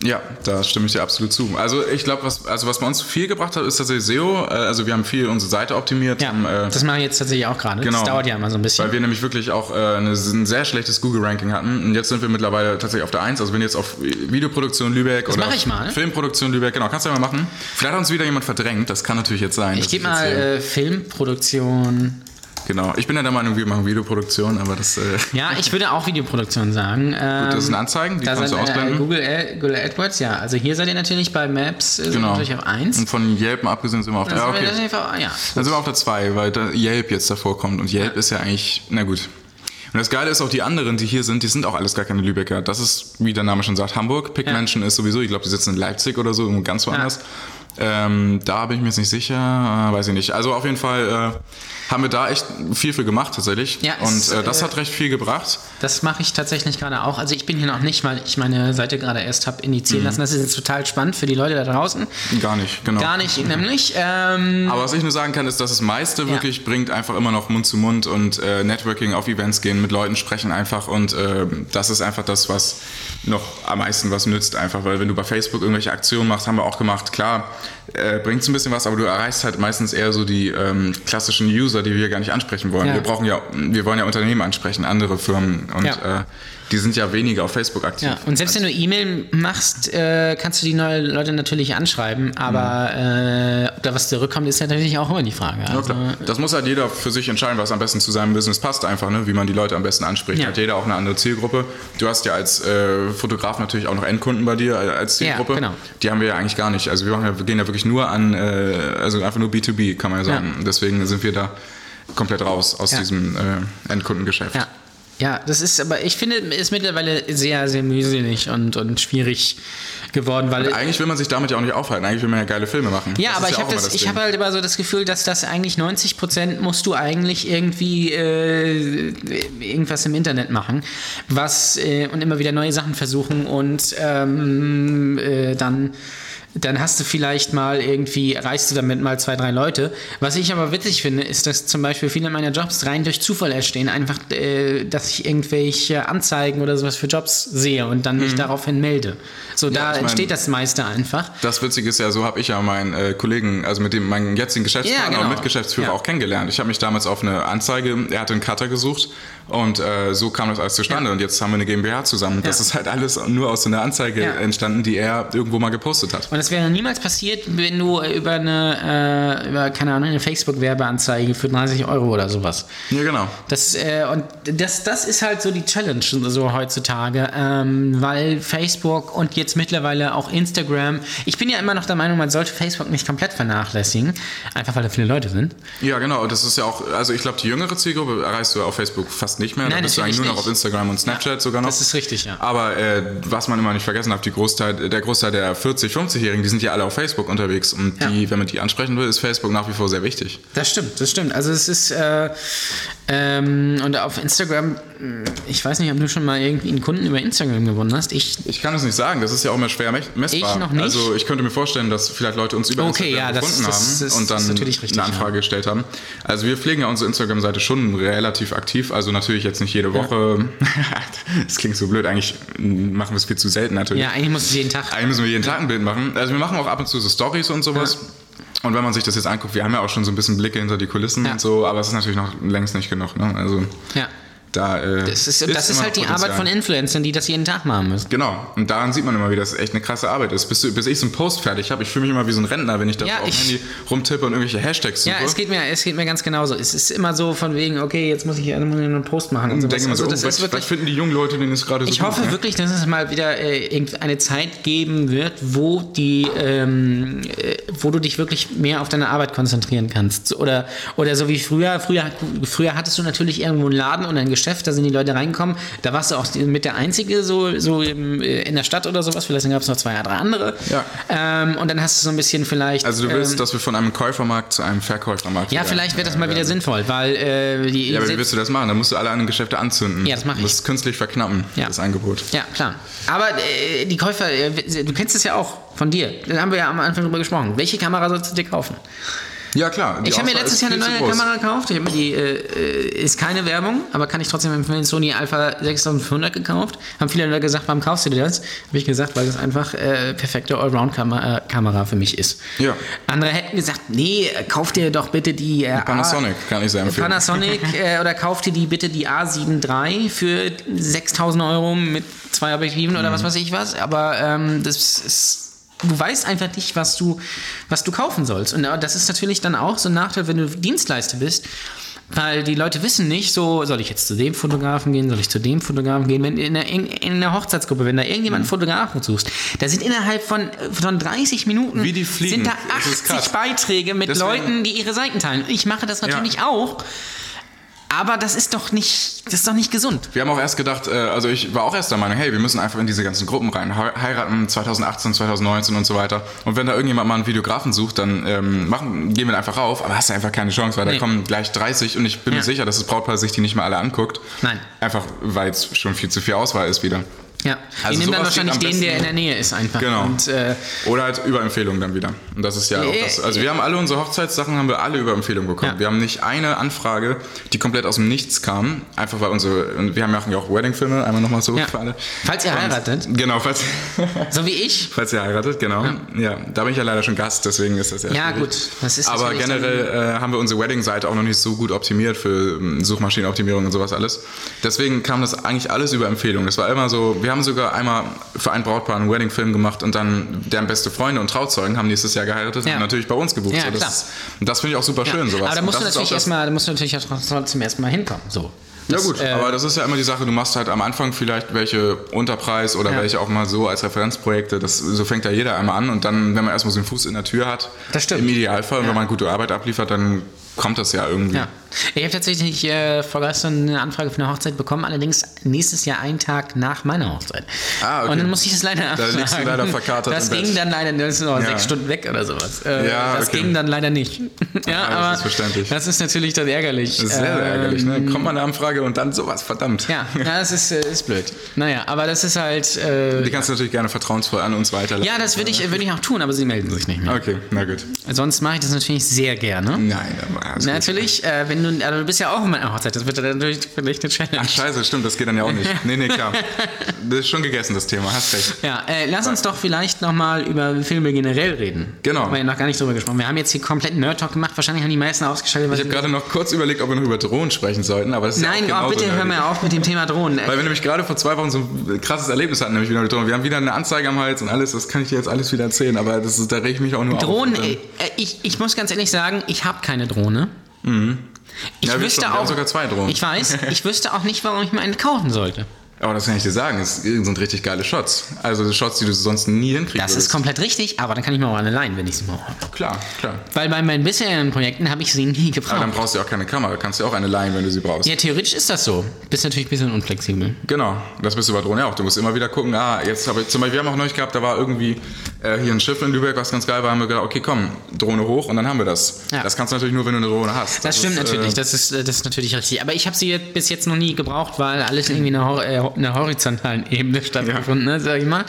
Speaker 3: Ja, da stimme ich dir absolut zu. Also ich glaube, was, also was bei uns viel gebracht hat, ist tatsächlich SEO. Äh, Also wir haben viel unsere Seite optimiert.
Speaker 2: Ja,
Speaker 3: haben, äh,
Speaker 2: das machen wir jetzt tatsächlich auch gerade.
Speaker 3: Genau.
Speaker 2: Das dauert ja immer so ein bisschen.
Speaker 3: Weil wir nämlich wirklich auch äh, eine, ein sehr schlechtes Google-Ranking hatten. Und jetzt sind wir mittlerweile tatsächlich auf der Eins. Also wenn jetzt auf Videoproduktion Lübeck oder
Speaker 2: mach ich mal.
Speaker 3: Filmproduktion Lübeck, genau, kannst du ja mal machen. Vielleicht hat uns wieder jemand verdrängt, das kann natürlich jetzt sein.
Speaker 2: Ich
Speaker 3: dass
Speaker 2: gebe
Speaker 3: jetzt
Speaker 2: mal
Speaker 3: hier-
Speaker 2: äh, Filmproduktion.
Speaker 3: genau, ich bin ja der Meinung, wir machen Videoproduktion, aber das, äh,
Speaker 2: Ja, ich würde auch Videoproduktion sagen. Ähm,
Speaker 3: das sind Anzeigen, die
Speaker 2: da
Speaker 3: kannst
Speaker 2: sind,
Speaker 3: du
Speaker 2: äh,
Speaker 3: ausblenden.
Speaker 2: Google, Ad- Google AdWords, ja. Also hier seid ihr natürlich bei Maps, äh, sind
Speaker 3: genau.
Speaker 2: natürlich auf 1.
Speaker 3: Und von Yelp mal abgesehen sind wir auf der. Ja, okay.
Speaker 2: ja.
Speaker 3: Dann sind wir auf der 2, weil da Yelp jetzt davor kommt. Und Yelp ist ja eigentlich, na gut. Und das Geile ist auch, die anderen, die hier sind, die sind auch alles gar keine Lübecker. Das ist, wie der Name schon sagt, Hamburg. Pickmenschen ist sowieso, ich glaube, die sitzen in Leipzig oder so, irgendwo ganz woanders. Ähm, da bin ich mir jetzt nicht sicher, äh, weiß ich nicht. Also auf jeden Fall äh, haben wir da echt viel für gemacht tatsächlich.
Speaker 2: Ja, es,
Speaker 3: Und äh, das
Speaker 2: äh,
Speaker 3: hat recht viel gebracht.
Speaker 2: Das mache ich tatsächlich gerade auch. Also ich bin hier noch nicht, weil ich meine Seite gerade erst habe
Speaker 3: Mhm.
Speaker 2: initiieren lassen. Das ist jetzt total spannend für die Leute da draußen.
Speaker 3: Gar nicht, genau.
Speaker 2: Gar nicht, nämlich. Ähm,
Speaker 3: Aber was ich nur sagen kann, ist, dass das meiste wirklich bringt einfach immer noch Mund zu Mund und äh, Networking auf Events gehen, mit Leuten sprechen einfach und äh, das ist einfach das, was noch am meisten was nützt einfach, weil wenn du bei Facebook irgendwelche Aktionen machst, haben wir auch gemacht, klar, äh, bringt ein bisschen was, aber du erreichst halt meistens eher so die ähm, klassischen User, die wir gar nicht ansprechen wollen.
Speaker 2: Ja.
Speaker 3: Wir brauchen ja, wir wollen ja Unternehmen ansprechen, andere Firmen und
Speaker 2: Ja.
Speaker 3: äh, die sind ja weniger auf Facebook aktiv.
Speaker 2: Ja, und selbst wenn du E-Mail machst, äh, kannst du die neuen Leute natürlich anschreiben, aber äh, ob da was zurückkommt, ist ja natürlich auch immer die Frage.
Speaker 3: Mhm. Ja,
Speaker 2: Also,
Speaker 3: klar. Das muss halt jeder für sich entscheiden, was am besten zu seinem Business passt, einfach, ne? wie man die Leute am besten anspricht.
Speaker 2: Ja.
Speaker 3: Hat jeder auch eine andere Zielgruppe. Du hast ja als äh, Fotograf natürlich auch noch Endkunden bei dir äh, als
Speaker 2: Ja,
Speaker 3: Zielgruppe.
Speaker 2: genau.
Speaker 3: Die haben wir ja eigentlich gar nicht. Also wir, machen ja, wir gehen ja wirklich nur an, äh, also einfach nur B2B, kann man ja sagen. Deswegen sind wir da komplett raus aus
Speaker 2: Ja.
Speaker 3: diesem äh, Endkundengeschäft.
Speaker 2: ja. ja, das ist, aber ich finde, ist mittlerweile sehr, sehr mühselig und, und schwierig geworden, weil.
Speaker 3: Eigentlich will man sich damit ja auch nicht aufhalten. Eigentlich will man ja geile Filme machen.
Speaker 2: Ja,
Speaker 3: Mhm. Das
Speaker 2: aber
Speaker 3: ist
Speaker 2: ich
Speaker 3: auch
Speaker 2: habe
Speaker 3: immer
Speaker 2: das, ich
Speaker 3: Ding.
Speaker 2: habe halt immer so das Gefühl, dass das eigentlich 90 Prozent musst du eigentlich irgendwie äh, irgendwas im Internet machen, was äh, und immer wieder neue Sachen versuchen und ähm, äh, dann dann hast du vielleicht mal irgendwie, erreichst du damit mal zwei, drei Leute. Was ich aber witzig finde, ist, dass zum Beispiel viele meiner Jobs rein durch Zufall entstehen. Einfach, äh, dass ich irgendwelche Anzeigen oder sowas für Jobs sehe und dann mich daraufhin melde. So, da
Speaker 3: Mhm. ich mein-
Speaker 2: entsteht das meiste einfach.
Speaker 3: Das Witzige ist ja, so habe ich ja meinen äh, Kollegen, also mit dem meinen jetzigen Geschäftspartner
Speaker 2: Ja, genau.
Speaker 3: und Mitgeschäftsführer
Speaker 2: Ja.
Speaker 3: auch kennengelernt. Ich habe mich damals auf eine Anzeige, er hatte einen Cutter gesucht und äh, so kam das alles zustande und jetzt haben wir eine GmbH zusammen. Das
Speaker 2: Ja.
Speaker 3: ist halt alles nur aus so einer Anzeige
Speaker 2: Ja.
Speaker 3: entstanden, die er irgendwo mal gepostet hat.
Speaker 2: Und das wäre niemals passiert, wenn du über eine, äh, über, keine Ahnung, eine Facebook-Werbeanzeige für 30 Euro oder sowas.
Speaker 3: Ja, genau.
Speaker 2: Das, äh, und das, das ist halt so die Challenge so heutzutage, ähm, weil Facebook und jetzt mittlerweile auch Instagram, ich bin ja immer noch der Meinung, man sollte Facebook nicht komplett vernachlässigen, einfach weil da viele Leute sind.
Speaker 3: Ja, genau. Und das ist ja auch, also ich glaube, die jüngere Zielgruppe erreichst du auf Facebook fast nicht mehr. da
Speaker 2: Nein,
Speaker 3: bist du eigentlich
Speaker 2: natürlich
Speaker 3: nur noch
Speaker 2: nicht.
Speaker 3: auf Instagram und Snapchat sogar noch.
Speaker 2: Das ist richtig, ja.
Speaker 3: Aber äh, was man immer nicht vergessen darf, die Großteil, der Großteil der 40-, 50-Jährigen, die sind ja alle auf Facebook unterwegs. Und
Speaker 2: Ja.
Speaker 3: die, wenn man die ansprechen will, ist Facebook nach wie vor sehr wichtig.
Speaker 2: Das stimmt, das stimmt. Also es ist, äh, ähm, und auf Instagram, mh, ich weiß nicht, ob du schon mal irgendwie einen Kunden über Instagram gewonnen hast. Ich,
Speaker 3: Ich kann es nicht sagen, das ist ja auch immer schwer mech- messbar.
Speaker 2: Ich noch nicht.
Speaker 3: Also ich könnte mir vorstellen, dass vielleicht Leute uns über
Speaker 2: Okay,
Speaker 3: Instagram
Speaker 2: ja, das-
Speaker 3: gefunden
Speaker 2: das
Speaker 3: haben
Speaker 2: ist-
Speaker 3: und
Speaker 2: das
Speaker 3: dann
Speaker 2: ist natürlich richtig,
Speaker 3: eine Anfrage gestellt haben. Also wir pflegen ja unsere Instagram-Seite schon relativ aktiv, also natürlich jetzt nicht jede Woche. das klingt so blöd, eigentlich machen wir es viel zu selten natürlich.
Speaker 2: ja, eigentlich muss ich jeden Tag.
Speaker 3: Eigentlich müssen wir jeden Tag ein Bild machen. Also wir machen auch ab und zu so Stories und sowas. Und wenn man sich das jetzt anguckt, wir haben ja auch schon so ein bisschen Blicke hinter die Kulissen
Speaker 2: Ja.
Speaker 3: und so, aber es ist natürlich noch längst nicht genug. Ne? Also
Speaker 2: Ja.
Speaker 3: da äh,
Speaker 2: Das ist, das ist
Speaker 3: immer
Speaker 2: halt die
Speaker 3: noch
Speaker 2: Arbeit
Speaker 3: Potenzial.
Speaker 2: von Influencern, die das jeden Tag machen müssen.
Speaker 3: Genau, und daran sieht man immer, wie das echt eine krasse Arbeit ist. Bis, du- bis ich so einen Post fertig habe, ich fühle mich immer wie so ein Rentner, wenn ich da
Speaker 2: Ja,
Speaker 3: so auf dem
Speaker 2: ich-
Speaker 3: Handy rumtippe und irgendwelche Hashtags suche.
Speaker 2: Ja, es geht, mir, es geht mir ganz genauso. Es ist immer so von wegen, okay, jetzt muss ich hier einen Post machen. Und
Speaker 3: und
Speaker 2: sowas.
Speaker 3: denke immer so,
Speaker 2: Also
Speaker 3: oh,
Speaker 2: das
Speaker 3: was,
Speaker 2: ist
Speaker 3: was
Speaker 2: wirklich,
Speaker 3: finden die jungen Leute denn jetzt gerade so
Speaker 2: ich
Speaker 3: gut,
Speaker 2: hoffe
Speaker 3: ne?
Speaker 2: wirklich, dass es mal wieder äh, irgendeine Zeit geben wird, wo, die, ähm, äh, wo du dich wirklich mehr auf deine Arbeit konzentrieren kannst. So, Oder, oder so wie früher. früher. Früher hattest du natürlich irgendwo einen Laden und ein Geschäft, da sind die Leute reingekommen. Da warst du auch die- mit der Einzige so, so im, äh, in der Stadt oder sowas. Vielleicht gab es noch zwei, drei andere.
Speaker 3: Ja.
Speaker 2: Ähm, und dann hast du so ein bisschen vielleicht...
Speaker 3: Also du willst,
Speaker 2: ähm,
Speaker 3: dass wir von einem Käufermarkt zu einem Verkäufermarkt
Speaker 2: ja, vielleicht wäre das mal wieder
Speaker 3: werden.
Speaker 2: sinnvoll, weil äh, die
Speaker 3: Ja, aber wie
Speaker 2: selbst-
Speaker 3: willst du das machen? Dann musst du alle anderen Geschäfte anzünden.
Speaker 2: Ja, das mach ich.
Speaker 3: Du musst künstlich verknappen,
Speaker 2: Ja.
Speaker 3: das Angebot.
Speaker 2: Ja, klar. Aber äh, die Käufer, äh, du kennst es ja auch von dir. Da haben wir ja am Anfang drüber gesprochen. Welche Kamera sollst du dir kaufen?
Speaker 3: Ja, klar. die
Speaker 2: ich habe mir
Speaker 3: Auswahl
Speaker 2: letztes
Speaker 3: ist
Speaker 2: Jahr eine
Speaker 3: viel zu
Speaker 2: neue
Speaker 3: groß.
Speaker 2: Kamera gekauft. Ich hab mir die, äh, äh, ist keine Werbung, aber kann ich trotzdem empfehlen, Sony Alpha 6500 gekauft. Haben viele Leute gesagt, warum kaufst du dir das? Habe ich gesagt, weil das einfach äh, perfekte Allround-Kamera äh, Kamera für mich ist.
Speaker 3: Ja.
Speaker 2: Andere hätten gesagt, nee, äh, kauf dir doch bitte die äh,
Speaker 3: Panasonic, kann ich sehr empfehlen.
Speaker 2: Panasonic äh, oder kauft ihr die bitte die A7 III für 6000 Euro mit zwei Objektiven
Speaker 3: Mhm.
Speaker 2: oder was weiß ich was. Aber ähm, das ist. Du weißt einfach nicht, was du, was du kaufen sollst. Und äh, das ist natürlich dann auch so ein Nachteil, wenn du Dienstleister bist, weil die Leute wissen nicht, so soll ich jetzt zu dem Fotografen gehen, soll ich zu dem Fotografen gehen. Wenn in der, in, in der Hochzeitsgruppe, wenn da
Speaker 3: Mhm.
Speaker 2: irgendjemand einen Fotografen suchst, da sind innerhalb von, von 30 Minuten
Speaker 3: Wie die fliegen.
Speaker 2: sind da
Speaker 3: Das ist
Speaker 2: 80
Speaker 3: krass.
Speaker 2: Beiträge mit
Speaker 3: Deswegen-
Speaker 2: Leuten, die ihre Seiten teilen. Ich mache das natürlich
Speaker 3: Ja.
Speaker 2: auch, aber das ist doch nicht, das ist doch nicht gesund.
Speaker 3: Wir haben auch erst gedacht, äh, also ich war auch erst der Meinung, hey, wir müssen einfach in diese ganzen Gruppen rein. He- Heiraten 2018, 2019 und so weiter. Und wenn da irgendjemand mal einen Videografen sucht, dann ähm, machen, gehen wir da einfach rauf. Aber hast du einfach keine Chance, weil da
Speaker 2: Nee.
Speaker 3: kommen gleich 30 und ich bin mir
Speaker 2: Ja.
Speaker 3: sicher, dass das Brautpaar sich die nicht mal alle anguckt.
Speaker 2: Nein.
Speaker 3: Einfach, weil es schon viel zu viel Auswahl ist wieder.
Speaker 2: Ja,
Speaker 3: Also
Speaker 2: also wir nehmen dann
Speaker 3: sowas steht
Speaker 2: wahrscheinlich
Speaker 3: am
Speaker 2: den, der in
Speaker 3: besten-
Speaker 2: der Nähe ist einfach.
Speaker 3: Genau.
Speaker 2: Und, äh,
Speaker 3: Oder halt über Empfehlung dann wieder. Und das ist ja auch
Speaker 2: Äh,
Speaker 3: das. Also wir haben alle unsere Hochzeitssachen haben wir alle über Empfehlung bekommen.
Speaker 2: Ja.
Speaker 3: Wir haben nicht eine Anfrage, die komplett aus dem Nichts kam. Einfach weil unsere, und wir haben ja auch Wedding-Filme, einmal nochmal so
Speaker 2: Ja.
Speaker 3: für alle.
Speaker 2: Falls ihr
Speaker 3: Und-
Speaker 2: heiratet.
Speaker 3: Genau, falls,
Speaker 2: so wie ich.
Speaker 3: falls ihr heiratet, genau. Ja. da bin ich ja leider schon Gast, deswegen ist das ja
Speaker 2: Ja,
Speaker 3: schwierig.
Speaker 2: gut. Das ist
Speaker 3: Aber
Speaker 2: natürlich dann-
Speaker 3: generell äh, haben wir unsere Wedding-Seite auch noch nicht so gut optimiert für ähm, Suchmaschinenoptimierung und sowas alles. Deswegen kam das eigentlich alles über Empfehlung. Das war immer so, wir haben sogar einmal für ein Brautpaar einen Wedding-Film gemacht und dann deren beste Freunde und Trauzeugen haben nächstes Jahr geheiratet und
Speaker 2: Ja.
Speaker 3: haben natürlich bei uns gebucht.
Speaker 2: Ja,
Speaker 3: so, das,
Speaker 2: klar.
Speaker 3: und das finde ich auch super schön,
Speaker 2: ja.
Speaker 3: sowas.
Speaker 2: Aber da
Speaker 3: Und
Speaker 2: musst, du
Speaker 3: das ist auch
Speaker 2: natürlich
Speaker 3: das-
Speaker 2: erstmal, da musst du natürlich erst- trotzdem erstmal hinkommen. So.
Speaker 3: ja
Speaker 2: Das,
Speaker 3: gut,
Speaker 2: äh,
Speaker 3: aber das ist ja immer die Sache, du machst halt am Anfang vielleicht welche Unterpreis oder
Speaker 2: Ja.
Speaker 3: welche auch mal so als Referenzprojekte, das, so fängt ja jeder einmal an und dann, wenn man erstmal so den Fuß in der Tür hat,
Speaker 2: Das stimmt.
Speaker 3: im Idealfall, und
Speaker 2: Ja.
Speaker 3: wenn man gute Arbeit abliefert, dann kommt das ja irgendwie.
Speaker 2: Ja. Ich habe tatsächlich äh, vorgestern eine Anfrage für eine Hochzeit bekommen, allerdings nächstes Jahr einen Tag nach meiner Hochzeit.
Speaker 3: Ah, okay.
Speaker 2: Und dann musste ich das leider
Speaker 3: Da
Speaker 2: absagen.
Speaker 3: liegst du leider verkatert
Speaker 2: Das
Speaker 3: im
Speaker 2: ging
Speaker 3: Bett.
Speaker 2: dann leider, das sind noch
Speaker 3: Ja.
Speaker 2: sechs Stunden weg oder sowas. Äh,
Speaker 3: Ja,
Speaker 2: das
Speaker 3: okay.
Speaker 2: ging dann leider nicht. ja,
Speaker 3: Ah, das
Speaker 2: aber
Speaker 3: ist verständlich.
Speaker 2: Das ist natürlich dann ärgerlich. Ähm,
Speaker 3: Das ist sehr, sehr ärgerlich, ne? Kommt mal eine Anfrage und dann sowas, verdammt.
Speaker 2: Ja, na, das ist, äh, ist blöd. Naja, aber das ist halt. Äh,
Speaker 3: Die kannst du natürlich gerne vertrauensvoll an uns weiterleiten.
Speaker 2: ja, das würde ich, würde ich auch tun, aber sie melden sich nicht mehr.
Speaker 3: Okay, Mhm. na gut.
Speaker 2: Sonst mache ich das natürlich sehr gerne.
Speaker 3: Nein, aber alles gut.
Speaker 2: Natürlich, äh, wenn du, also du bist ja auch in meiner Hochzeit, das wird dann natürlich vielleicht eine Challenge.
Speaker 3: Ach, scheiße, stimmt, das geht dann ja auch nicht. Nee, nee, klar. Das ist schon gegessen, das Thema, hast recht.
Speaker 2: Ja, äh, lass uns doch vielleicht nochmal über Filme generell reden.
Speaker 3: Genau.
Speaker 2: Haben wir ja noch gar nicht drüber gesprochen. Wir haben jetzt hier komplett Nerd-Talk gemacht. Wahrscheinlich haben die meisten ausgeschaltet. weil
Speaker 3: Ich habe
Speaker 2: sie-
Speaker 3: gerade noch kurz überlegt, ob wir noch über Drohnen sprechen sollten, aber das ist
Speaker 2: Nein,
Speaker 3: ja auch
Speaker 2: oh, bitte hör
Speaker 3: nerdig.
Speaker 2: mir auf mit dem Thema Drohnen. Äh,
Speaker 3: Weil wir nämlich gerade vor zwei Wochen so ein krasses Erlebnis hatten, nämlich wieder mit Drohnen. Wir haben wieder eine Anzeige am Hals und alles, das kann ich dir jetzt alles wieder erzählen, aber das ist, da reg ich mich auch nur
Speaker 2: Drohnen,
Speaker 3: auf.
Speaker 2: äh, äh, ich, ich muss ganz ehrlich sagen, ich habe keine Drohne. Ich
Speaker 3: Mhm. Ja, wir
Speaker 2: wüsste
Speaker 3: schon. Wir
Speaker 2: auch,
Speaker 3: haben sogar zwei Drohnen.
Speaker 2: Ich weiß, ich wüsste auch nicht, warum ich mir eine kaufen sollte.
Speaker 3: Aber das kann ich dir sagen, es sind richtig geile Shots. Also Shots, die du sonst nie hinkriegst.
Speaker 2: Das ist komplett richtig, aber dann kann ich mir auch eine leihen, wenn ich sie brauche.
Speaker 3: Klar, klar.
Speaker 2: Weil bei meinen bisherigen Projekten habe ich sie nie
Speaker 3: Aber
Speaker 2: gebraucht.
Speaker 3: dann brauchst du ja auch keine Kamera, kannst du ja auch eine leihen, wenn du sie brauchst.
Speaker 2: Ja, theoretisch ist das so. Bist natürlich ein bisschen unflexibel.
Speaker 3: Genau, das bist du bei Drohnen ja auch. Du musst immer wieder gucken, ah, jetzt habe ich, zum Beispiel, wir haben auch neulich gehabt, da war irgendwie äh, hier ein Schiff in Lübeck, was ganz geil war, haben wir gedacht, okay, komm, Drohne hoch und dann haben wir das.
Speaker 2: Ja.
Speaker 3: Das kannst du natürlich nur, wenn du eine Drohne hast.
Speaker 2: Das, stimmt
Speaker 3: ist,
Speaker 2: natürlich,
Speaker 3: äh,
Speaker 2: das ist, äh, das ist natürlich richtig. Aber ich habe sie jetzt- bis jetzt noch nie gebraucht, weil alles irgendwie in einer, hor- äh, in einer horizontalen Ebene stattgefunden hat, sag ich mal.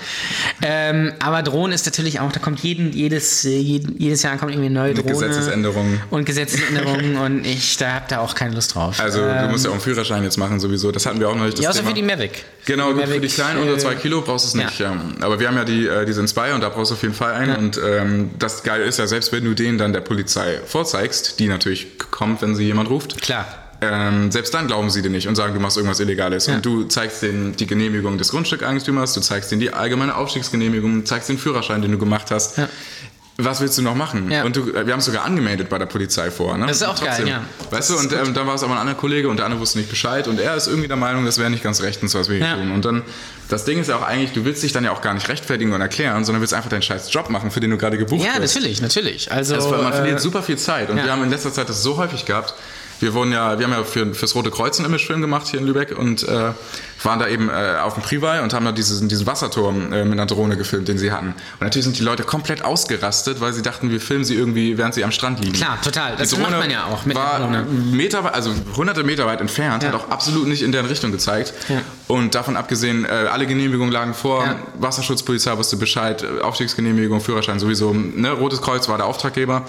Speaker 2: Ähm, aber Drohnen ist natürlich auch, da kommt jeden, jedes, äh, jeden, jedes Jahr kommt irgendwie eine neue
Speaker 3: Eine
Speaker 2: Drohne.
Speaker 3: Gesetzesänderung.
Speaker 2: Und Gesetzesänderungen und ich da habe da auch keine Lust drauf.
Speaker 3: also, du musst ja auch einen Führerschein jetzt machen, sowieso. Das hatten wir auch neulich. Das
Speaker 2: Ähm. ja, außer
Speaker 3: Thema.
Speaker 2: für die Mavic.
Speaker 3: Genau,
Speaker 2: die
Speaker 3: gut, für die kleinen unter
Speaker 2: äh,
Speaker 3: 2 Kilo brauchst du es nicht. Ja. Aber wir haben ja die, äh, diese Inspire und da brauchst du auf jeden Fall einen. Und ähm, das Geile ist ja, selbst wenn du den dann der Polizei vorzeigst, die natürlich kommt, wenn sie jemand ruft.
Speaker 2: Klar.
Speaker 3: Ähm, selbst dann glauben sie dir nicht und sagen, du machst irgendwas Illegales. Und du zeigst denen die Genehmigung des Grundstückeigentümers, du zeigst denen die allgemeine Aufstiegsgenehmigung, zeigst den Führerschein, den du gemacht hast.
Speaker 2: Ja.
Speaker 3: Was willst du noch machen?
Speaker 2: Ja.
Speaker 3: Und du, äh, wir haben es sogar angemeldet bei der Polizei vor. Ne?
Speaker 2: Das ist auch
Speaker 3: Und
Speaker 2: geil, ja.
Speaker 3: Weißt du, und ähm, dann war es aber ein anderer Kollege und der andere wusste nicht Bescheid und er ist irgendwie der Meinung, das wäre nicht ganz rechtens, was wir hier
Speaker 2: Ja.
Speaker 3: tun. Und dann, das Ding ist ja auch eigentlich, du willst dich dann ja auch gar nicht rechtfertigen und erklären, sondern willst einfach deinen scheiß Job machen, für den du gerade gebucht
Speaker 2: Ja,
Speaker 3: wirst.
Speaker 2: natürlich, natürlich. Also,
Speaker 3: Das, war- man verliert
Speaker 2: äh,
Speaker 3: super viel Zeit und
Speaker 2: ja.
Speaker 3: wir haben in letzter Zeit das so häufig gehabt. Wir wurden ja, wir haben ja für, fürs Rote Kreuz einen Imagefilm gemacht hier in Lübeck und äh, waren da eben äh, auf dem Prival und haben da diesen, diesen Wasserturm äh, mit einer Drohne gefilmt, den sie hatten. Und natürlich sind die Leute komplett ausgerastet, weil sie dachten, wir filmen sie irgendwie, während sie am Strand liegen.
Speaker 2: Klar, total. Das
Speaker 3: Die
Speaker 2: macht
Speaker 3: Drohne
Speaker 2: man ja auch mit der
Speaker 3: war
Speaker 2: Drohne.
Speaker 3: Meter, wei- also hunderte Meter weit entfernt,
Speaker 2: Ja.
Speaker 3: hat auch absolut nicht in deren Richtung gezeigt.
Speaker 2: Ja.
Speaker 3: Und davon abgesehen, äh, alle Genehmigungen lagen vor,
Speaker 2: Ja.
Speaker 3: Wasserschutzpolizei wusste Bescheid, äh, Aufstiegsgenehmigung, Führerschein sowieso, ne? Rotes Kreuz war der Auftraggeber.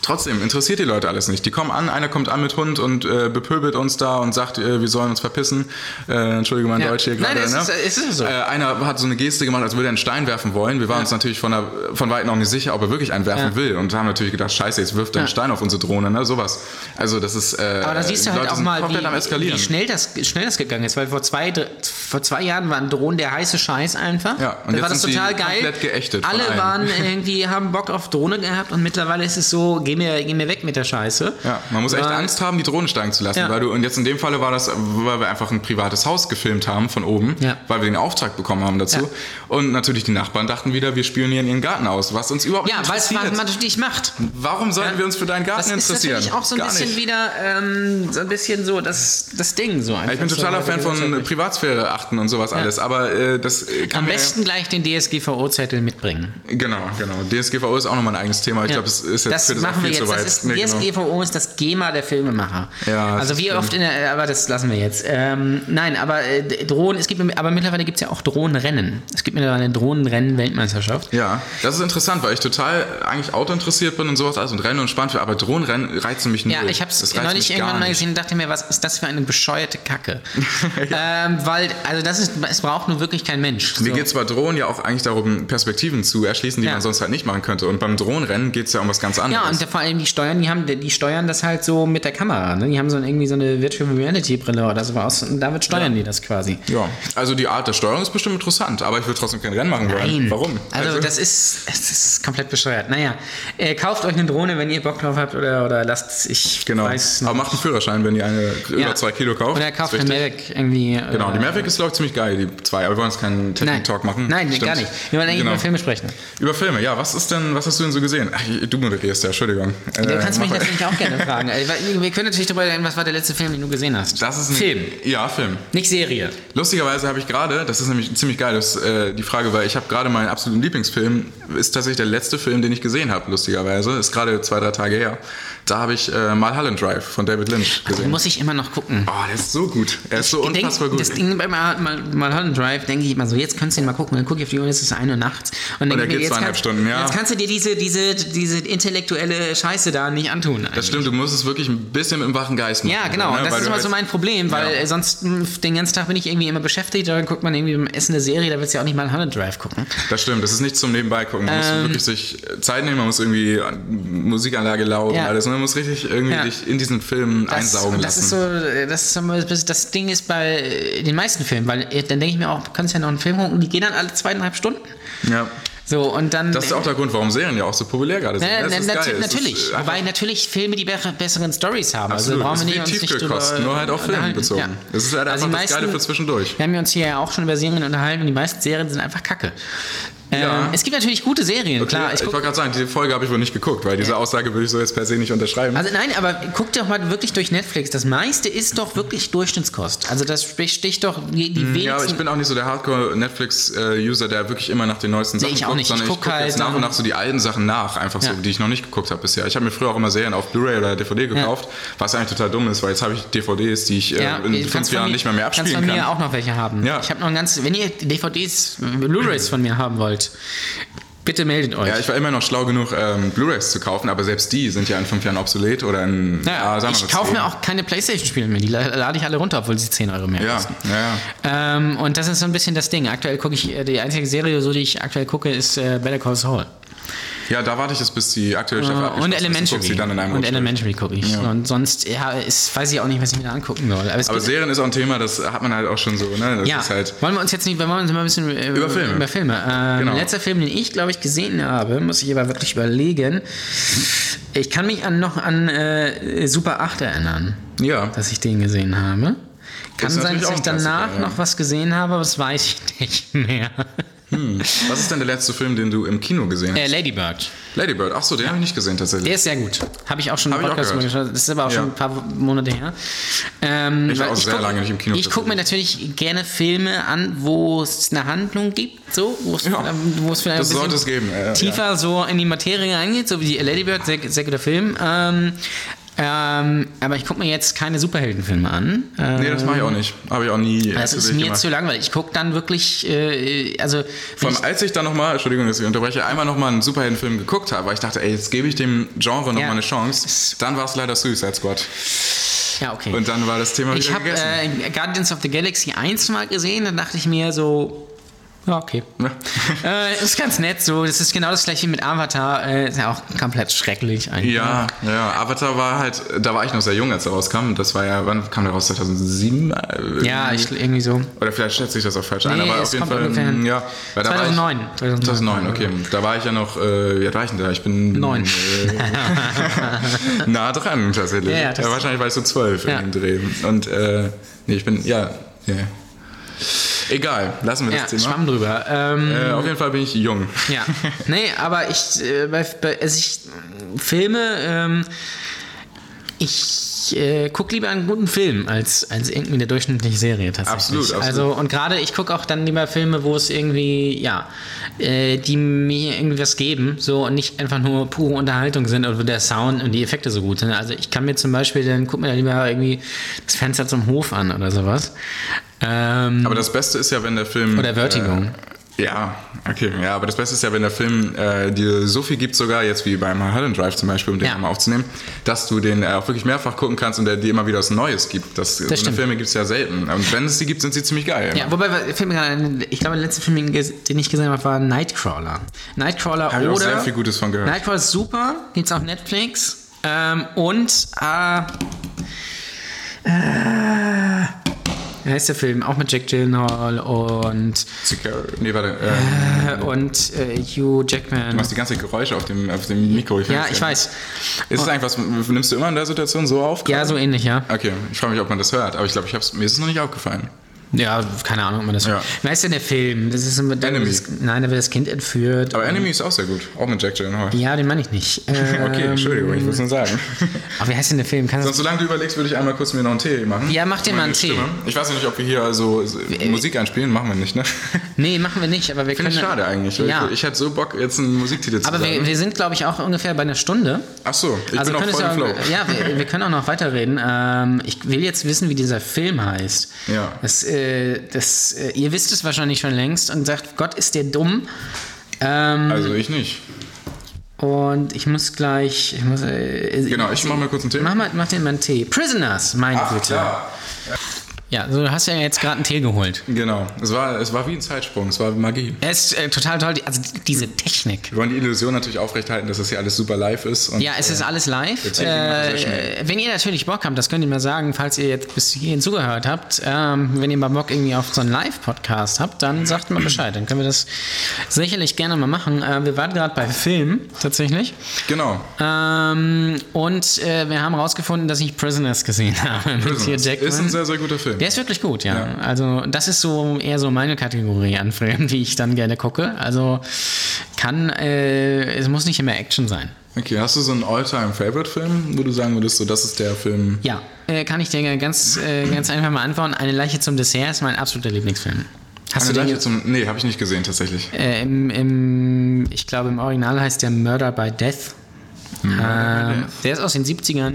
Speaker 3: Trotzdem interessiert die Leute alles nicht. Die kommen an, einer kommt an mit Hund und äh, bepöbelt uns da und sagt, äh, wir sollen uns verpissen. Äh, Entschuldige mein
Speaker 2: Ja.
Speaker 3: Deutsch hier
Speaker 2: Nein,
Speaker 3: gerade.
Speaker 2: es
Speaker 3: ne?
Speaker 2: ist- es ist so.
Speaker 3: Äh, einer hat so eine Geste gemacht, als würde er einen Stein werfen wollen. Wir waren uns natürlich von, der, von Weitem auch nicht sicher, ob er wirklich einen werfen
Speaker 2: Ja.
Speaker 3: will. Und haben natürlich gedacht, scheiße, jetzt wirft er einen
Speaker 2: Ja.
Speaker 3: Stein auf unsere Drohne, ne? sowas. Also das ist... Äh,
Speaker 2: Aber da siehst du
Speaker 3: die
Speaker 2: halt
Speaker 3: Leute
Speaker 2: auch
Speaker 3: sind
Speaker 2: mal,
Speaker 3: komplett am
Speaker 2: wie,
Speaker 3: Eskalieren.
Speaker 2: wie schnell, das, schnell das gegangen ist. Weil vor zwei, dr- vor zwei Jahren waren Drohnen der heiße Scheiß einfach.
Speaker 3: Ja,
Speaker 2: da
Speaker 3: und jetzt
Speaker 2: war das
Speaker 3: sind sie
Speaker 2: total geil.
Speaker 3: komplett geächtet von
Speaker 2: Alle
Speaker 3: allen.
Speaker 2: waren irgendwie, haben Bock auf Drohne gehabt und mittlerweile ist es so, geh mir, geh mir weg mit der Scheiße.
Speaker 3: Ja, man muss echt
Speaker 2: Weil-
Speaker 3: Angst haben, die Drohne steigen zu lassen,
Speaker 2: Ja.
Speaker 3: weil du und jetzt in dem Falle war das, weil wir einfach ein privates Haus gefilmt haben von oben,
Speaker 2: Ja.
Speaker 3: weil wir den Auftrag bekommen haben dazu
Speaker 2: Ja.
Speaker 3: und natürlich die Nachbarn dachten wieder, wir spionieren ihren Garten aus, was uns überhaupt
Speaker 2: Ja,
Speaker 3: nicht
Speaker 2: weil es man
Speaker 3: interessiert.
Speaker 2: natürlich macht.
Speaker 3: Warum sollten
Speaker 2: Ja.
Speaker 3: wir uns für deinen Garten
Speaker 2: Das ist
Speaker 3: interessieren?
Speaker 2: natürlich auch so ein
Speaker 3: Gar
Speaker 2: bisschen
Speaker 3: nicht.
Speaker 2: wieder ähm, so ein bisschen so das, das Ding so einfach.
Speaker 3: Ich bin
Speaker 2: so,
Speaker 3: totaler
Speaker 2: weil
Speaker 3: Fan
Speaker 2: wir
Speaker 3: von
Speaker 2: natürlich-
Speaker 3: Privatsphäre achten und sowas alles, aber äh, das äh, kann
Speaker 2: Am
Speaker 3: mir-
Speaker 2: besten gleich den DSGVO-Zettel mitbringen.
Speaker 3: Genau, genau. DSGVO ist auch nochmal ein eigenes Thema. Ich glaube, das ist jetzt
Speaker 2: das
Speaker 3: für das auch
Speaker 2: machen
Speaker 3: viel
Speaker 2: wir jetzt.
Speaker 3: zu weit.
Speaker 2: Das ist,
Speaker 3: Nee, genau.
Speaker 2: DSGVO ist das GEMA der Filmemacher.
Speaker 3: Ja,
Speaker 2: also
Speaker 3: das
Speaker 2: wie
Speaker 3: stimmt.
Speaker 2: oft in der, aber das lassen wir jetzt. Ähm, nein, aber äh, Drohnen, es gibt, aber mittlerweile gibt es ja auch Drohnenrennen. Es gibt mittlerweile eine Drohnenrennen-Weltmeisterschaft.
Speaker 3: Ja, das ist interessant, weil ich total eigentlich Auto interessiert bin und sowas alles und Rennen und spannend finde, aber Drohnenrennen reizen mich null.
Speaker 2: Ja, ich habe es
Speaker 3: Das reizt
Speaker 2: neulich
Speaker 3: mich gar
Speaker 2: irgendwann mal
Speaker 3: nicht.
Speaker 2: gesehen und dachte mir, was ist das für eine bescheuerte Kacke? ähm, weil, also das ist, es braucht nun wirklich kein Mensch.
Speaker 3: Mir
Speaker 2: So.
Speaker 3: geht es bei Drohnen ja auch eigentlich darum, Perspektiven zu erschließen, die
Speaker 2: Ja.
Speaker 3: man sonst halt nicht machen könnte. Und beim Drohnenrennen geht es ja um was ganz anderes.
Speaker 2: Ja, und vor allem die Steuern, die haben, die steuern das halt so mit der Kamera. Ne? Die haben so irgendwie so eine Virtual Reality Brille oder sowas und damit steuern die das quasi.
Speaker 3: Ja, also die Art der Steuerung ist bestimmt interessant, aber ich würde trotzdem kein Rennen machen wollen.
Speaker 2: Nein.
Speaker 3: Warum?
Speaker 2: Also, das ist, es ist komplett bescheuert. Naja, äh, kauft euch eine Drohne, wenn ihr Bock drauf habt oder, oder lasst ich
Speaker 3: genau.
Speaker 2: weiß
Speaker 3: Aber
Speaker 2: nicht.
Speaker 3: macht einen Führerschein, wenn ihr eine
Speaker 2: Ja.
Speaker 3: über zwei Kilo kauft.
Speaker 2: Oder
Speaker 3: Ist
Speaker 2: kauft eine
Speaker 3: wichtig.
Speaker 2: Mavic irgendwie. äh,
Speaker 3: Genau, die Mavic ist ist, glaube ich, ziemlich geil, die zwei. Aber wir wollen jetzt keinen Technik-Talk machen.
Speaker 2: Nein,
Speaker 3: Stimmt.
Speaker 2: gar nicht. Wir wollen eigentlich
Speaker 3: Genau.
Speaker 2: über Filme sprechen.
Speaker 3: Über Filme, ja. Was ist denn, was hast du denn so gesehen? Ach, du moderierst ja, Entschuldigung.
Speaker 2: Du
Speaker 3: Äh,
Speaker 2: kannst mich
Speaker 3: mach-
Speaker 2: natürlich auch gerne fragen. Äh, weil Wir können natürlich darüber reden, was war der letzte Film, den du gesehen hast.
Speaker 3: Das ist ein
Speaker 2: Film,
Speaker 3: Ja, Film.
Speaker 2: nicht Serie.
Speaker 3: Lustigerweise habe ich gerade, das ist nämlich ziemlich geil, das, äh, die Frage, weil ich habe gerade meinen absoluten Lieblingsfilm, ist tatsächlich der letzte Film, den ich gesehen habe, lustigerweise. Ist gerade zwei, drei Tage her. Da habe ich äh, Mulholland Drive von David Lynch
Speaker 2: Den
Speaker 3: gesehen.
Speaker 2: muss ich immer noch gucken.
Speaker 3: Oh, der ist so gut. Er ist so
Speaker 2: Ich denk,
Speaker 3: unfassbar gut.
Speaker 2: Das Ding bei Mal- Mal- Mulholland Drive, denke ich immer so, jetzt kannst du den mal gucken. Dann gucke ich auf die Uhr, es ist 1 Uhr nachts. Und, denk ich
Speaker 3: da
Speaker 2: mir,
Speaker 3: geht's
Speaker 2: jetzt
Speaker 3: zweieinhalb
Speaker 2: kannst-
Speaker 3: Stunden, ja.
Speaker 2: Jetzt kannst du dir diese, diese, diese intellektuelle Scheiße da nicht antun.
Speaker 3: Das stimmt, du musst es wirklich ein bisschen mit dem wachen Geist machen.
Speaker 2: Ja, genau.
Speaker 3: ne?
Speaker 2: Und das
Speaker 3: Weil
Speaker 2: ist
Speaker 3: du
Speaker 2: immer
Speaker 3: halt-
Speaker 2: so mein Problem, weil
Speaker 3: Ja.
Speaker 2: äh, sonst mh, den ganzen Tag bin ich irgendwie immer beschäftigt. Dann guckt man irgendwie beim Essen eine Serie, da willst du ja auch nicht mal Mulholland Drive gucken.
Speaker 3: Das stimmt, das ist nicht zum Nebenbei gucken. Man
Speaker 2: Ähm.
Speaker 3: muss wirklich sich Zeit nehmen, man muss irgendwie äh, Musikanlage laut
Speaker 2: Ja.
Speaker 3: und alles. Man muss richtig irgendwie
Speaker 2: Ja.
Speaker 3: dich in diesen Film
Speaker 2: Das,
Speaker 3: einsaugen
Speaker 2: das
Speaker 3: lassen.
Speaker 2: ist so, äh, das ist so ein bisschen- das Ding ist bei äh, den meisten Filmen, weil äh, dann denke ich mir auch, du kannst ja noch einen Film gucken, die gehen dann alle zweieinhalb Stunden.
Speaker 3: ja.
Speaker 2: So, und dann.
Speaker 3: Das ist auch der Grund, warum Serien ja auch so populär gerade sind.
Speaker 2: Äh,
Speaker 3: Das
Speaker 2: na,
Speaker 3: ist
Speaker 2: nat-
Speaker 3: geil. Das
Speaker 2: natürlich,
Speaker 3: Ist, äh,
Speaker 2: wobei natürlich Filme die be- besseren Stories haben.
Speaker 3: Absolut.
Speaker 2: Also
Speaker 3: Das
Speaker 2: brauchen wir
Speaker 3: ist
Speaker 2: nicht,
Speaker 3: wie
Speaker 2: uns nicht
Speaker 3: Tiefkühlkost,
Speaker 2: drüber
Speaker 3: nur halt auf Filme
Speaker 2: unterhalten.
Speaker 3: bezogen. Das ist halt
Speaker 2: Also
Speaker 3: einfach
Speaker 2: die
Speaker 3: das Geile für zwischendurch.
Speaker 2: Wir haben ja uns hier ja auch schon über Serien unterhalten und die meisten Serien sind einfach kacke.
Speaker 3: Ja.
Speaker 2: Ähm, es gibt natürlich gute Serien, klar.
Speaker 3: ich
Speaker 2: Ich guck,
Speaker 3: wollte gerade sagen, diese Folge habe ich wohl nicht geguckt, weil diese Aussage würde ich so jetzt per se nicht unterschreiben.
Speaker 2: also nein, aber guck doch mal wirklich durch Netflix. Das meiste ist doch wirklich Durchschnittskost. Also das sprich- sticht doch die die wenigsten.
Speaker 3: Hm, ja, aber ich bin auch nicht so der Hardcore-Netflix-User, der wirklich immer nach den neuesten Sachen
Speaker 2: ich auch
Speaker 3: guckt,
Speaker 2: nicht. Ich
Speaker 3: sondern ich
Speaker 2: guck
Speaker 3: gucke
Speaker 2: halt
Speaker 3: jetzt nach und
Speaker 2: dann-
Speaker 3: nach so die alten Sachen nach, einfach
Speaker 2: Ja.
Speaker 3: so, die ich noch nicht geguckt habe bisher. Ich habe mir früher auch immer Serien auf Blu-ray oder DVD gekauft, was eigentlich total dumm ist, weil jetzt habe ich DVDs, die ich
Speaker 2: Ja,
Speaker 3: äh, in
Speaker 2: kannst
Speaker 3: fünf
Speaker 2: von
Speaker 3: Jahren
Speaker 2: mir-
Speaker 3: nicht mehr mehr abspielen
Speaker 2: Kannst von
Speaker 3: kann.
Speaker 2: mir auch noch welche haben.
Speaker 3: Ja.
Speaker 2: Ich habe noch ein ganzes. Wenn ihr DVDs, äh, Blu-rays von mir haben wollt, bitte meldet euch.
Speaker 3: Ja, ich war immer noch schlau genug, ähm, Blu-rays zu kaufen, aber selbst die sind ja in fünf Jahren obsolet oder in.
Speaker 2: Ja,
Speaker 3: ah, sagen wir
Speaker 2: ich
Speaker 3: mal
Speaker 2: kaufe
Speaker 3: zehn.
Speaker 2: mir auch keine Playstation-Spiele mehr. Die la- lade ich alle runter, obwohl sie 10 Euro mehr
Speaker 3: Ja,
Speaker 2: kosten.
Speaker 3: ja, ja.
Speaker 2: Ähm, und das ist so ein bisschen das Ding. Aktuell gucke ich, äh, die einzige Serie, so die ich aktuell gucke, ist äh, Better Call Saul.
Speaker 3: Ja, da warte ich jetzt, bis die aktuelle Staffel abgeschlossen
Speaker 2: Und
Speaker 3: ist und guck
Speaker 2: Elementary.
Speaker 3: sie dann in einem
Speaker 2: und
Speaker 3: Rutsch durch.
Speaker 2: Elementary gucke ich.
Speaker 3: Ja.
Speaker 2: Und sonst ja, ist, weiß ich auch nicht, was ich mir da angucken soll. Aber es
Speaker 3: Aber
Speaker 2: geht-
Speaker 3: Serien ist auch ein Thema, das hat man halt auch schon so, ne? Das
Speaker 2: ja,
Speaker 3: ist halt.
Speaker 2: wollen wir uns jetzt nicht, wollen wir uns mal ein bisschen äh, über
Speaker 3: Filme.
Speaker 2: Über Filme. Ähm,
Speaker 3: Genau.
Speaker 2: Letzter Film, den ich, glaube ich, gesehen habe, muss ich aber wirklich überlegen. Ich kann mich an, noch an äh, Super 8 erinnern.
Speaker 3: Ja.
Speaker 2: dass ich den gesehen habe. Kann
Speaker 3: Ist
Speaker 2: sein,
Speaker 3: natürlich
Speaker 2: dass
Speaker 3: auch
Speaker 2: ich
Speaker 3: ein Klassiker,
Speaker 2: danach
Speaker 3: ja.
Speaker 2: noch was gesehen habe, aber das weiß ich nicht mehr.
Speaker 3: Was ist denn der letzte Film, den du im Kino gesehen hast?
Speaker 2: Äh, Ladybird.
Speaker 3: Lady Bird. Achso, den habe ich nicht gesehen tatsächlich.
Speaker 2: Der ist sehr gut. Habe ich auch schon im
Speaker 3: Hab ich auch
Speaker 2: Podcast
Speaker 3: gehört.
Speaker 2: geschaut. Das ist aber auch
Speaker 3: Ja.
Speaker 2: schon ein paar Monate her. Ähm,
Speaker 3: Ich war
Speaker 2: weil
Speaker 3: auch sehr
Speaker 2: guck-
Speaker 3: lange nicht im Kino
Speaker 2: Ich gucke mir natürlich gerne Filme an, wo es eine Handlung gibt, so, wo es,
Speaker 3: Ja.
Speaker 2: ähm, wo es vielleicht
Speaker 3: Das
Speaker 2: ein
Speaker 3: sollte
Speaker 2: bisschen
Speaker 3: es geben, äh,
Speaker 2: tiefer so in die Materie reingeht, so wie die Ladybird, sehr, sehr guter Film. Ähm, ähm, aber ich gucke mir jetzt keine Superheldenfilme an. Ähm,
Speaker 3: Nee, das mache ich auch nicht. Habe ich auch nie.
Speaker 2: Das Also ist
Speaker 3: tatsächlich
Speaker 2: mir
Speaker 3: gemacht.
Speaker 2: zu langweilig. Ich gucke dann wirklich, äh, also
Speaker 3: Vor
Speaker 2: wenn
Speaker 3: allem, als ich dann nochmal, Entschuldigung, dass ich unterbreche, einmal nochmal einen Superheldenfilm geguckt habe, weil ich dachte, ey, jetzt gebe ich dem Genre nochmal
Speaker 2: Ja.
Speaker 3: eine Chance, dann war es leider Suicide Squad.
Speaker 2: ich, ja, okay.
Speaker 3: Und dann war das Thema
Speaker 2: ich
Speaker 3: wieder
Speaker 2: habe
Speaker 3: gegessen.
Speaker 2: äh, Guardians of the Galaxy 1 mal gesehen, dann dachte ich mir so, ja, okay.
Speaker 3: Ne?
Speaker 2: äh, ist ganz nett so. Das ist genau das gleiche mit Avatar. Äh, ist ja auch komplett schrecklich eigentlich.
Speaker 3: Ja, ja, Avatar war halt, da war ich noch sehr jung, als er rauskam. Das war ja, wann kam der raus? 2007? Äh,
Speaker 2: Ja, ich, irgendwie so.
Speaker 3: Oder vielleicht schätze ich das auch falsch ein,
Speaker 2: Nee,
Speaker 3: aber
Speaker 2: es
Speaker 3: auf jeden
Speaker 2: kommt
Speaker 3: Fall.
Speaker 2: ungefähr hin.
Speaker 3: Ja, weil da war ich-
Speaker 2: 2009.
Speaker 3: 2009,
Speaker 2: 2009,
Speaker 3: okay. Da war ich ja noch, äh, wie alt war ich denn da? Ich bin.
Speaker 2: Neun.
Speaker 3: Äh, nah dran tatsächlich.
Speaker 2: Ja, ja,
Speaker 3: Ja,
Speaker 2: das-
Speaker 3: wahrscheinlich war ich so zwölf
Speaker 2: Ja.
Speaker 3: in dem Dreh. Und, äh, nee, ich bin, ja, ja. Egal, lassen wir
Speaker 2: Ja,
Speaker 3: das Thema.
Speaker 2: schwamm drüber. Ähm,
Speaker 3: Äh, auf jeden Fall bin ich jung.
Speaker 2: Ja, nee, aber ich, äh, bei, bei, also ich Filme, ähm, ich äh, gucke lieber einen guten Film als, als irgendwie eine durchschnittliche Serie tatsächlich.
Speaker 3: Absolut, absolut.
Speaker 2: Also, und gerade ich gucke auch dann lieber Filme, wo es irgendwie, ja, äh, die mir irgendwie was geben, so und nicht einfach nur pure Unterhaltung sind oder wo der Sound und die Effekte so gut sind. Also ich kann mir zum Beispiel, dann guck mir da lieber irgendwie das Fenster zum Hof an oder sowas. Ähm,
Speaker 3: Aber das Beste ist ja, wenn der Film.
Speaker 2: Oder Vertigo.
Speaker 3: Äh, ja, okay. Ja, aber das Beste ist ja, wenn der Film äh, dir so viel gibt, sogar jetzt wie bei Mulholland Drive zum Beispiel, um den
Speaker 2: Ja.
Speaker 3: nochmal aufzunehmen, dass du den äh, auch wirklich mehrfach gucken kannst und der dir immer wieder was Neues gibt. Das, so eine
Speaker 2: stimmt.
Speaker 3: Filme gibt es ja selten. Und wenn es die gibt, sind sie ziemlich geil.
Speaker 2: Ja, wobei, weil Filme, gerade- ich glaube, der letzte Film, den ges- den ich gesehen habe, war Nightcrawler. Nightcrawler
Speaker 3: Habe ich
Speaker 2: oder.
Speaker 3: auch sehr viel Gutes von gehört.
Speaker 2: Nightcrawler ist super, gibt's auf Netflix. Ähm, und. Äh, äh, wie heißt der Film? Auch mit Jack Gyllenhaal und.
Speaker 3: Secure- Nee, warte. Äh,
Speaker 2: Äh, und äh, Hugh Jackman.
Speaker 3: du machst die ganze Zeit Geräusche auf dem, auf dem Mikro.
Speaker 2: Ja,
Speaker 3: find's
Speaker 2: ich weiß.
Speaker 3: Ist es eigentlich was, nimmst du immer in der Situation so auf?
Speaker 2: Ja, so ähnlich, ja.
Speaker 3: Okay, ich frage mich, ob man das hört, aber ich glaube, ich hab's, mir ist es noch nicht aufgefallen.
Speaker 2: Ja, keine Ahnung, ob man das.
Speaker 3: Ja.
Speaker 2: Wer ist denn der Film? Das ist ein, da
Speaker 3: Enemy.
Speaker 2: Das, nein, da wird das Kind entführt.
Speaker 3: Aber Enemy ist auch sehr gut. Auch mit Jack Gyllenhaal.
Speaker 2: ja, den meine ich nicht. Ähm,
Speaker 3: Okay, Entschuldigung, ich muss nur sagen.
Speaker 2: Aber wie heißt denn der Film? Kann
Speaker 3: Sonst,
Speaker 2: das,
Speaker 3: solange du überlegst, würde ich einmal kurz mir noch einen Tee machen.
Speaker 2: Ja, mach dir mal einen
Speaker 3: Meine
Speaker 2: Tee.
Speaker 3: Stimme. Ich weiß nicht, ob wir hier also Musik einspielen, machen wir nicht, ne?
Speaker 2: nee, machen wir nicht, aber wir
Speaker 3: Finde
Speaker 2: können.
Speaker 3: ich schade eigentlich. weil
Speaker 2: Ja.
Speaker 3: Ich, ich hätte so Bock, jetzt einen Musiktitel zu
Speaker 2: aber wir,
Speaker 3: sagen.
Speaker 2: wir sind, glaube ich, auch ungefähr bei einer Stunde.
Speaker 3: Ach so, ich
Speaker 2: also
Speaker 3: bin auch
Speaker 2: könntest
Speaker 3: voll im
Speaker 2: du
Speaker 3: Flow.
Speaker 2: auch, ja, wir, wir können auch noch weiterreden. Ähm, ich will jetzt wissen, wie dieser Film heißt.
Speaker 3: Ja.
Speaker 2: Das, äh, das, äh, ihr wisst es wahrscheinlich schon längst und sagt, Gott ist der dumm. Ähm,
Speaker 3: Also ich nicht.
Speaker 2: und ich muss gleich. Ich muss, äh,
Speaker 3: Genau, ich mache mir kurz einen Tee.
Speaker 2: Mach, mal, mach den mal einen Tee. Prisoners, meine Güte.
Speaker 3: klar.
Speaker 2: Ja, so, du hast ja jetzt gerade einen Tee geholt.
Speaker 3: Genau. Es war, es war wie ein Zeitsprung, es war Magie.
Speaker 2: Er ist äh, total toll, die, also die- diese Technik.
Speaker 3: Wir wollen die Illusion natürlich aufrechterhalten, dass das hier alles super live ist. Und
Speaker 2: Ja, es ist alles live.
Speaker 3: Tee ging auch sehr schnell.
Speaker 2: Äh, äh, wenn ihr natürlich Bock habt, das könnt ihr mir sagen, falls ihr jetzt bis hierhin zugehört habt. Ähm, wenn ihr mal Bock irgendwie auf so einen Live-Podcast habt, dann sagt mal Bescheid. Dann können wir das sicherlich gerne mal machen. Äh, wir waren gerade bei Film tatsächlich.
Speaker 3: Genau.
Speaker 2: Ähm, und äh, wir haben herausgenden, dass ich Prisoners gesehen habe. mit hier
Speaker 3: Prisoners.
Speaker 2: Jackman.
Speaker 3: Ist ein sehr, sehr guter Film.
Speaker 2: Der ist wirklich gut, ja.
Speaker 3: Ja.
Speaker 2: Also, das ist so eher so meine Kategorie an Filmen, die ich dann gerne gucke. Also, kann, äh, es muss nicht immer Action sein.
Speaker 3: Okay, hast du so einen All-Time-Favorite-Film, wo du sagen würdest, so das ist der Film?
Speaker 2: Ja, äh, kann ich dir ganz, äh, ganz einfach mal antworten. Eine Leiche zum Dessert ist mein absoluter Lieblingsfil.m Hast du
Speaker 3: Eine
Speaker 2: den
Speaker 3: Leiche
Speaker 2: ge-
Speaker 3: zum. Nee, habe ich nicht gesehen, tatsächlich.
Speaker 2: äh, im, im, ich glaube, im Original heißt der Murder by Death. Ähm, der ist aus den 70ern.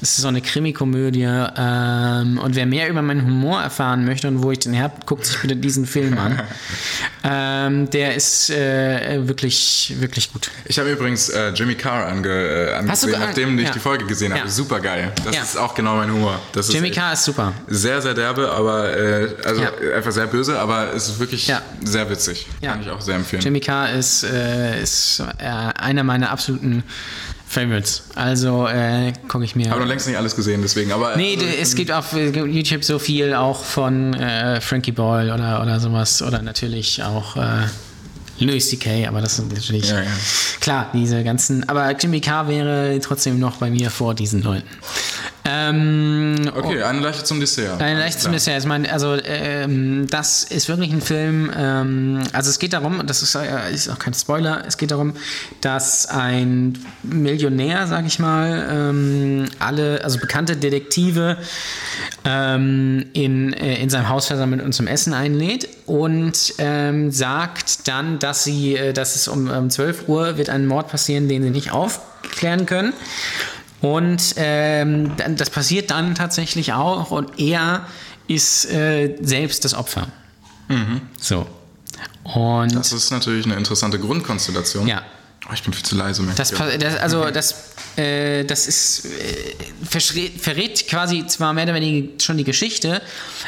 Speaker 2: Das ist so eine Krimikomödie. Ähm, und wer mehr über meinen Humor erfahren möchte und wo ich den hab, guckt sich bitte diesen Film an. ähm, der ist äh, äh, wirklich, wirklich gut.
Speaker 3: Ich habe übrigens äh, Jimmy Carr ange, äh,
Speaker 2: Hast du
Speaker 3: angesehen,
Speaker 2: ge-
Speaker 3: nachdem ich
Speaker 2: ja.
Speaker 3: die Folge gesehen habe.
Speaker 2: Ja.
Speaker 3: Super geil. Das
Speaker 2: Ja.
Speaker 3: ist auch genau mein Humor. Das
Speaker 2: Jimmy
Speaker 3: ist echt
Speaker 2: Carr ist super.
Speaker 3: Sehr, sehr derbe, aber äh, also
Speaker 2: Ja.
Speaker 3: äh, einfach sehr böse, aber es ist wirklich
Speaker 2: Ja.
Speaker 3: sehr witzig.
Speaker 2: Ja.
Speaker 3: Kann ich auch sehr empfehlen.
Speaker 2: Jimmy Carr ist, äh, ist äh, einer meiner absoluten Favorites. Also äh, gucke ich mir.
Speaker 3: Habe noch längst nicht alles gesehen, deswegen. Aber
Speaker 2: Nee, d-
Speaker 3: ähm,
Speaker 2: es gibt auf äh, YouTube so viel auch von äh, Frankie Boyle oder, oder sowas. Oder natürlich auch äh, Louis C.K., aber das sind natürlich.
Speaker 3: Ja, ja.
Speaker 2: Klar, diese ganzen. Aber Jimmy Carr wäre trotzdem noch bei mir vor diesen Leuten. Ähm,
Speaker 3: okay, eine Leiche zum Dessert.
Speaker 2: Nein,
Speaker 3: Alles
Speaker 2: leicht
Speaker 3: klar.
Speaker 2: zumindest ja. Ich meine, also ähm, das ist wirklich ein Film. Ähm, also es geht darum, und das ist, äh, ist auch kein Spoiler. Es geht darum, dass ein Millionär, sag ich mal, ähm, alle, also bekannte Detektive ähm, in, äh, in seinem Haus versammelt und zum Essen einlädt und ähm, sagt dann, dass sie, äh, dass es um, ähm, 12 Uhr wird ein Mord passieren, den sie nicht aufklären können. Und ähm, dann- das passiert dann tatsächlich auch und er ist äh, selbst das Opfer. So. Und
Speaker 3: Das ist natürlich eine interessante Grundkonstellation.
Speaker 2: ja,
Speaker 3: Oh, ich bin viel zu leise, merke
Speaker 2: das,
Speaker 3: ich.
Speaker 2: pa- das also das, äh, das ist äh, verschrä- verrät quasi zwar mehr oder weniger schon die Geschichte,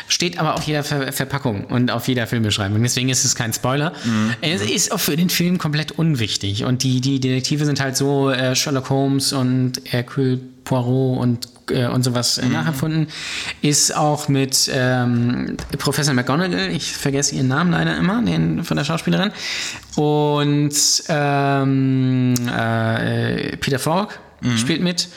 Speaker 2: steht aber auf jeder Ver Verpackung und auf jeder Filmbeschreibung. Deswegen ist es kein Spoiler. Es ist auch für den Film komplett unwichtig und die, die Detektive sind halt so äh, Sherlock Holmes und Hercule Poirot und äh, und sowas äh, nachempfunden, ist auch mit ähm, Professor McGonagall, ich vergesse ihren Namen leider immer, den von der Schauspielerin, und ähm, äh, Peter Falk spielt mit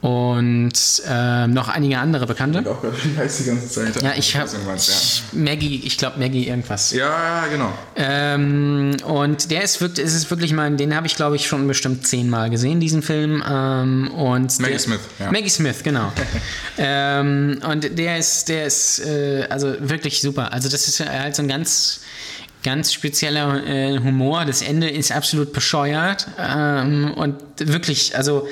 Speaker 2: und ähm, noch einige andere Bekannte.
Speaker 3: Auch gerade wie heißt die ganze Zeit.
Speaker 2: Ja, ich habe
Speaker 3: weiß irgendwas, ja.
Speaker 2: Maggie, ich glaube Maggie irgendwas.
Speaker 3: Ja, ja, genau.
Speaker 2: Ähm, und der ist wirklich, ist es wirklich mein, den habe ich glaube ich schon bestimmt zehnmal gesehen, diesen Film. Ähm, und
Speaker 3: Maggie
Speaker 2: der,
Speaker 3: Smith, ja.
Speaker 2: Maggie Smith, genau. ähm, und der ist, der ist äh, also wirklich super. Also das ist halt so ein ganz, ganz spezieller äh, Humor. Das Ende ist absolut bescheuert ähm, und wirklich, also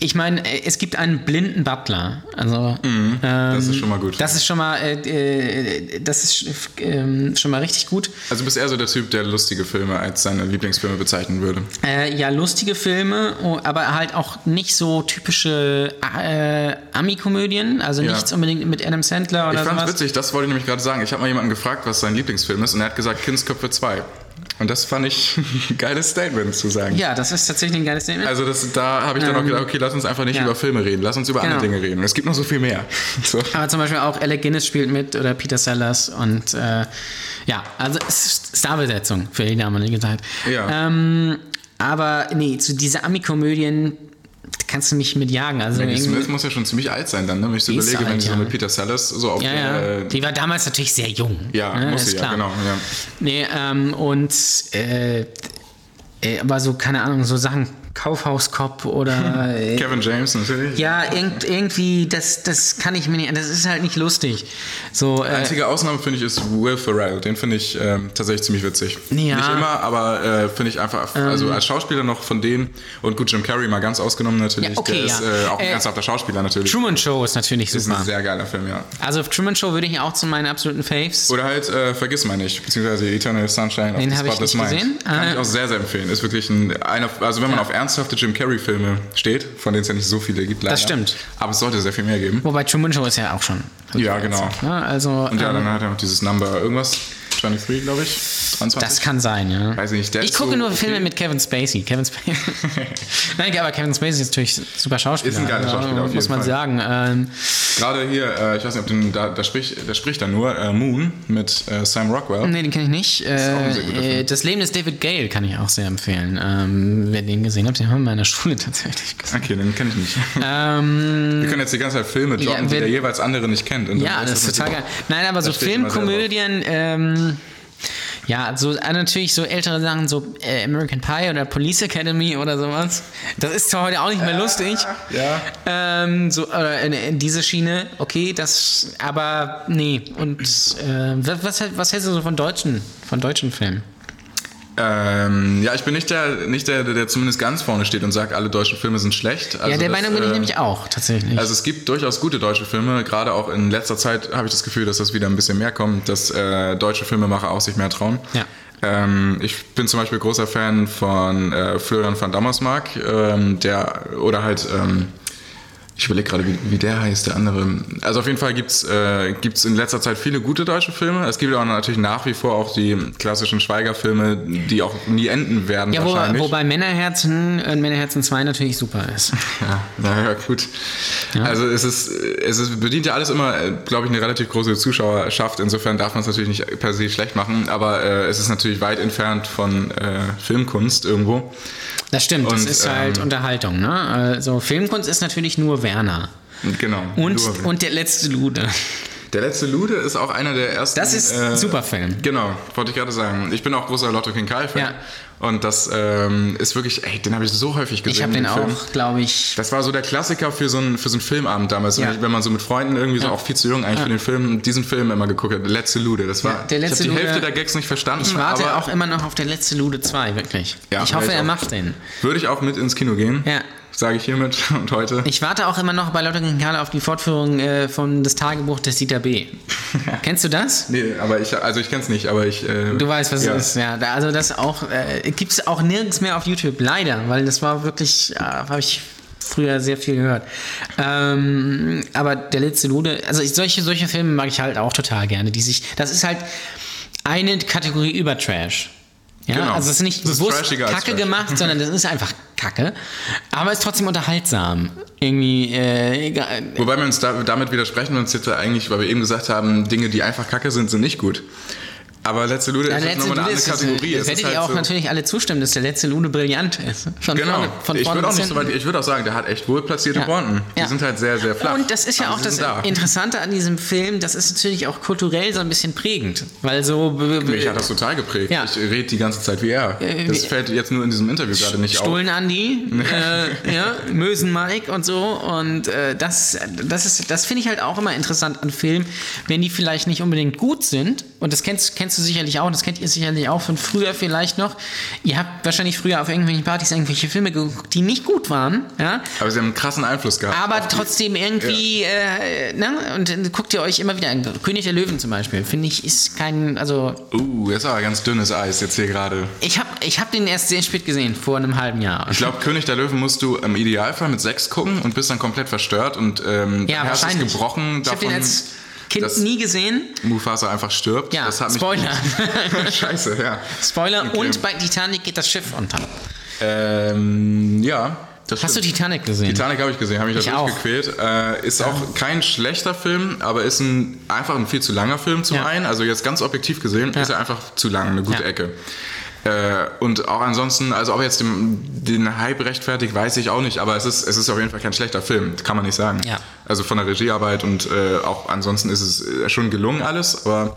Speaker 2: ich meine, äh, es gibt einen blinden Butler. Also
Speaker 3: Mhm. Das ist schon mal gut.
Speaker 2: das ist schon mal, äh, äh, das ist sch- ähm, schon mal richtig gut.
Speaker 3: Also bist eher so der Typ, der lustige Filme als seine Lieblingsfilme bezeichnen würde.
Speaker 2: Äh, ja, lustige Filme, o- aber halt auch nicht so typische äh, Ami-Komödien, also
Speaker 3: Ja.
Speaker 2: nichts unbedingt mit Adam Sandler oder
Speaker 3: Ich fand's
Speaker 2: sowas.
Speaker 3: witzig, das wollte ich nämlich gerade sagen. Ich habe mal jemanden gefragt, was sein Lieblingsfilm ist, und er hat gesagt Kindsköpfe 2. Und das fand ich ein geiles Statement zu sagen.
Speaker 2: Ja, das ist tatsächlich ein geiles Statement.
Speaker 3: Also das, da habe ich dann auch gedacht, okay, lass uns einfach nicht
Speaker 2: ja.
Speaker 3: über Filme reden, lass uns über andere
Speaker 2: Genau.
Speaker 3: Dinge reden. Es gibt noch so viel mehr. So.
Speaker 2: aber zum Beispiel auch Alec Guinness spielt mit oder Peter Sellers und äh, ja, also es ist Starbesetzung für die damalige Zeit.
Speaker 3: Ja.
Speaker 2: Ähm, aber nee, zu diese Ami-Komödien, kannst du mich mit jagen. Also
Speaker 3: Maggie
Speaker 2: irgendwie-
Speaker 3: Smith muss ja schon ziemlich alt sein dann, ne? wenn ich so
Speaker 2: Die ist
Speaker 3: überlege, wenn
Speaker 2: alt,
Speaker 3: sie so
Speaker 2: ja.
Speaker 3: mit Peter Sellers so auf
Speaker 2: ja, ja.
Speaker 3: der... Äh,
Speaker 2: die war damals natürlich sehr jung.
Speaker 3: ja,
Speaker 2: ne?
Speaker 3: muss
Speaker 2: ist
Speaker 3: sie, ja,
Speaker 2: klar.
Speaker 3: genau. Ja.
Speaker 2: Nee, ähm, und äh, äh, aber so, keine Ahnung, so Sachen, Kaufhauskopf oder äh,
Speaker 3: Kevin James natürlich.
Speaker 2: ja, irgend, irgendwie, das, das kann ich mir nicht, das ist halt nicht lustig. So, äh,
Speaker 3: Einzige Ausnahme finde ich ist Will Ferrell. Den finde ich ähm, tatsächlich ziemlich witzig.
Speaker 2: Ja. Ähm.
Speaker 3: Nicht immer, aber äh, finde ich einfach, also als Schauspieler noch von denen und gut, Jim Carrey mal ganz ausgenommen natürlich.
Speaker 2: Ja, okay,
Speaker 3: der ist
Speaker 2: ja.
Speaker 3: äh, auch ein
Speaker 2: Äh,
Speaker 3: ernsthafter Schauspieler natürlich.
Speaker 2: Truman Show ist natürlich
Speaker 3: ist ein
Speaker 2: super.
Speaker 3: sehr geiler Film, ja.
Speaker 2: Also Truman Show würde ich auch zu meinen absoluten Faves.
Speaker 3: Oder halt äh, Vergiss mal nicht, beziehungsweise Eternal Sunshine of
Speaker 2: Den
Speaker 3: the
Speaker 2: habe ich
Speaker 3: Spotless
Speaker 2: nicht
Speaker 3: Mind.
Speaker 2: gesehen.
Speaker 3: Kann
Speaker 2: Ah.
Speaker 3: ich auch sehr, sehr empfehlen. Ist wirklich ein, einer, also wenn man auf ernsthafte Jim Carrey Filme steht, von denen es ja nicht so viele gibt leider.
Speaker 2: stimmt.
Speaker 3: Aber es sollte sehr viel mehr geben.
Speaker 2: Wobei Truman Show ist ja auch schon.
Speaker 3: Ja, genau.
Speaker 2: Ne? Also,
Speaker 3: Und ja,
Speaker 2: ähm,
Speaker 3: dann hat er noch dieses Number irgendwas, 23 glaube ich, 22.
Speaker 2: das kann sein, ja.
Speaker 3: Weiß ich nicht, der
Speaker 2: ich
Speaker 3: ist
Speaker 2: gucke
Speaker 3: so
Speaker 2: nur
Speaker 3: okay.
Speaker 2: Filme mit Kevin Spacey. Kevin Spacey. Nein, aber Kevin Spacey ist natürlich super Schauspieler.
Speaker 3: Ist ein geiler
Speaker 2: also,
Speaker 3: Schauspieler, auf
Speaker 2: Muss
Speaker 3: jeden
Speaker 2: man
Speaker 3: Fall.
Speaker 2: sagen. Ähm,
Speaker 3: Gerade hier, äh, ich weiß nicht, ob den, da, da, spricht, da spricht er nur, äh, Moon mit äh, Sam Rockwell.
Speaker 2: Nee, den kenne ich nicht.
Speaker 3: auch ein sehr guter
Speaker 2: Äh, äh,
Speaker 3: Film.
Speaker 2: das Leben des David Gale kann ich auch sehr empfehlen. Ähm, wer den gesehen hat, den haben wir in der Schule tatsächlich gesehen.
Speaker 3: Okay, den kenne ich nicht.
Speaker 2: Ähm,
Speaker 3: Wir können jetzt die ganze Zeit Filme
Speaker 2: Ja,
Speaker 3: droppen, die
Speaker 2: wir-
Speaker 3: der jeweils andere nicht kennt. Und dann
Speaker 2: ja,
Speaker 3: weiß
Speaker 2: das ist
Speaker 3: man
Speaker 2: total geil.
Speaker 3: super.
Speaker 2: Nein, aber so
Speaker 3: steht immer selber.
Speaker 2: Filmkomödien, ähm, ja, so äh, natürlich so ältere Sachen, so äh, American Pie oder Police Academy oder sowas. Das ist zwar heute auch nicht mehr lustig.
Speaker 3: Ja,
Speaker 2: Ähm, so äh, in, in diese Schiene, okay, das, aber nee. Und äh, was, was, was hältst du so von deutschen, von deutschen Filmen?
Speaker 3: ähm, ja, ich bin nicht der, nicht der, der zumindest ganz vorne steht und sagt, alle deutschen Filme sind schlecht. Also
Speaker 2: ja, der
Speaker 3: das,
Speaker 2: Meinung bin ich
Speaker 3: äh,
Speaker 2: nämlich auch tatsächlich.
Speaker 3: Also es gibt durchaus gute deutsche Filme. Gerade auch in letzter Zeit habe ich das Gefühl, dass das wieder ein bisschen mehr kommt, dass äh, deutsche Filmemacher auch sich mehr trauen.
Speaker 2: Ja.
Speaker 3: Ähm, ich bin zum Beispiel großer Fan von äh, Florian van Dammersmark, ähm, der oder halt ähm, ich überlege gerade, wie, wie der heißt, der andere. Also auf jeden Fall gibt es äh, gibt's in letzter Zeit viele gute deutsche Filme. Es gibt aber natürlich nach wie vor auch die klassischen Schweigerfilme, die auch nie enden werden
Speaker 2: Ja, wobei,
Speaker 3: wahrscheinlich.
Speaker 2: wobei Männerherzen und Männerherzen 2 natürlich super ist.
Speaker 3: Ja, naja, gut. Also es ist, es ist, bedient ja alles immer, glaube ich, eine relativ große Zuschauerschaft. Insofern darf man es natürlich nicht per se schlecht machen, aber äh, es ist natürlich weit entfernt von äh, Filmkunst irgendwo.
Speaker 2: Das stimmt, das
Speaker 3: Und,
Speaker 2: ist halt
Speaker 3: ähm,
Speaker 2: Unterhaltung. Ne? Also Filmkunst ist natürlich nur Werner.
Speaker 3: Genau.
Speaker 2: Und,
Speaker 3: Nur-
Speaker 2: und der letzte Lude.
Speaker 3: der letzte Lude ist auch einer der ersten.
Speaker 2: Das ist ein super Film.
Speaker 3: Genau, wollte ich gerade sagen. Ich bin auch großer Lotto King Kai-Fan.
Speaker 2: Ja.
Speaker 3: Und das ähm, ist wirklich, ey, den habe ich so häufig gesehen.
Speaker 2: Ich habe den
Speaker 3: Film.
Speaker 2: auch, glaube ich.
Speaker 3: Das war so der Klassiker für so einen, für so einen Filmabend damals,
Speaker 2: Ja.
Speaker 3: wenn ich- wenn man so mit Freunden irgendwie so auch viel zu jung eigentlich für den Film, diesen Film immer geguckt hat. Der letzte Lude, das war.
Speaker 2: Ja, der letzte
Speaker 3: ich habe die
Speaker 2: Lude-
Speaker 3: Hälfte der Gags nicht verstanden,
Speaker 2: Ich warte
Speaker 3: aber
Speaker 2: auch immer noch auf der letzte Lude 2, wirklich.
Speaker 3: Ja,
Speaker 2: ich hoffe,
Speaker 3: vielleicht
Speaker 2: er
Speaker 3: auch.
Speaker 2: macht den.
Speaker 3: würde ich auch mit ins Kino gehen.
Speaker 2: Ja.
Speaker 3: Sage ich hiermit und heute.
Speaker 2: Ich warte auch immer noch bei Lotte Kinkale auf die Fortführung äh, von des Tagebuch des Dieter B. Kennst du das?
Speaker 3: nee, aber ich, also ich kenn's nicht, aber ich. Äh,
Speaker 2: Du weißt, was
Speaker 3: ja.
Speaker 2: es ist, ja. Da, also das auch äh, gibt es auch nirgends mehr auf YouTube, leider, weil das war wirklich, äh, habe ich früher sehr viel gehört. Ähm, aber der letzte Lude, also ich, solche, solche Filme mag ich halt auch total gerne, die sich, das ist halt eine Kategorie über Trash. Ja,
Speaker 3: Genau.
Speaker 2: also es ist nicht
Speaker 3: Das ist
Speaker 2: bewusst
Speaker 3: trashiger als
Speaker 2: Kacke
Speaker 3: Trash.
Speaker 2: gemacht, sondern das ist einfach Kacke, aber ist trotzdem unterhaltsam. Irgendwie, äh, egal.
Speaker 3: Wobei wir uns da, damit widersprechen, wir uns jetzt ja eigentlich, weil wir eben gesagt haben, Dinge, die einfach kacke sind, sind nicht gut. Aber letzte Lude
Speaker 2: Der
Speaker 3: ist halt
Speaker 2: letzte
Speaker 3: nochmal eine
Speaker 2: Lude
Speaker 3: andere
Speaker 2: ist,
Speaker 3: Kategorie. Es
Speaker 2: werdet
Speaker 3: ist
Speaker 2: ihr
Speaker 3: halt
Speaker 2: auch
Speaker 3: so-
Speaker 2: natürlich alle zustimmen, dass der letzte Lude brillant ist. Von
Speaker 3: Genau.
Speaker 2: vorne- von
Speaker 3: ich
Speaker 2: vorne
Speaker 3: würde auch
Speaker 2: bis
Speaker 3: nicht so weit,
Speaker 2: hinten.
Speaker 3: ich würde auch sagen, der hat echt wohl platzierte
Speaker 2: Ja.
Speaker 3: Fronten. Die
Speaker 2: Ja.
Speaker 3: sind halt sehr, sehr flach.
Speaker 2: Und das ist ja
Speaker 3: Aber
Speaker 2: auch
Speaker 3: sie
Speaker 2: das
Speaker 3: sind da.
Speaker 2: Interessante an diesem Film, das ist natürlich auch kulturell so ein bisschen prägend, weil so b- äh, b-
Speaker 3: Mich hat das total geprägt.
Speaker 2: Ja.
Speaker 3: Ich rede die ganze Zeit wie er.
Speaker 2: Äh,
Speaker 3: Das
Speaker 2: wie-
Speaker 3: fällt jetzt nur in diesem Interview gerade nicht auf.
Speaker 2: Stullen Andi, äh, ja, Mösen Mike und so und äh, das, das ist, das finde ich halt auch immer interessant an Filmen, wenn die vielleicht nicht unbedingt gut sind und das kennst, kennst du sicherlich auch, und das kennt ihr sicherlich auch von früher vielleicht noch. Ihr habt wahrscheinlich früher auf irgendwelchen Partys irgendwelche Filme geguckt, die nicht gut waren, ja,
Speaker 3: Aber sie haben einen krassen Einfluss gehabt.
Speaker 2: aber trotzdem irgendwie, äh, ne? Und dann guckt ihr euch immer wieder an. König der Löwen zum Beispiel, finde ich, ist kein, also
Speaker 3: Uh, das war ganz dünnes Eis jetzt hier gerade.
Speaker 2: ich habe ich hab den erst sehr spät gesehen, vor einem halben Jahr.
Speaker 3: Ich glaube, König der Löwen musst du im Idealfall mit sechs gucken und bist dann komplett verstört und ähm, dein
Speaker 2: ja,
Speaker 3: Herz ist
Speaker 2: wahrscheinlich.
Speaker 3: gebrochen
Speaker 2: ich habe
Speaker 3: davon,
Speaker 2: den als Kind
Speaker 3: dass-
Speaker 2: nie gesehen.
Speaker 3: Mufasa einfach stirbt.
Speaker 2: Ja,
Speaker 3: das hat mich
Speaker 2: Spoiler.
Speaker 3: Scheiße, ja.
Speaker 2: Spoiler
Speaker 3: Okay.
Speaker 2: und bei Titanic geht das Schiff unter.
Speaker 3: Ähm, ja. Das
Speaker 2: Hast du
Speaker 3: stimmt.
Speaker 2: Titanic gesehen?
Speaker 3: Titanic habe ich gesehen, habe mich
Speaker 2: Ich
Speaker 3: da durchgequält. Äh, ist auch kein schlechter Film, aber ist ein, einfach ein viel zu langer Film zum
Speaker 2: Ja.
Speaker 3: einen. Also jetzt ganz objektiv gesehen ist er einfach zu lang, eine gute
Speaker 2: Ja.
Speaker 3: Ecke. Äh, und auch ansonsten, also ob jetzt dem, den Hype rechtfertigt, weiß ich auch nicht, aber es ist, es ist auf jeden Fall kein schlechter Film, kann man nicht sagen.
Speaker 2: Ja.
Speaker 3: Also von der Regiearbeit und äh, auch ansonsten ist es äh, schon gelungen alles, aber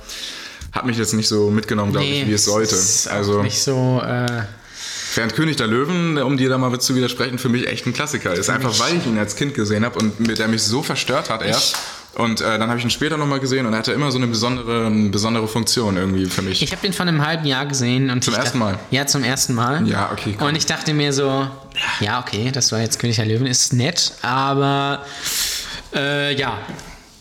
Speaker 3: hat mich jetzt nicht so mitgenommen, glaube ich, wie es sollte.
Speaker 2: ist auch
Speaker 3: also
Speaker 2: nicht so. Äh,
Speaker 3: während König der Löwen, um dir da mal zu widersprechen, für mich echt ein Klassiker ist. Einfach weil ich ihn als Kind gesehen habe und mit der mich so verstört hat erst. Und äh, dann habe ich ihn später nochmal gesehen und er hatte immer so eine besondere, eine besondere Funktion irgendwie für mich.
Speaker 2: ich habe den vor einem halben Jahr gesehen und
Speaker 3: Zum
Speaker 2: ich
Speaker 3: ersten
Speaker 2: dacht-
Speaker 3: Mal?
Speaker 2: Ja, zum ersten Mal.
Speaker 3: Ja, okay, komm.
Speaker 2: Und ich dachte mir so, ja, okay, das war jetzt König der Löwen, ist nett, aber äh, ja,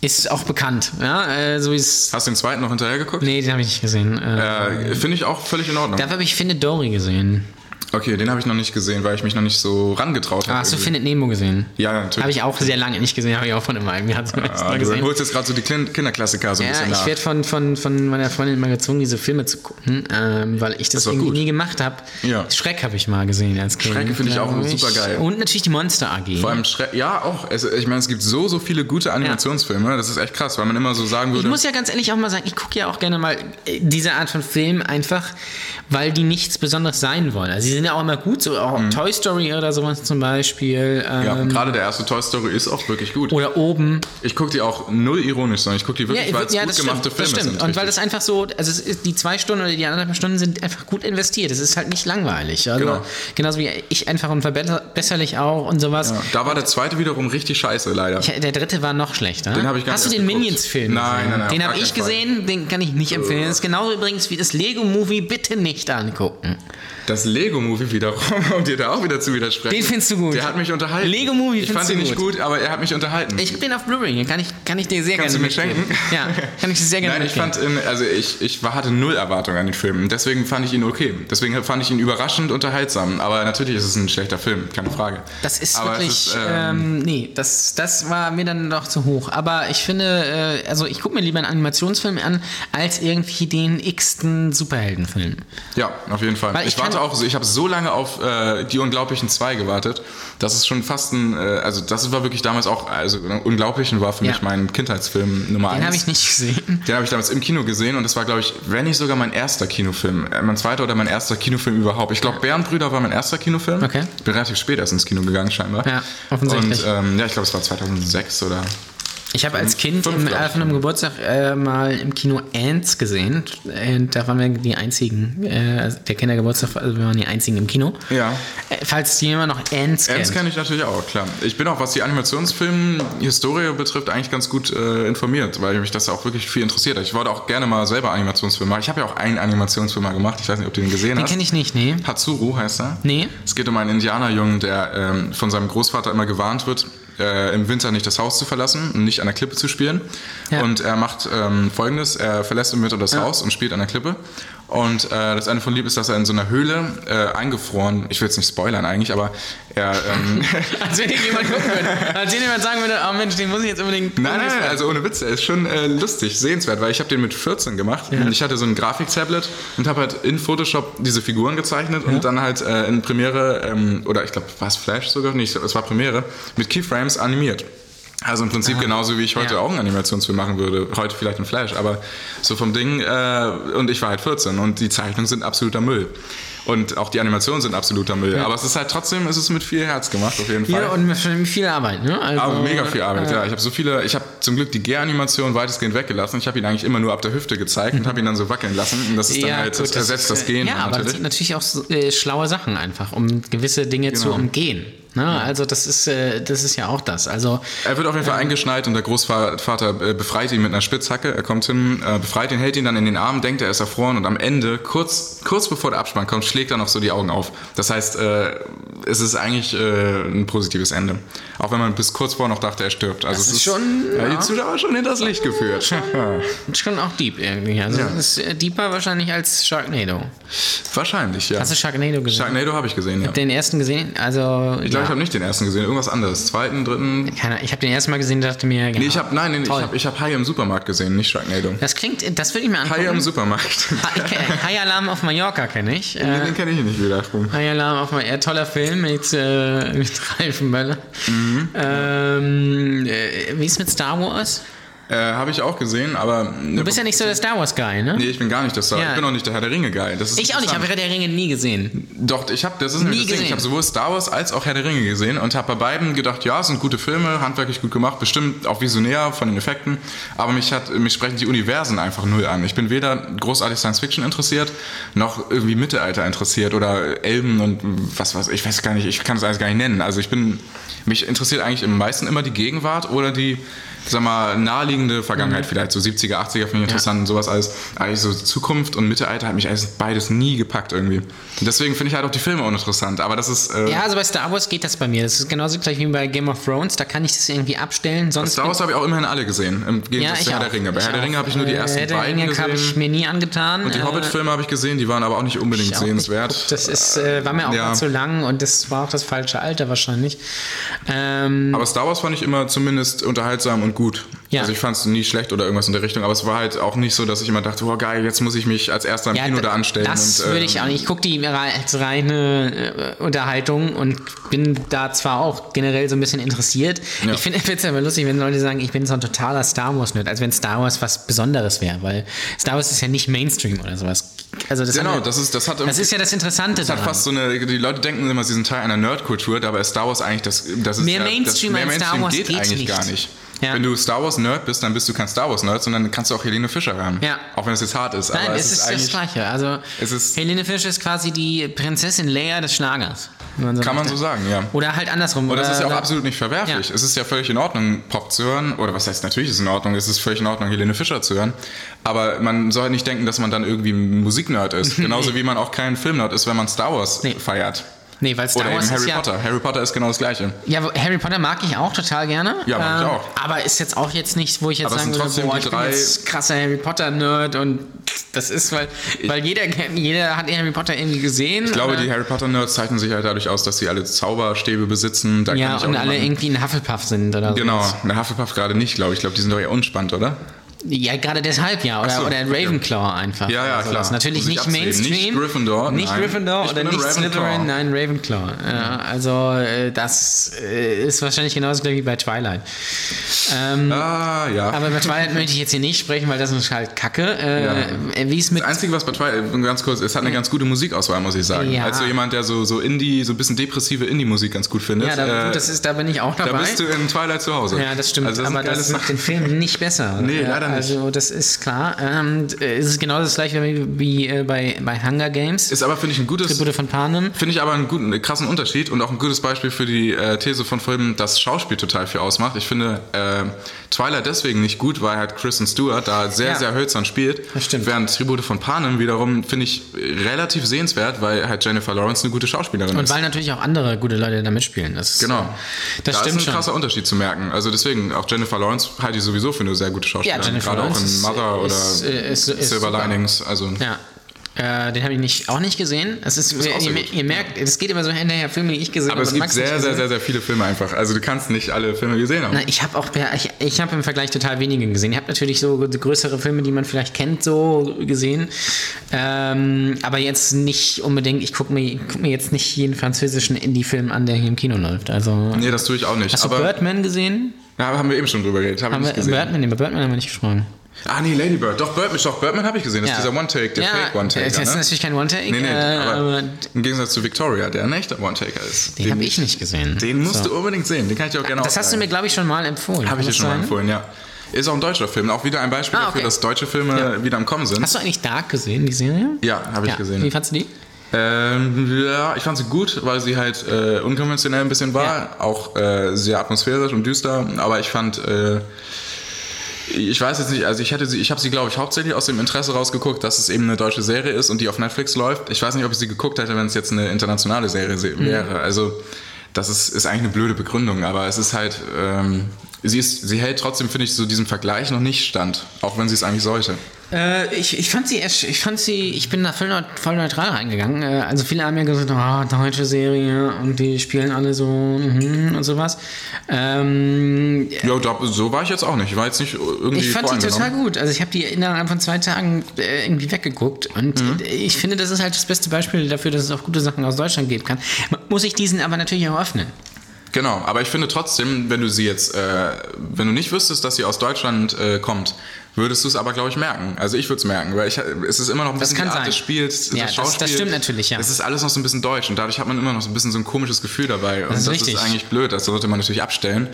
Speaker 2: ist auch bekannt. Ja, äh, so wie es.
Speaker 3: Hast du den zweiten noch hinterher geguckt?
Speaker 2: Nee, den habe ich nicht gesehen. Äh,
Speaker 3: Äh, Finde ich auch völlig in Ordnung.
Speaker 2: Dafür habe ich Finde Dory gesehen.
Speaker 3: Okay, den habe ich noch nicht gesehen, weil ich mich noch nicht so rangetraut habe.
Speaker 2: Hast du
Speaker 3: irgendwie.
Speaker 2: Findet Nemo gesehen?
Speaker 3: Ja, natürlich.
Speaker 2: Habe ich auch sehr lange nicht gesehen, habe ich auch von immer im Jahr zum ersten
Speaker 3: Ah,
Speaker 2: Mal
Speaker 3: du
Speaker 2: gesehen.
Speaker 3: holst jetzt gerade so die Klin- Kinderklassiker so ein
Speaker 2: Ja,
Speaker 3: bisschen
Speaker 2: ich
Speaker 3: nach.
Speaker 2: werde von, von, von meiner Freundin immer gezwungen, diese Filme zu gucken, ähm, weil ich das
Speaker 3: doch
Speaker 2: irgendwie
Speaker 3: gut.
Speaker 2: nie gemacht habe.
Speaker 3: Ja.
Speaker 2: Schreck habe ich mal gesehen als Kind.
Speaker 3: Schreck finde ich auch
Speaker 2: glaub
Speaker 3: supergeil.
Speaker 2: Und natürlich die Monster AG.
Speaker 3: Vor allem Schre ja, auch. Es, ich meine, es gibt so, so viele gute Animationsfilme. Das ist echt krass, weil man immer so sagen
Speaker 2: ich
Speaker 3: würde,
Speaker 2: muss ja ganz ehrlich auch mal sagen, ich gucke ja auch gerne mal äh, diese Art von Filmen einfach, weil die nichts Besonderes sein wollen. Also, sie sind ja auch immer gut, so auch Toy Story oder sowas zum Beispiel. Ähm,
Speaker 3: Mhm. ja, gerade der erste Toy Story ist auch wirklich gut.
Speaker 2: Oder oben.
Speaker 3: Ich gucke die auch null ironisch, sondern ich gucke die wirklich,
Speaker 2: Ja,
Speaker 3: weil es
Speaker 2: ja,
Speaker 3: gut
Speaker 2: das
Speaker 3: gemachte
Speaker 2: stimmt,
Speaker 3: Filme
Speaker 2: Das stimmt.
Speaker 3: sind.
Speaker 2: Und weil das
Speaker 3: richtig.
Speaker 2: einfach so, also es ist, die zwei Stunden oder die anderthalb Stunden sind einfach gut investiert. Es ist halt nicht langweilig. Also
Speaker 3: Genau.
Speaker 2: Genauso wie ich einfach und verbesserlich auch und sowas.
Speaker 3: ja, da war der zweite wiederum richtig scheiße, leider.
Speaker 2: Ich- Der dritte war noch schlechter.
Speaker 3: Den hab ich gar
Speaker 2: Hast du
Speaker 3: nicht
Speaker 2: den
Speaker 3: geguckt.
Speaker 2: Minions-Film
Speaker 3: Nein,
Speaker 2: gesehen?
Speaker 3: nein, nein,
Speaker 2: Den
Speaker 3: auf
Speaker 2: habe
Speaker 3: gar
Speaker 2: ich
Speaker 3: keinen Fall.
Speaker 2: gesehen, den kann ich nicht empfehlen. Das ist genau übrigens wie das Lego-Movie, bitte nicht angucken.
Speaker 3: Das Lego-Movie wiederum, um dir da auch wieder zu widersprechen.
Speaker 2: Den findest du gut.
Speaker 3: Der hat mich unterhalten.
Speaker 2: Lego Movie
Speaker 3: Ich fand
Speaker 2: findest du
Speaker 3: ihn nicht gut, aber er hat mich unterhalten.
Speaker 2: Ich habe den auf Blu-ray, den kann ich, kann ich dir sehr
Speaker 3: Kannst
Speaker 2: gerne
Speaker 3: du mir
Speaker 2: mitgeben.
Speaker 3: schenken?
Speaker 2: Ja, kann ich dir sehr gerne
Speaker 3: Nein, ich
Speaker 2: mitgeben.
Speaker 3: fand ihn, also ich, ich war- hatte null Erwartungen an den Film. Und Deswegen fand ich ihn okay. Deswegen fand ich ihn überraschend unterhaltsam. Aber natürlich ist es ein schlechter Film, keine Frage.
Speaker 2: Das ist
Speaker 3: Aber es
Speaker 2: wirklich.
Speaker 3: ist, ähm,
Speaker 2: ähm, nee, das, das war mir dann doch zu hoch. Aber ich finde, äh, also ich gucke mir lieber einen Animationsfilm an, als irgendwie den x-ten Superheldenfilm.
Speaker 3: ja, auf jeden Fall.
Speaker 2: Weil ich
Speaker 3: Ich,
Speaker 2: kann-
Speaker 3: warte auch, so- ich habe so lange auf äh, Die Unglaublichen 2 gewartet. Das ist schon fast ein, äh, also das war wirklich damals auch, also Unglaublichen war für
Speaker 2: Ja.
Speaker 3: mich mein Kindheitsfilm Nummer
Speaker 2: Den
Speaker 3: 1.
Speaker 2: habe ich nicht gesehen.
Speaker 3: Den habe ich damals im Kino gesehen und das war, glaube ich, wenn nicht sogar mein erster Kinofilm. Äh, Mein zweiter oder mein erster Kinofilm überhaupt. Ich glaube, Bärenbrüder war mein erster Kinofilm.
Speaker 2: Okay.
Speaker 3: Ich bin relativ spät erst ins Kino gegangen, scheinbar.
Speaker 2: Ja, offensichtlich.
Speaker 3: Und ähm, ja, ich glaube, es war 2006 oder.
Speaker 2: Ich habe als Kind
Speaker 3: Mhm. fünf,
Speaker 2: im,
Speaker 3: glaub
Speaker 2: äh,
Speaker 3: ich.
Speaker 2: von einem Geburtstag äh, mal im Kino Ants gesehen. Und da waren wir die einzigen. Äh, also der Kindergeburtstag, also wir waren die einzigen im Kino.
Speaker 3: Ja.
Speaker 2: Äh, falls jemand noch Ants kennt.
Speaker 3: Ernst kenne ich natürlich auch, klar. Ich bin auch, was die Animationsfilm-Historie betrifft, eigentlich ganz gut äh, informiert, weil mich das ja auch wirklich viel interessiert hat. Ich wollte auch gerne mal selber Animationsfilme machen. Ich habe ja auch einen Animationsfilm mal gemacht. Ich weiß nicht, ob du den gesehen
Speaker 2: Den
Speaker 3: hast.
Speaker 2: kenne ich nicht, nee.
Speaker 3: Hatsuru heißt er.
Speaker 2: Nee.
Speaker 3: Es geht um einen Indianerjungen, der ähm, von seinem Großvater immer gewarnt wird, äh, im Winter nicht das Haus zu verlassen und nicht an der Klippe zu spielen.
Speaker 2: Ja.
Speaker 3: Und er macht ähm, folgendes: Er verlässt im Winter das Haus und spielt an der Klippe. Und äh, das eine von Lieb ist, dass er in so einer Höhle äh, eingefroren, ich will jetzt nicht spoilern eigentlich, aber er. Ähm,
Speaker 2: Als wenn jemand gucken würde. Als wenn jemand sagen würde, oh Mensch, den muss ich jetzt unbedingt.
Speaker 3: Nein, nein, nein, also ohne Witz, er ist schon äh, lustig, sehenswert, weil ich habe den mit 14 gemacht und ich hatte so ein Grafiktablet und habe halt in Photoshop diese Figuren gezeichnet und dann halt äh, in Premiere ähm, oder ich glaube, war es Flash sogar? Nee, ich glaub, es war Premiere, mit Keyframes animiert. Also im Prinzip genauso, wie ich heute
Speaker 2: Ah, Ja.
Speaker 3: auch einen Animationsfilm machen würde. Heute vielleicht in Flash, aber so vom Ding. Äh, und ich war halt 14 und die Zeichnungen sind absoluter Müll. Und auch die Animationen sind absoluter Müll. Aber es ist halt trotzdem, ist es ist mit viel Herz gemacht, auf jeden Fall.
Speaker 2: Ja, und mit viel Arbeit, ne? Also,
Speaker 3: Aber Oh, mega viel Arbeit, ja. Ich habe so viele, ich habe zum Glück die G-Animation weitestgehend weggelassen. Ich habe ihn eigentlich immer nur ab der Hüfte gezeigt und habe ihn dann so wackeln lassen. Und das ist dann
Speaker 2: Ja,
Speaker 3: halt,
Speaker 2: gut,
Speaker 3: das ersetzt das
Speaker 2: äh,
Speaker 3: Gehen
Speaker 2: Ja, aber das
Speaker 3: natürlich.
Speaker 2: sind natürlich auch so, äh, schlaue Sachen einfach, um gewisse Dinge zu
Speaker 3: Genau.
Speaker 2: umgehen. Ne? Also das ist, äh, das ist ja auch das. Also
Speaker 3: Er wird auf jeden Fall eingeschneit und der Großvater äh, befreit ihn mit einer Spitzhacke. Er kommt hin, äh, befreit ihn, hält ihn dann in den Arm, denkt, er ist erfroren und am Ende, kurz, kurz bevor der Abspann kommt, schlägt er noch so die Augen auf. Das heißt, äh, es ist eigentlich äh, ein positives Ende. Auch wenn man bis kurz vor noch dachte, er stirbt. Also es
Speaker 2: ist schon,
Speaker 3: ja,
Speaker 2: ja.
Speaker 3: die Zuschauer schon hinters Licht geführt.
Speaker 2: schon auch deep irgendwie. Also
Speaker 3: Ja.
Speaker 2: das ist äh, deeper wahrscheinlich als Sharknado.
Speaker 3: Wahrscheinlich, ja.
Speaker 2: Hast du Sharknado gesehen?
Speaker 3: Sharknado habe ich gesehen, ja.
Speaker 2: den ersten gesehen? Also
Speaker 3: Ich glaube, ich habe nicht den ersten gesehen, irgendwas anderes. Zweiten, dritten.
Speaker 2: keine, ich habe den ersten Mal gesehen, dachte mir, genau.
Speaker 3: Nee, ich habe nein, nee, nee, ich
Speaker 2: Toll.
Speaker 3: habe ich hab Hai im Supermarkt gesehen, nicht Sharknado.
Speaker 2: das klingt, das würde ich mir angucken.
Speaker 3: Hai im Supermarkt.
Speaker 2: Ha- ich kenn- High Alarm auf Mallorca kenne ich.
Speaker 3: Nee,
Speaker 2: Äh,
Speaker 3: den kenne ich nicht wieder.
Speaker 2: High Alarm auf Mallorca, toller Film mit, äh,
Speaker 3: Mhm.
Speaker 2: mit Ralf Möller. Ähm, äh, wie ist mit Star Wars?
Speaker 3: Äh, Habe ich auch gesehen, aber.
Speaker 2: Du bist ja nicht so der Star Wars Guy, ne?
Speaker 3: Nee, ich bin gar nicht das.
Speaker 2: Ja.
Speaker 3: Ich bin auch nicht der Herr der Ringe geil. Das ist
Speaker 2: Ich auch nicht, ich habe
Speaker 3: interessant.
Speaker 2: Herr der Ringe nie gesehen.
Speaker 3: Doch, ich habe das ist nämlich
Speaker 2: Nie
Speaker 3: das Ding. Ich
Speaker 2: gesehen.
Speaker 3: habe sowohl Star Wars als auch Herr der Ringe gesehen und habe bei beiden gedacht, ja, es sind gute Filme, handwerklich gut gemacht, bestimmt auch visionär von den Effekten, aber mich hat mich sprechen die Universen einfach null an. Ich bin weder großartig Science Fiction interessiert, noch irgendwie Mittelalter interessiert oder Elben und was weiß ich, weiß gar nicht, ich kann das alles gar nicht nennen. Also ich bin mich interessiert eigentlich im meisten immer die Gegenwart oder die Sag mal, naheliegende
Speaker 2: Mhm.
Speaker 3: Vergangenheit vielleicht, so 70er, 80er finde ich interessant und sowas alles. Eigentlich so Zukunft und Mittelalter hat mich alles beides nie gepackt irgendwie. Und deswegen finde ich halt auch die Filme uninteressant, aber das ist... Äh,
Speaker 2: Ja, also bei Star Wars geht das bei mir. Das ist genauso gleich wie bei Game of Thrones. Da kann ich das irgendwie abstellen. Sonst
Speaker 3: Star Wars habe ich auch immerhin alle gesehen, im Gegensatz zu Herr der Ringe. Bei Herr der Ringe habe ich nur die ersten
Speaker 2: Äh, Herr der
Speaker 3: beiden
Speaker 2: Ringe habe ich
Speaker 3: gesehen.
Speaker 2: mir nie angetan. Äh,
Speaker 3: Und die Hobbit-Filme habe ich gesehen, die waren aber auch nicht unbedingt
Speaker 2: ich auch nicht.
Speaker 3: sehenswert.
Speaker 2: Das ist, äh, war mir auch
Speaker 3: Ja.
Speaker 2: mal zu lang und das war auch das falsche Alter wahrscheinlich. Ähm,
Speaker 3: Aber Star Wars fand ich immer zumindest unterhaltsam und gut.
Speaker 2: Ja.
Speaker 3: Also ich fand es nie schlecht oder irgendwas in der Richtung, aber es war halt auch nicht so, dass ich immer dachte, oh geil, jetzt muss ich mich als erster im Kino da anstellen.
Speaker 2: Das
Speaker 3: und, äh,
Speaker 2: würde ich auch nicht. Ich gucke die re- als reine äh, Unterhaltung und bin da zwar auch generell so ein bisschen interessiert.
Speaker 3: Ja.
Speaker 2: Ich finde es immer lustig, wenn Leute sagen, ich bin so ein totaler Star Wars-Nerd, als wenn Star Wars was Besonderes wäre, weil Star Wars ist ja nicht Mainstream oder sowas. Also das
Speaker 3: Genau,
Speaker 2: haben wir-
Speaker 3: das ist, das hat
Speaker 2: das
Speaker 3: irgendwie-
Speaker 2: ist ja das Interessante
Speaker 3: Das hat
Speaker 2: daran.
Speaker 3: fast so eine, die Leute denken immer, sie sind Teil einer Nerdkultur, dabei ist Star Wars eigentlich das, das ist
Speaker 2: Mehr
Speaker 3: ja,
Speaker 2: Mainstream
Speaker 3: das,
Speaker 2: als Star Wars
Speaker 3: geht,
Speaker 2: geht
Speaker 3: eigentlich
Speaker 2: nicht.
Speaker 3: gar nicht.
Speaker 2: Ja.
Speaker 3: Wenn du Star Wars Nerd bist, dann bist du kein Star Wars Nerd, sondern kannst du auch Helene Fischer haben.
Speaker 2: Ja.
Speaker 3: Auch wenn es jetzt hart ist.
Speaker 2: Nein,
Speaker 3: aber
Speaker 2: es ist das
Speaker 3: eigentlich,
Speaker 2: Gleiche. Also
Speaker 3: es ist-
Speaker 2: Helene Fischer ist quasi die Prinzessin Leia des Schlagers. wenn Man so
Speaker 3: kann man so
Speaker 2: möchte.
Speaker 3: sagen, ja.
Speaker 2: Oder halt andersrum.
Speaker 3: Und das ist ja auch
Speaker 2: oder-
Speaker 3: absolut nicht verwerflich.
Speaker 2: Ja.
Speaker 3: Es ist ja völlig in Ordnung, Pop zu hören. Oder was heißt natürlich ist es in Ordnung? Es ist völlig in Ordnung, Helene Fischer zu hören. Aber man soll halt nicht denken, dass man dann irgendwie ein Musiknerd ist. Genauso wie man auch kein Filmnerd ist, wenn man Star Wars
Speaker 2: Nee.
Speaker 3: feiert.
Speaker 2: Nee, weil Star
Speaker 3: Oder
Speaker 2: Wars
Speaker 3: eben Harry
Speaker 2: ist ja,
Speaker 3: Potter. Harry Potter ist genau das Gleiche.
Speaker 2: Ja, aber Harry Potter mag ich auch total gerne. Ähm,
Speaker 3: Ja, mag ich auch.
Speaker 2: Aber ist jetzt auch jetzt nicht, wo ich jetzt
Speaker 3: Aber es
Speaker 2: sagen
Speaker 3: sind
Speaker 2: würde,
Speaker 3: trotzdem
Speaker 2: boah,
Speaker 3: die
Speaker 2: ich
Speaker 3: drei-
Speaker 2: bin jetzt krasser Harry Potter Nerd und das ist, weil, weil jeder, jeder hat Harry Potter irgendwie gesehen. äh,
Speaker 3: Ich glaube,
Speaker 2: oder?
Speaker 3: die Harry Potter Nerds zeichnen sich halt dadurch aus, dass sie alle Zauberstäbe besitzen. Da
Speaker 2: ja,
Speaker 3: kann ich
Speaker 2: und
Speaker 3: auch
Speaker 2: alle
Speaker 3: niemanden-
Speaker 2: irgendwie in Hufflepuff sind oder so.
Speaker 3: Genau, eine Hufflepuff gerade nicht, glaube ich. Ich glaube, die sind doch eher unspannt, oder?
Speaker 2: Ja, gerade deshalb ja. Oder,
Speaker 3: Ach so,
Speaker 2: oder
Speaker 3: okay.
Speaker 2: Ravenclaw einfach.
Speaker 3: Ja, ja,
Speaker 2: oder sowas.
Speaker 3: klar.
Speaker 2: Natürlich
Speaker 3: Um sich
Speaker 2: nicht
Speaker 3: abzuheben.
Speaker 2: Mainstream.
Speaker 3: Nicht Gryffindor,
Speaker 2: Nicht
Speaker 3: nein.
Speaker 2: Gryffindor
Speaker 3: Ich
Speaker 2: oder
Speaker 3: bin ein
Speaker 2: nicht
Speaker 3: Ravenclaw.
Speaker 2: Slytherin, nein, Ravenclaw. Äh, also, äh, das äh, ist wahrscheinlich genauso gleich wie bei Twilight. Ähm,
Speaker 3: Ah, ja.
Speaker 2: Aber über Twilight möchte ich jetzt hier nicht sprechen, weil das ist halt kacke. Äh, Wie es mit.
Speaker 3: das Einzige, was bei Twilight, äh, ganz kurz, es hat eine ganz gute Musikauswahl, muss ich sagen.
Speaker 2: Ja.
Speaker 3: Als so jemand, der so, so Indie, so ein bisschen depressive Indie-Musik ganz gut findet,
Speaker 2: Ja, da,
Speaker 3: äh,
Speaker 2: gut, das ist, da bin ich auch dabei.
Speaker 3: da bist du in Twilight zu Hause.
Speaker 2: ja, das stimmt.
Speaker 3: Also das
Speaker 2: aber
Speaker 3: sind geile
Speaker 2: das macht
Speaker 3: Sachen.
Speaker 2: den Film nicht besser.
Speaker 3: Nee,
Speaker 2: Ja,
Speaker 3: leider nicht.
Speaker 2: Also, das ist klar. Ähm, d- äh, es ist genau das gleiche wie, wie äh, bei, bei Hunger Games.
Speaker 3: Ist aber, finde ich, ein gutes,
Speaker 2: Tribute von Panem.
Speaker 3: Finde ich aber einen guten, einen krassen Unterschied und auch ein gutes Beispiel für die äh, These von vorhin, dass Schauspiel total viel ausmacht. Ich finde äh, Twilight deswegen nicht gut, weil halt Kristen Stewart da sehr,
Speaker 2: Ja.
Speaker 3: sehr hölzern spielt.
Speaker 2: Das stimmt.
Speaker 3: Während Tribute von Panem wiederum finde ich relativ sehenswert, weil halt Jennifer Lawrence eine gute Schauspielerin
Speaker 2: Und
Speaker 3: ist.
Speaker 2: weil natürlich auch andere gute Leute da mitspielen. Das ist,
Speaker 3: Genau.
Speaker 2: Das
Speaker 3: da
Speaker 2: stimmt
Speaker 3: ist ein
Speaker 2: schon.
Speaker 3: krasser Unterschied zu merken. Also deswegen, auch Jennifer Lawrence halte ich sowieso für eine sehr gute Schauspielerin.
Speaker 2: Jennifer
Speaker 3: Gerade
Speaker 2: Lawrence
Speaker 3: auch in
Speaker 2: ist-
Speaker 3: Mother
Speaker 2: ist-
Speaker 3: oder
Speaker 2: ist- ist
Speaker 3: Silver
Speaker 2: super.
Speaker 3: Linings. Also
Speaker 2: Ja. Äh, den habe ich nicht, auch nicht gesehen. Es ist,
Speaker 3: auch sehr
Speaker 2: ihr,
Speaker 3: gut.
Speaker 2: ihr merkt, es geht immer so hinterher, Filme, die ich gesehen
Speaker 3: Aber es
Speaker 2: und
Speaker 3: gibt
Speaker 2: Max nicht
Speaker 3: sehr,
Speaker 2: gesehen
Speaker 3: sehr,
Speaker 2: hat.
Speaker 3: sehr, sehr viele Filme einfach. Also du kannst nicht alle Filme gesehen haben.
Speaker 2: Na, ich habe auch, per- ich, ich habe im Vergleich total wenige gesehen. Ich habe natürlich so größere Filme, die man vielleicht kennt, so gesehen. Ähm, aber jetzt nicht unbedingt, ich gucke mir, guck mir jetzt nicht jeden französischen Indie-Film an, der hier im Kino läuft. Also,
Speaker 3: Nee, das tue ich auch nicht.
Speaker 2: hast du
Speaker 3: aber
Speaker 2: Birdman gesehen?
Speaker 3: Ja, aber haben wir eben schon drüber geredet. Hab
Speaker 2: Haben
Speaker 3: ich
Speaker 2: wir,
Speaker 3: nicht gesehen.
Speaker 2: Birdman, nee, über Birdman haben wir nicht gesprochen.
Speaker 3: Ah, nee, Lady Bird. Doch, Birdman, doch, Birdman habe ich gesehen. Das ist dieser One-Take, der
Speaker 2: ja,
Speaker 3: Fake-One-Taker.
Speaker 2: Das ist
Speaker 3: ne?
Speaker 2: natürlich kein One-Take.
Speaker 3: Nee, nee,
Speaker 2: äh,
Speaker 3: aber
Speaker 2: aber
Speaker 3: im Gegensatz zu Victoria, der ein echter One-Taker ist.
Speaker 2: den habe ich nicht gesehen.
Speaker 3: Den
Speaker 2: So.
Speaker 3: musst du unbedingt sehen. Den kann ich dir auch gerne
Speaker 2: Das hast du mir, glaube ich, schon mal empfohlen.
Speaker 3: Habe
Speaker 2: Kann
Speaker 3: ich dir
Speaker 2: das
Speaker 3: schon mal
Speaker 2: sein?
Speaker 3: empfohlen, ja. Ist auch ein deutscher Film. Auch wieder ein Beispiel
Speaker 2: Ah,
Speaker 3: dafür,
Speaker 2: okay.
Speaker 3: dass deutsche Filme wieder am Kommen sind.
Speaker 2: Hast du eigentlich Dark gesehen, die Serie?
Speaker 3: ja, habe ich gesehen.
Speaker 2: Wie fandst du die?
Speaker 3: Ähm, ja, ich fand sie gut, weil sie halt äh, unkonventionell ein bisschen war,
Speaker 2: Ja.
Speaker 3: auch äh, sehr atmosphärisch und düster, aber ich fand äh, ich weiß jetzt nicht, also ich hätte sie ich habe sie glaube ich hauptsächlich aus dem Interesse rausgeguckt, dass es eben eine deutsche Serie ist und die auf Netflix läuft. Ich weiß nicht, ob ich sie geguckt hätte, wenn es jetzt eine internationale Serie
Speaker 2: Mhm.
Speaker 3: se- wäre. Also das ist, ist eigentlich eine blöde Begründung, aber es ist halt ähm, sie ist sie hält trotzdem finde ich so diesem Vergleich noch nicht stand, auch wenn sie es eigentlich sollte.
Speaker 2: Äh, ich, ich fand sie erst, ich fand sie, ich bin da voll, neut- voll neutral reingegangen. Äh, also viele haben ja gesagt, ah, deutsche Serie und die spielen alle so mhm, und sowas. Ähm,
Speaker 3: Ja, da, so war ich jetzt auch nicht. Ich war jetzt nicht irgendwie
Speaker 2: ich fand die
Speaker 3: voreingenommen.
Speaker 2: total gut. Also ich habe die innerhalb von zwei Tagen äh, irgendwie weggeguckt. Und ich finde, das ist halt das beste Beispiel dafür, dass es auch gute Sachen aus Deutschland geben kann. Man muss sich diesen aber natürlich auch öffnen.
Speaker 3: Genau, aber ich finde trotzdem, wenn du sie jetzt, äh, wenn du nicht wüsstest, dass sie aus Deutschland äh, kommt, würdest du es aber, glaube ich, merken. Also ich würde es merken, weil ich, es ist immer noch ein
Speaker 2: Das
Speaker 3: bisschen
Speaker 2: kann
Speaker 3: die Art
Speaker 2: sein.
Speaker 3: des Spiels,
Speaker 2: Ja, das- das stimmt natürlich, ja.
Speaker 3: Es ist alles noch so ein bisschen deutsch und dadurch hat man immer noch so ein bisschen so ein komisches Gefühl dabei. Und das,
Speaker 2: ist
Speaker 3: ist,
Speaker 2: richtig.
Speaker 3: eigentlich blöd, das sollte man natürlich abstellen.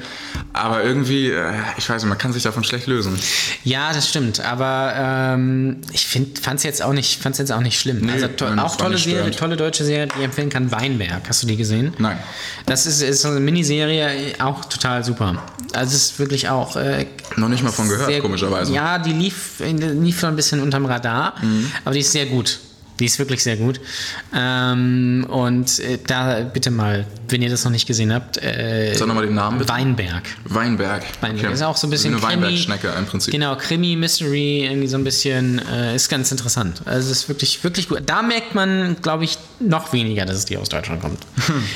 Speaker 3: Aber irgendwie, äh, ich weiß nicht, man kann sich davon schlecht lösen.
Speaker 2: Ja, das stimmt. Aber ähm, ich fand es jetzt, auch nicht- fand's jetzt auch nicht schlimm. also to
Speaker 3: nein,
Speaker 2: auch
Speaker 3: das war
Speaker 2: tolle
Speaker 3: nicht
Speaker 2: Serie,
Speaker 3: störend.
Speaker 2: tolle deutsche Serie, die ich empfehlen kann, Weinberg. Hast du die gesehen?
Speaker 3: Nein.
Speaker 2: Das ist, ist so eine Miniserie, auch total super. Also es ist wirklich auch äh,
Speaker 3: Noch nicht mal von gehört,
Speaker 2: sehr-
Speaker 3: komischerweise. Mhm.
Speaker 2: Ja, die lief, in- lief so ein bisschen unterm Radar, aber die ist sehr gut. Die ist wirklich sehr gut. Ähm, und äh, da bitte mal, wenn ihr das noch nicht gesehen habt, äh,
Speaker 3: Sag nochmal den Namen bitte.
Speaker 2: Weinberg.
Speaker 3: Weinberg.
Speaker 2: Weinberg. Ist auch so ein bisschen
Speaker 3: Eine
Speaker 2: Krimi.
Speaker 3: Weinbergschnecke im Prinzip.
Speaker 2: Genau, Krimi, Mystery, irgendwie so ein bisschen, äh, ist ganz interessant. Also es ist wirklich, wirklich gut. Da merkt man, glaube ich, noch weniger, dass es die aus Deutschland kommt.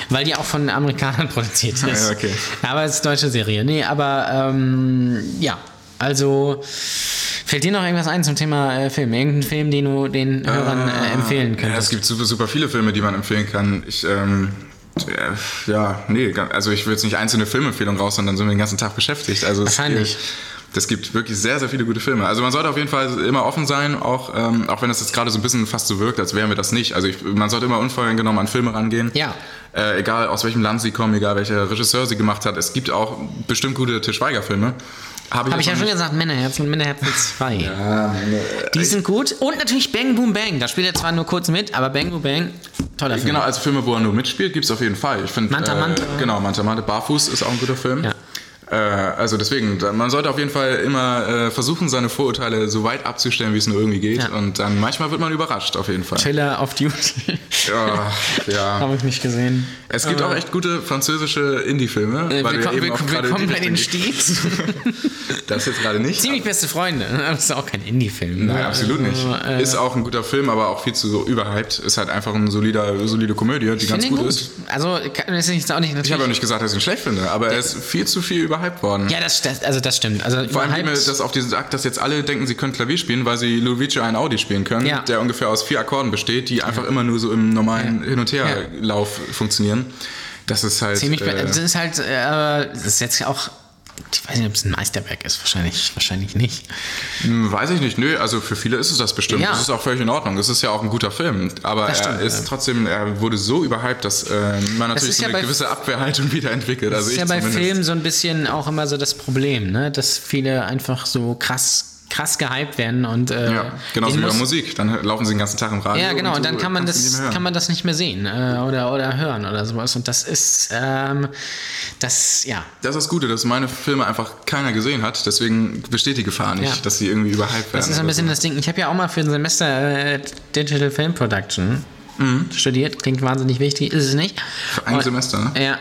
Speaker 2: Weil die auch von Amerikanern produziert ist.
Speaker 3: Ja, okay.
Speaker 2: Aber es ist deutsche Serie. Nee, aber ähm, ja, also fällt dir noch irgendwas ein zum Thema äh, Film? Irgendeinen Film, den du den Hörern äh, empfehlen
Speaker 3: Ah, Ja, es
Speaker 2: könntest?
Speaker 3: gibt super, super viele Filme, die man empfehlen kann. Ich, ähm, äh, ja, nee, ga- also ich will jetzt nicht einzelne Filmempfehlungen raus, sondern sind wir den ganzen Tag beschäftigt. Also es
Speaker 2: Wahrscheinlich.
Speaker 3: Gibt, das gibt wirklich sehr, sehr viele gute Filme. Also man sollte auf jeden Fall immer offen sein, auch, ähm, auch wenn das jetzt gerade so ein bisschen fast so wirkt, als wären wir das nicht. Also ich, man sollte immer unvoreingenommen an Filme rangehen.
Speaker 2: Ja.
Speaker 3: Äh, egal aus welchem Land sie kommen, egal welcher Regisseur sie gemacht hat. Es gibt auch bestimmt gute Tischweiger-Filme. Habe ich,
Speaker 2: Habe ich ja
Speaker 3: jetzt
Speaker 2: schon
Speaker 3: noch
Speaker 2: gesagt, Männerherz und Männerherzen 2.
Speaker 3: nicht- Ähm,
Speaker 2: Die sind gut. Und natürlich Bang Boom Bang. Da spielt er zwar nur kurz mit, aber Bang Boom Bang, toller Film.
Speaker 3: Genau, also Filme, wo er nur mitspielt, gibt es auf jeden Fall. Ich finde,
Speaker 2: Manta Manta.
Speaker 3: Genau, Manta Manta. Barfuß ist auch ein guter Film.
Speaker 2: Ja.
Speaker 3: Äh, also deswegen, da- man sollte auf jeden Fall immer äh, versuchen, seine Vorurteile so weit abzustellen, wie es nur irgendwie geht.
Speaker 2: Ja.
Speaker 3: Und dann manchmal wird man überrascht, auf jeden Fall.
Speaker 2: Trailer of Duty.
Speaker 3: Ja, ja.
Speaker 2: Habe ich nicht gesehen.
Speaker 3: Es gibt auch echt gute französische Indie-Filme.
Speaker 2: Äh,
Speaker 3: weil du ja
Speaker 2: willkommen
Speaker 3: eben auch
Speaker 2: willkommen,
Speaker 3: gerade
Speaker 2: willkommen
Speaker 3: die
Speaker 2: bei den
Speaker 3: Richtung-
Speaker 2: Steaks.
Speaker 3: Das jetzt gerade nicht.
Speaker 2: Ziemlich beste Freunde. Das ist auch kein Indie-Film.
Speaker 3: Nein, absolut nicht.
Speaker 2: Also, äh,
Speaker 3: ist auch ein guter Film, aber auch viel zu überhyped. Ist halt einfach eine solider, solide Komödie, die
Speaker 2: ich
Speaker 3: ganz
Speaker 2: finde
Speaker 3: gut,
Speaker 2: ihn
Speaker 3: ist.
Speaker 2: Also, kann- das ist jetzt auch nicht
Speaker 3: Ich habe ja
Speaker 2: natürlich.
Speaker 3: nicht gesagt, dass ich ihn schlecht finde, aber er ist viel zu viel überhyped worden.
Speaker 2: Ja, das, das, also das stimmt. Also,
Speaker 3: Vor allem geht
Speaker 2: überhyped-
Speaker 3: mir das auf diesen Akt, dass jetzt alle denken, sie können Klavier spielen, weil sie Luigi einen Audi spielen können,
Speaker 2: Ja.
Speaker 3: der ungefähr aus vier Akkorden besteht, die einfach immer nur so im normalen Hin- und Herlauf funktionieren. Das ist halt.
Speaker 2: ziemlich.
Speaker 3: äh,
Speaker 2: das ist halt. Äh, das ist jetzt auch. Ich weiß nicht, ob es ein Meisterwerk ist. Wahrscheinlich, wahrscheinlich nicht.
Speaker 3: hm, weiß ich nicht. Nö, also für viele ist es das bestimmt.
Speaker 2: Ja.
Speaker 3: Das ist auch völlig in Ordnung. Es ist ja auch ein guter Film. Aber
Speaker 2: Das
Speaker 3: er
Speaker 2: stimmt,
Speaker 3: ist
Speaker 2: ja.
Speaker 3: trotzdem, er wurde so überhyped, dass äh, man natürlich
Speaker 2: ist
Speaker 3: so
Speaker 2: ja
Speaker 3: eine
Speaker 2: bei-
Speaker 3: gewisse Abwehrhaltung wieder entwickelt.
Speaker 2: Das
Speaker 3: Also
Speaker 2: ist
Speaker 3: ich
Speaker 2: ja bei
Speaker 3: zumindest.
Speaker 2: Filmen so ein bisschen auch immer so das Problem, ne? dass viele einfach so krass, krass gehypt werden und äh,
Speaker 3: Ja, genauso
Speaker 2: den
Speaker 3: wie bei
Speaker 2: muss-
Speaker 3: Musik. Dann laufen sie den ganzen Tag im Radio.
Speaker 2: Ja, genau, und dann
Speaker 3: du
Speaker 2: kann man
Speaker 3: Also kannst ihn
Speaker 2: das,
Speaker 3: nicht mehr hören.
Speaker 2: kann man das nicht mehr sehen äh, oder, oder hören oder sowas. Und das ist, ähm, das, ja,
Speaker 3: Das ist das Gute, dass meine Filme einfach keiner gesehen hat. Deswegen besteht die Gefahr nicht,
Speaker 2: Ja.
Speaker 3: dass sie irgendwie überhyped werden.
Speaker 2: das ist ein
Speaker 3: oder
Speaker 2: bisschen das Ding. Ich habe ja auch mal für ein Semester äh, Digital Film Production studiert. Klingt wahnsinnig wichtig, ist es nicht.
Speaker 3: so. Mhm. Ein
Speaker 2: Und-
Speaker 3: Semester, ne?
Speaker 2: Ja,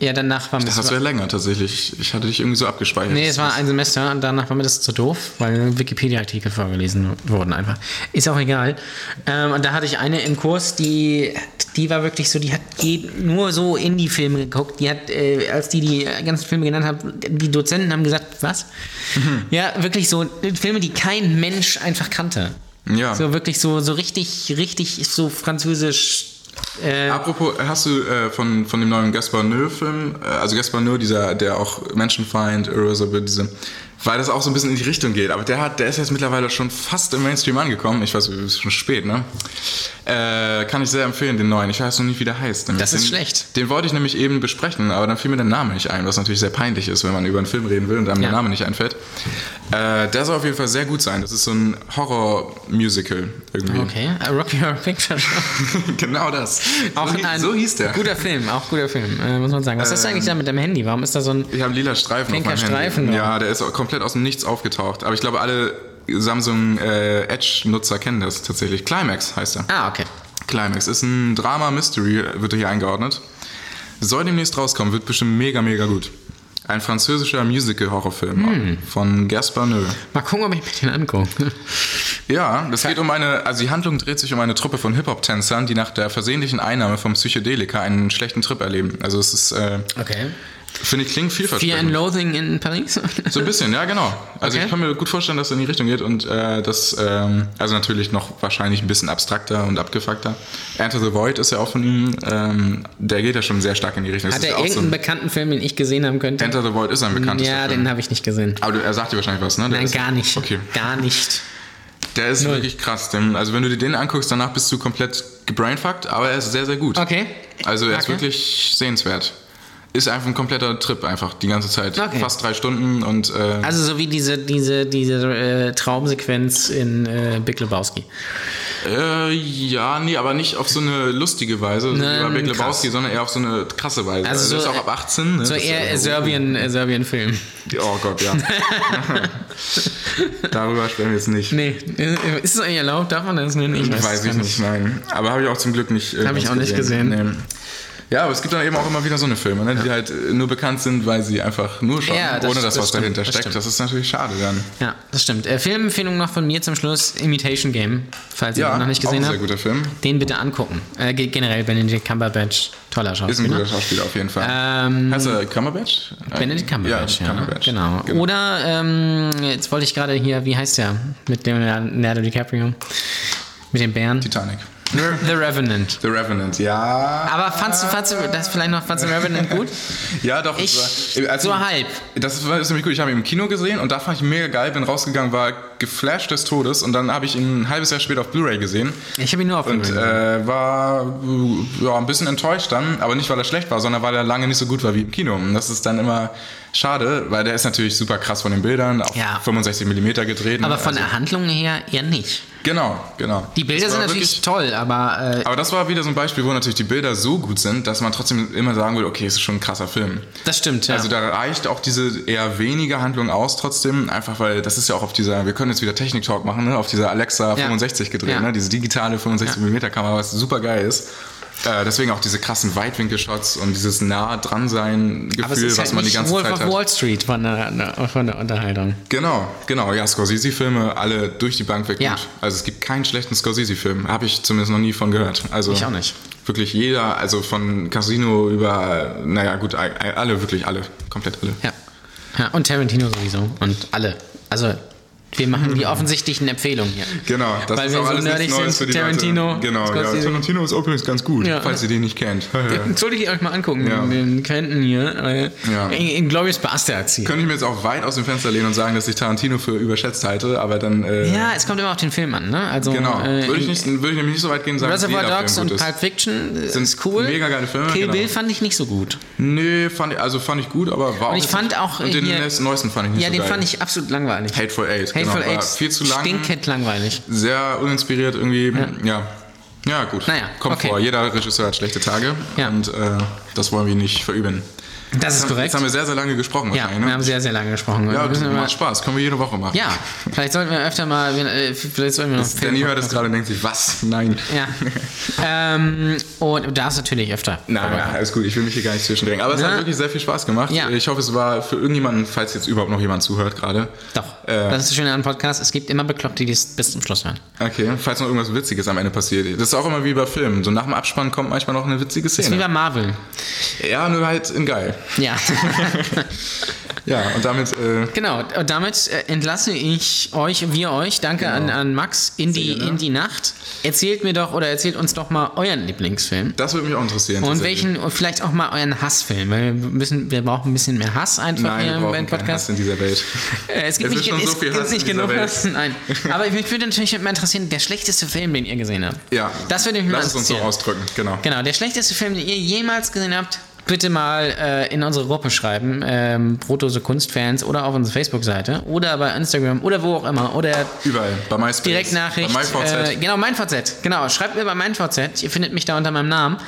Speaker 2: ja danach war mir
Speaker 3: Das
Speaker 2: das,
Speaker 3: wäre länger tatsächlich. Ich hatte dich irgendwie so abgespeichert.
Speaker 2: Nee, es war ein Semester und danach war mir das zu doof, weil Wikipedia-Artikel vorgelesen wurden einfach. Ist auch egal. Ähm, und da hatte ich eine im Kurs, die, die war wirklich so, die hat jeden, nur so Indie-Filme geguckt. Die hat, äh, als die die ganzen Filme genannt haben, die Dozenten haben gesagt, was? Ja, wirklich so Filme, die kein Mensch einfach kannte.
Speaker 3: ja.
Speaker 2: So wirklich so, so richtig, richtig so französisch. Äh,
Speaker 3: Apropos, hast du äh, von, von dem neuen Gaspar Noé-Film, äh, also Gaspar Noé, dieser, der auch Menschenfeind, Irreversible, diese, weil das auch so ein bisschen in die Richtung geht, aber der hat, der ist jetzt mittlerweile schon fast im Mainstream angekommen. Ich weiß, es ist schon spät, ne? Äh, kann ich sehr empfehlen, den neuen. Ich weiß noch nicht, wie der heißt. nämlich.
Speaker 2: Das ist
Speaker 3: den,
Speaker 2: schlecht.
Speaker 3: Den wollte ich nämlich eben besprechen, aber dann fiel mir der Name nicht ein, was natürlich sehr peinlich ist, wenn man über einen Film reden will und einem
Speaker 2: Ja.
Speaker 3: der Name nicht einfällt. Äh, der soll auf jeden Fall sehr gut sein. Das ist so ein Horror-Musical irgendwie.
Speaker 2: okay, A Rocky Horror Picture Show.
Speaker 3: genau das.
Speaker 2: Auch
Speaker 3: so,
Speaker 2: in
Speaker 3: hi-
Speaker 2: einem
Speaker 3: so hieß der. Ähm.
Speaker 2: Guter Film, auch guter Film, äh, muss man sagen. Was ist eigentlich da mit deinem Handy? Warum ist da so ein.
Speaker 3: Ich habe einen lila Streifen
Speaker 2: Pinker
Speaker 3: auf meinem
Speaker 2: Streifen drauf.
Speaker 3: Handy. Ja, der ist auch komplett aus dem Nichts aufgetaucht. Aber ich glaube, alle Samsung äh, Edge-Nutzer kennen das tatsächlich. Climax heißt er.
Speaker 2: Ah, okay.
Speaker 3: Climax ist ein Drama-Mystery, wird hier eingeordnet. Soll demnächst rauskommen, wird bestimmt mega, mega gut. Ein französischer Musical-Horrorfilm
Speaker 2: Hm.
Speaker 3: von Gaspar Noé.
Speaker 2: Mal gucken, ob ich mir den angucke.
Speaker 3: Ja, es geht um eine, also die Handlung dreht sich um eine Truppe von Hip-Hop-Tänzern, die nach der versehentlichen Einnahme vom Psychedelika einen schlechten Trip erleben. Also es ist äh,
Speaker 2: Okay.
Speaker 3: Finde ich klingt vielversprechend.
Speaker 2: Fear and Loathing in Paris?
Speaker 3: So ein bisschen, ja, genau. Also
Speaker 2: Okay.
Speaker 3: ich kann mir gut vorstellen, dass es in die Richtung geht und äh, das, ähm, also natürlich noch wahrscheinlich ein bisschen abstrakter und abgefuckter. Enter the Void ist ja auch von ihm, ähm, der geht ja schon sehr stark in die Richtung. Das
Speaker 2: Hat
Speaker 3: ist
Speaker 2: er
Speaker 3: ja auch so
Speaker 2: irgendeinen
Speaker 3: ein-
Speaker 2: bekannten Film, den ich gesehen haben könnte?
Speaker 3: Enter the Void ist ein bekanntes
Speaker 2: ja, den habe ich nicht gesehen.
Speaker 3: Aber du- er sagt dir wahrscheinlich was, ne? Der
Speaker 2: Nein,
Speaker 3: ist-
Speaker 2: gar nicht.
Speaker 3: Okay.
Speaker 2: Gar nicht.
Speaker 3: Der ist wirklich krass. Dem, also wenn du dir den anguckst, danach bist du komplett gebrainfuckt, aber er ist sehr, sehr gut.
Speaker 2: Okay.
Speaker 3: Also er ist
Speaker 2: Okay.
Speaker 3: wirklich sehenswert. Ist einfach ein kompletter Trip einfach die ganze Zeit.
Speaker 2: Okay.
Speaker 3: Fast drei Stunden und äh,
Speaker 2: Also so wie diese, diese, diese äh, Traumsequenz in äh, Big Lebowski.
Speaker 3: Äh, ja, nee, aber nicht auf so eine lustige Weise, so
Speaker 2: Nein,
Speaker 3: wie bei Big
Speaker 2: krass.
Speaker 3: Lebowski, sondern eher auf so eine krasse Weise.
Speaker 2: Also
Speaker 3: Also, das
Speaker 2: so,
Speaker 3: ist auch ab 18. Ne?
Speaker 2: So
Speaker 3: Das ist
Speaker 2: eher
Speaker 3: ja-
Speaker 2: äh, Serbien, äh, Serbien-Film.
Speaker 3: Oh Gott, ja. Darüber sprechen wir jetzt nicht.
Speaker 2: Nee, äh, ist es eigentlich erlaubt? Darf man das nennen? Ich
Speaker 3: Weiß,
Speaker 2: es
Speaker 3: ich
Speaker 2: gar
Speaker 3: nicht, nein. Aber habe ich auch zum Glück nicht. äh,
Speaker 2: Hab ich
Speaker 3: ganz
Speaker 2: auch nicht gesehen.
Speaker 3: Nee. Ja, aber es gibt dann eben auch immer wieder so eine Filme, ne, die halt äh, nur bekannt sind, weil sie einfach nur schauen,
Speaker 2: Ja, das-
Speaker 3: ohne dass
Speaker 2: das
Speaker 3: was
Speaker 2: stimmt,
Speaker 3: dahinter
Speaker 2: das
Speaker 3: steckt.
Speaker 2: stimmt.
Speaker 3: Das ist natürlich schade dann.
Speaker 2: Ja, das stimmt. Äh, Filmempfehlung noch von mir zum Schluss: Imitation Game, falls ihr
Speaker 3: Ja,
Speaker 2: den noch nicht gesehen
Speaker 3: auch ein sehr
Speaker 2: habt.
Speaker 3: guter Film.
Speaker 2: Den bitte angucken. Äh, ge- generell Benedict Cumberbatch, toller
Speaker 3: Ist ein
Speaker 2: Schauspieler.
Speaker 3: guter Schauspieler auf jeden Fall.
Speaker 2: Ähm,
Speaker 3: Heißt er Cumberbatch?
Speaker 2: Benedict Cumberbatch, ja.
Speaker 3: Cumberbatch.
Speaker 2: Genau. Oder, ähm, jetzt wollte ich gerade hier, wie heißt der? Mit dem Leonardo DiCaprio. Mit dem Bären.
Speaker 3: Titanic.
Speaker 2: The Revenant.
Speaker 3: The Revenant, ja.
Speaker 2: Aber fandst du, fandst du das vielleicht noch, fandst du Revenant gut?
Speaker 3: Ja, doch.
Speaker 2: Ich-
Speaker 3: es war, äh, also
Speaker 2: so halb.
Speaker 3: Das war ist nämlich gut. Ich habe ihn im Kino gesehen und da fand ich ihn mega geil. Bin rausgegangen, war geflasht des Todes und dann habe ich ihn ein halbes Jahr später auf Blu-ray gesehen
Speaker 2: Ich habe ihn nur auf
Speaker 3: und
Speaker 2: Blu-ray.
Speaker 3: äh, war äh, ja, ein bisschen enttäuscht dann, aber nicht, weil er schlecht war, sondern weil er lange nicht so gut war wie im Kino. Und das ist dann immer schade, weil der ist natürlich super krass von den Bildern, auf
Speaker 2: Ja.
Speaker 3: 65 mm gedreht. ne?
Speaker 2: Aber von
Speaker 3: also,
Speaker 2: der Handlung her eher nicht.
Speaker 3: Genau, genau.
Speaker 2: Die Bilder
Speaker 3: Das war
Speaker 2: sind natürlich
Speaker 3: wirklich-
Speaker 2: toll, aber äh,
Speaker 3: aber das war wieder so ein Beispiel, wo natürlich die Bilder so gut sind, dass man trotzdem immer sagen würde, okay, es ist schon ein krasser Film.
Speaker 2: das stimmt, ja.
Speaker 3: Also da reicht auch diese eher wenige Handlung aus trotzdem, einfach weil das ist ja auch auf dieser, wir können jetzt wieder Technik-Talk machen, ne? auf dieser Alexa 65 gedreht,
Speaker 2: Ja.
Speaker 3: ne? diese digitale 65 mm Kamera, was super geil ist. Äh, deswegen auch diese krassen Weitwinkel-Shots und dieses nah dran sein Gefühl,
Speaker 2: aber es ist
Speaker 3: was
Speaker 2: halt
Speaker 3: man die
Speaker 2: nicht
Speaker 3: ganze
Speaker 2: Wolf
Speaker 3: Zeit
Speaker 2: of
Speaker 3: hat.
Speaker 2: Wall Street von der, ne, von der Unterhaltung.
Speaker 3: Genau, genau. Ja, Scorsese-Filme alle durch die Bank weg.
Speaker 2: Ja.
Speaker 3: gut. Also es gibt keinen schlechten Scorsese-Film. Habe ich zumindest noch nie von gehört. Also
Speaker 2: Ich auch nicht.
Speaker 3: Wirklich jeder, also von Casino über, naja gut, alle, wirklich alle, komplett alle.
Speaker 2: Ja. ja. Und Tarantino sowieso. Und alle. Also, wir machen
Speaker 3: Mhm.
Speaker 2: die offensichtlichen Empfehlungen hier.
Speaker 3: Genau, das
Speaker 2: Weil
Speaker 3: ist
Speaker 2: wir
Speaker 3: auch
Speaker 2: so
Speaker 3: alles
Speaker 2: nerdig
Speaker 3: nichts Neues
Speaker 2: sind,
Speaker 3: für die
Speaker 2: Tarantino,
Speaker 3: Leute. Genau, ja.
Speaker 2: Scorsese.
Speaker 3: Tarantino ist übrigens ganz gut,
Speaker 2: Ja.
Speaker 3: falls ihr den nicht kennt.
Speaker 2: Sollte ich euch mal angucken,
Speaker 3: Ja.
Speaker 2: den Quentin hier. weil-
Speaker 3: Ja.
Speaker 2: In, in Glorious Bastards hier.
Speaker 3: Könnte ich mir jetzt auch weit aus dem Fenster lehnen und sagen, dass ich Tarantino für überschätzt halte, aber dann. Äh,
Speaker 2: Ja, es kommt immer auf den Film an, ne? Also,
Speaker 3: Genau.
Speaker 2: äh,
Speaker 3: würde, ich
Speaker 2: in-
Speaker 3: nicht, würde ich nämlich nicht so weit gehen und sagen, dass
Speaker 2: Reservoir
Speaker 3: jeder Film
Speaker 2: Dogs
Speaker 3: gut
Speaker 2: und
Speaker 3: ist.
Speaker 2: Pulp Fiction äh,
Speaker 3: Sind
Speaker 2: ist cool.
Speaker 3: mega geile Filme,
Speaker 2: Kill
Speaker 3: genau.
Speaker 2: Bill fand ich nicht so gut.
Speaker 3: Nee, fand ich, also fand ich gut, aber war
Speaker 2: Und ich
Speaker 3: jetzt
Speaker 2: fand
Speaker 3: nicht-
Speaker 2: auch, äh,
Speaker 3: Und den
Speaker 2: hier-
Speaker 3: letzten, neuesten fand ich nicht
Speaker 2: ja,
Speaker 3: so
Speaker 2: den
Speaker 3: geil.
Speaker 2: fand ich absolut langweilig.
Speaker 3: Hateful Eight.
Speaker 2: Hateful
Speaker 3: genau, war
Speaker 2: Eight
Speaker 3: Viel zu lang.
Speaker 2: stinkend langweilig.
Speaker 3: Sehr uninspiriert irgendwie. Ja. Ja, gut.
Speaker 2: Naja,
Speaker 3: Kommt
Speaker 2: okay.
Speaker 3: vor. Jeder Regisseur hat schlechte Tage.
Speaker 2: Ja.
Speaker 3: Und äh, das wollen wir nicht verübeln.
Speaker 2: Das ist korrekt.
Speaker 3: Jetzt haben wir sehr, sehr lange gesprochen
Speaker 2: ja,
Speaker 3: wahrscheinlich.
Speaker 2: wir
Speaker 3: ne?
Speaker 2: haben sehr, sehr lange gesprochen.
Speaker 3: Ja,
Speaker 2: Wir müssen
Speaker 3: das
Speaker 2: immer-
Speaker 3: macht Spaß. Können wir jede Woche machen.
Speaker 2: ja, vielleicht sollten wir öfter mal, äh, vielleicht sollten wir noch
Speaker 3: Danny hört es gerade und denkt sich, was? Nein.
Speaker 2: Ja. ähm, und du darfst natürlich öfter.
Speaker 3: Nein, nein, alles gut, ich will mich hier gar nicht zwischendrängen. Aber es
Speaker 2: Na?
Speaker 3: hat wirklich sehr viel Spaß gemacht.
Speaker 2: Ja.
Speaker 3: Ich hoffe, es war für irgendjemanden, falls jetzt überhaupt noch jemand zuhört gerade.
Speaker 2: Doch.
Speaker 3: Äh,
Speaker 2: das ist das Schöne an Podcasts. Es gibt immer Bekloppte, die es bis zum Schluss hören.
Speaker 3: Okay, falls noch irgendwas Witziges am Ende passiert. Das ist auch immer wie bei Filmen. So nach dem Abspann kommt manchmal noch eine witzige
Speaker 2: Das ist wie
Speaker 3: Szene.
Speaker 2: bei Marvel.
Speaker 3: Ja, nur halt in geil.
Speaker 2: Ja.
Speaker 3: Ja, und damit äh,
Speaker 2: genau. Und damit äh, entlasse ich euch, wir euch, danke
Speaker 3: Genau.
Speaker 2: an, an Max, in die, in die Nacht. Erzählt mir doch oder erzählt uns doch mal euren Lieblingsfilm.
Speaker 3: das würde mich auch interessieren.
Speaker 2: Und
Speaker 3: tatsächlich.
Speaker 2: welchen, und vielleicht auch mal euren Hassfilm, weil wir müssen, wir brauchen ein bisschen mehr Hass einfach
Speaker 3: Nein,
Speaker 2: hier
Speaker 3: wir
Speaker 2: im
Speaker 3: brauchen keinen
Speaker 2: Podcast.
Speaker 3: Hass in dieser Welt.
Speaker 2: Äh, Es gibt
Speaker 3: Es ist
Speaker 2: nicht,
Speaker 3: schon
Speaker 2: es
Speaker 3: so viel
Speaker 2: gibt
Speaker 3: Hass
Speaker 2: nicht
Speaker 3: in dieser
Speaker 2: genug
Speaker 3: Welt.
Speaker 2: Hass. Nein. Aber mich würde natürlich mal interessieren, der schlechteste Film, den ihr gesehen habt.
Speaker 3: Ja,
Speaker 2: Das würde mich mal
Speaker 3: lass es uns so
Speaker 2: interessieren.
Speaker 3: ausdrücken. Genau.
Speaker 2: genau, der schlechteste Film, den ihr jemals gesehen habt, bitte mal äh, in unsere Gruppe schreiben. Ähm, Brotose Kunstfans oder auf unsere Facebook-Seite oder bei Instagram oder wo auch immer. Oder
Speaker 3: Überall. Bei MySpace.
Speaker 2: Direktnachricht.
Speaker 3: Bei MyVZ.
Speaker 2: Äh, genau, mein VZ. Genau, schreibt mir bei mein VZ. Ihr findet mich da unter meinem Namen.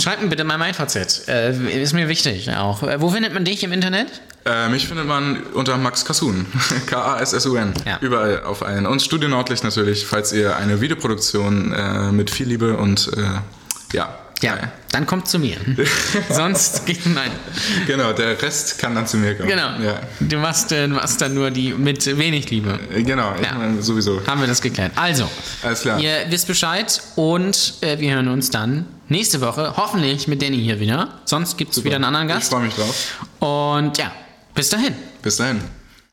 Speaker 2: Schreibt mir bitte bei mein VZ. Äh, ist mir wichtig auch. Äh, wo findet man dich im Internet?
Speaker 3: Äh, mich findet man unter Max Kassun. K-A-S-S-U-N.
Speaker 2: Ja.
Speaker 3: Überall auf allen. Und Studio Nordlicht natürlich, falls ihr eine Videoproduktion äh, mit viel Liebe und äh, ja.
Speaker 2: Ja, dann kommt zu mir. Sonst geht nein.
Speaker 3: Genau, der Rest kann dann zu mir kommen.
Speaker 2: Genau.
Speaker 3: Ja.
Speaker 2: Du machst, äh, du machst dann nur die mit wenig Liebe.
Speaker 3: Äh, Genau, ich
Speaker 2: Ja.
Speaker 3: meine, sowieso.
Speaker 2: Haben wir das geklärt. Also,
Speaker 3: Alles klar.
Speaker 2: ihr wisst Bescheid und äh, wir hören uns dann nächste Woche, hoffentlich mit Danny hier wieder. Sonst gibt es wieder einen anderen
Speaker 3: Ich
Speaker 2: Gast.
Speaker 3: freue mich drauf.
Speaker 4: Und ja, bis dahin.
Speaker 2: Bis dahin.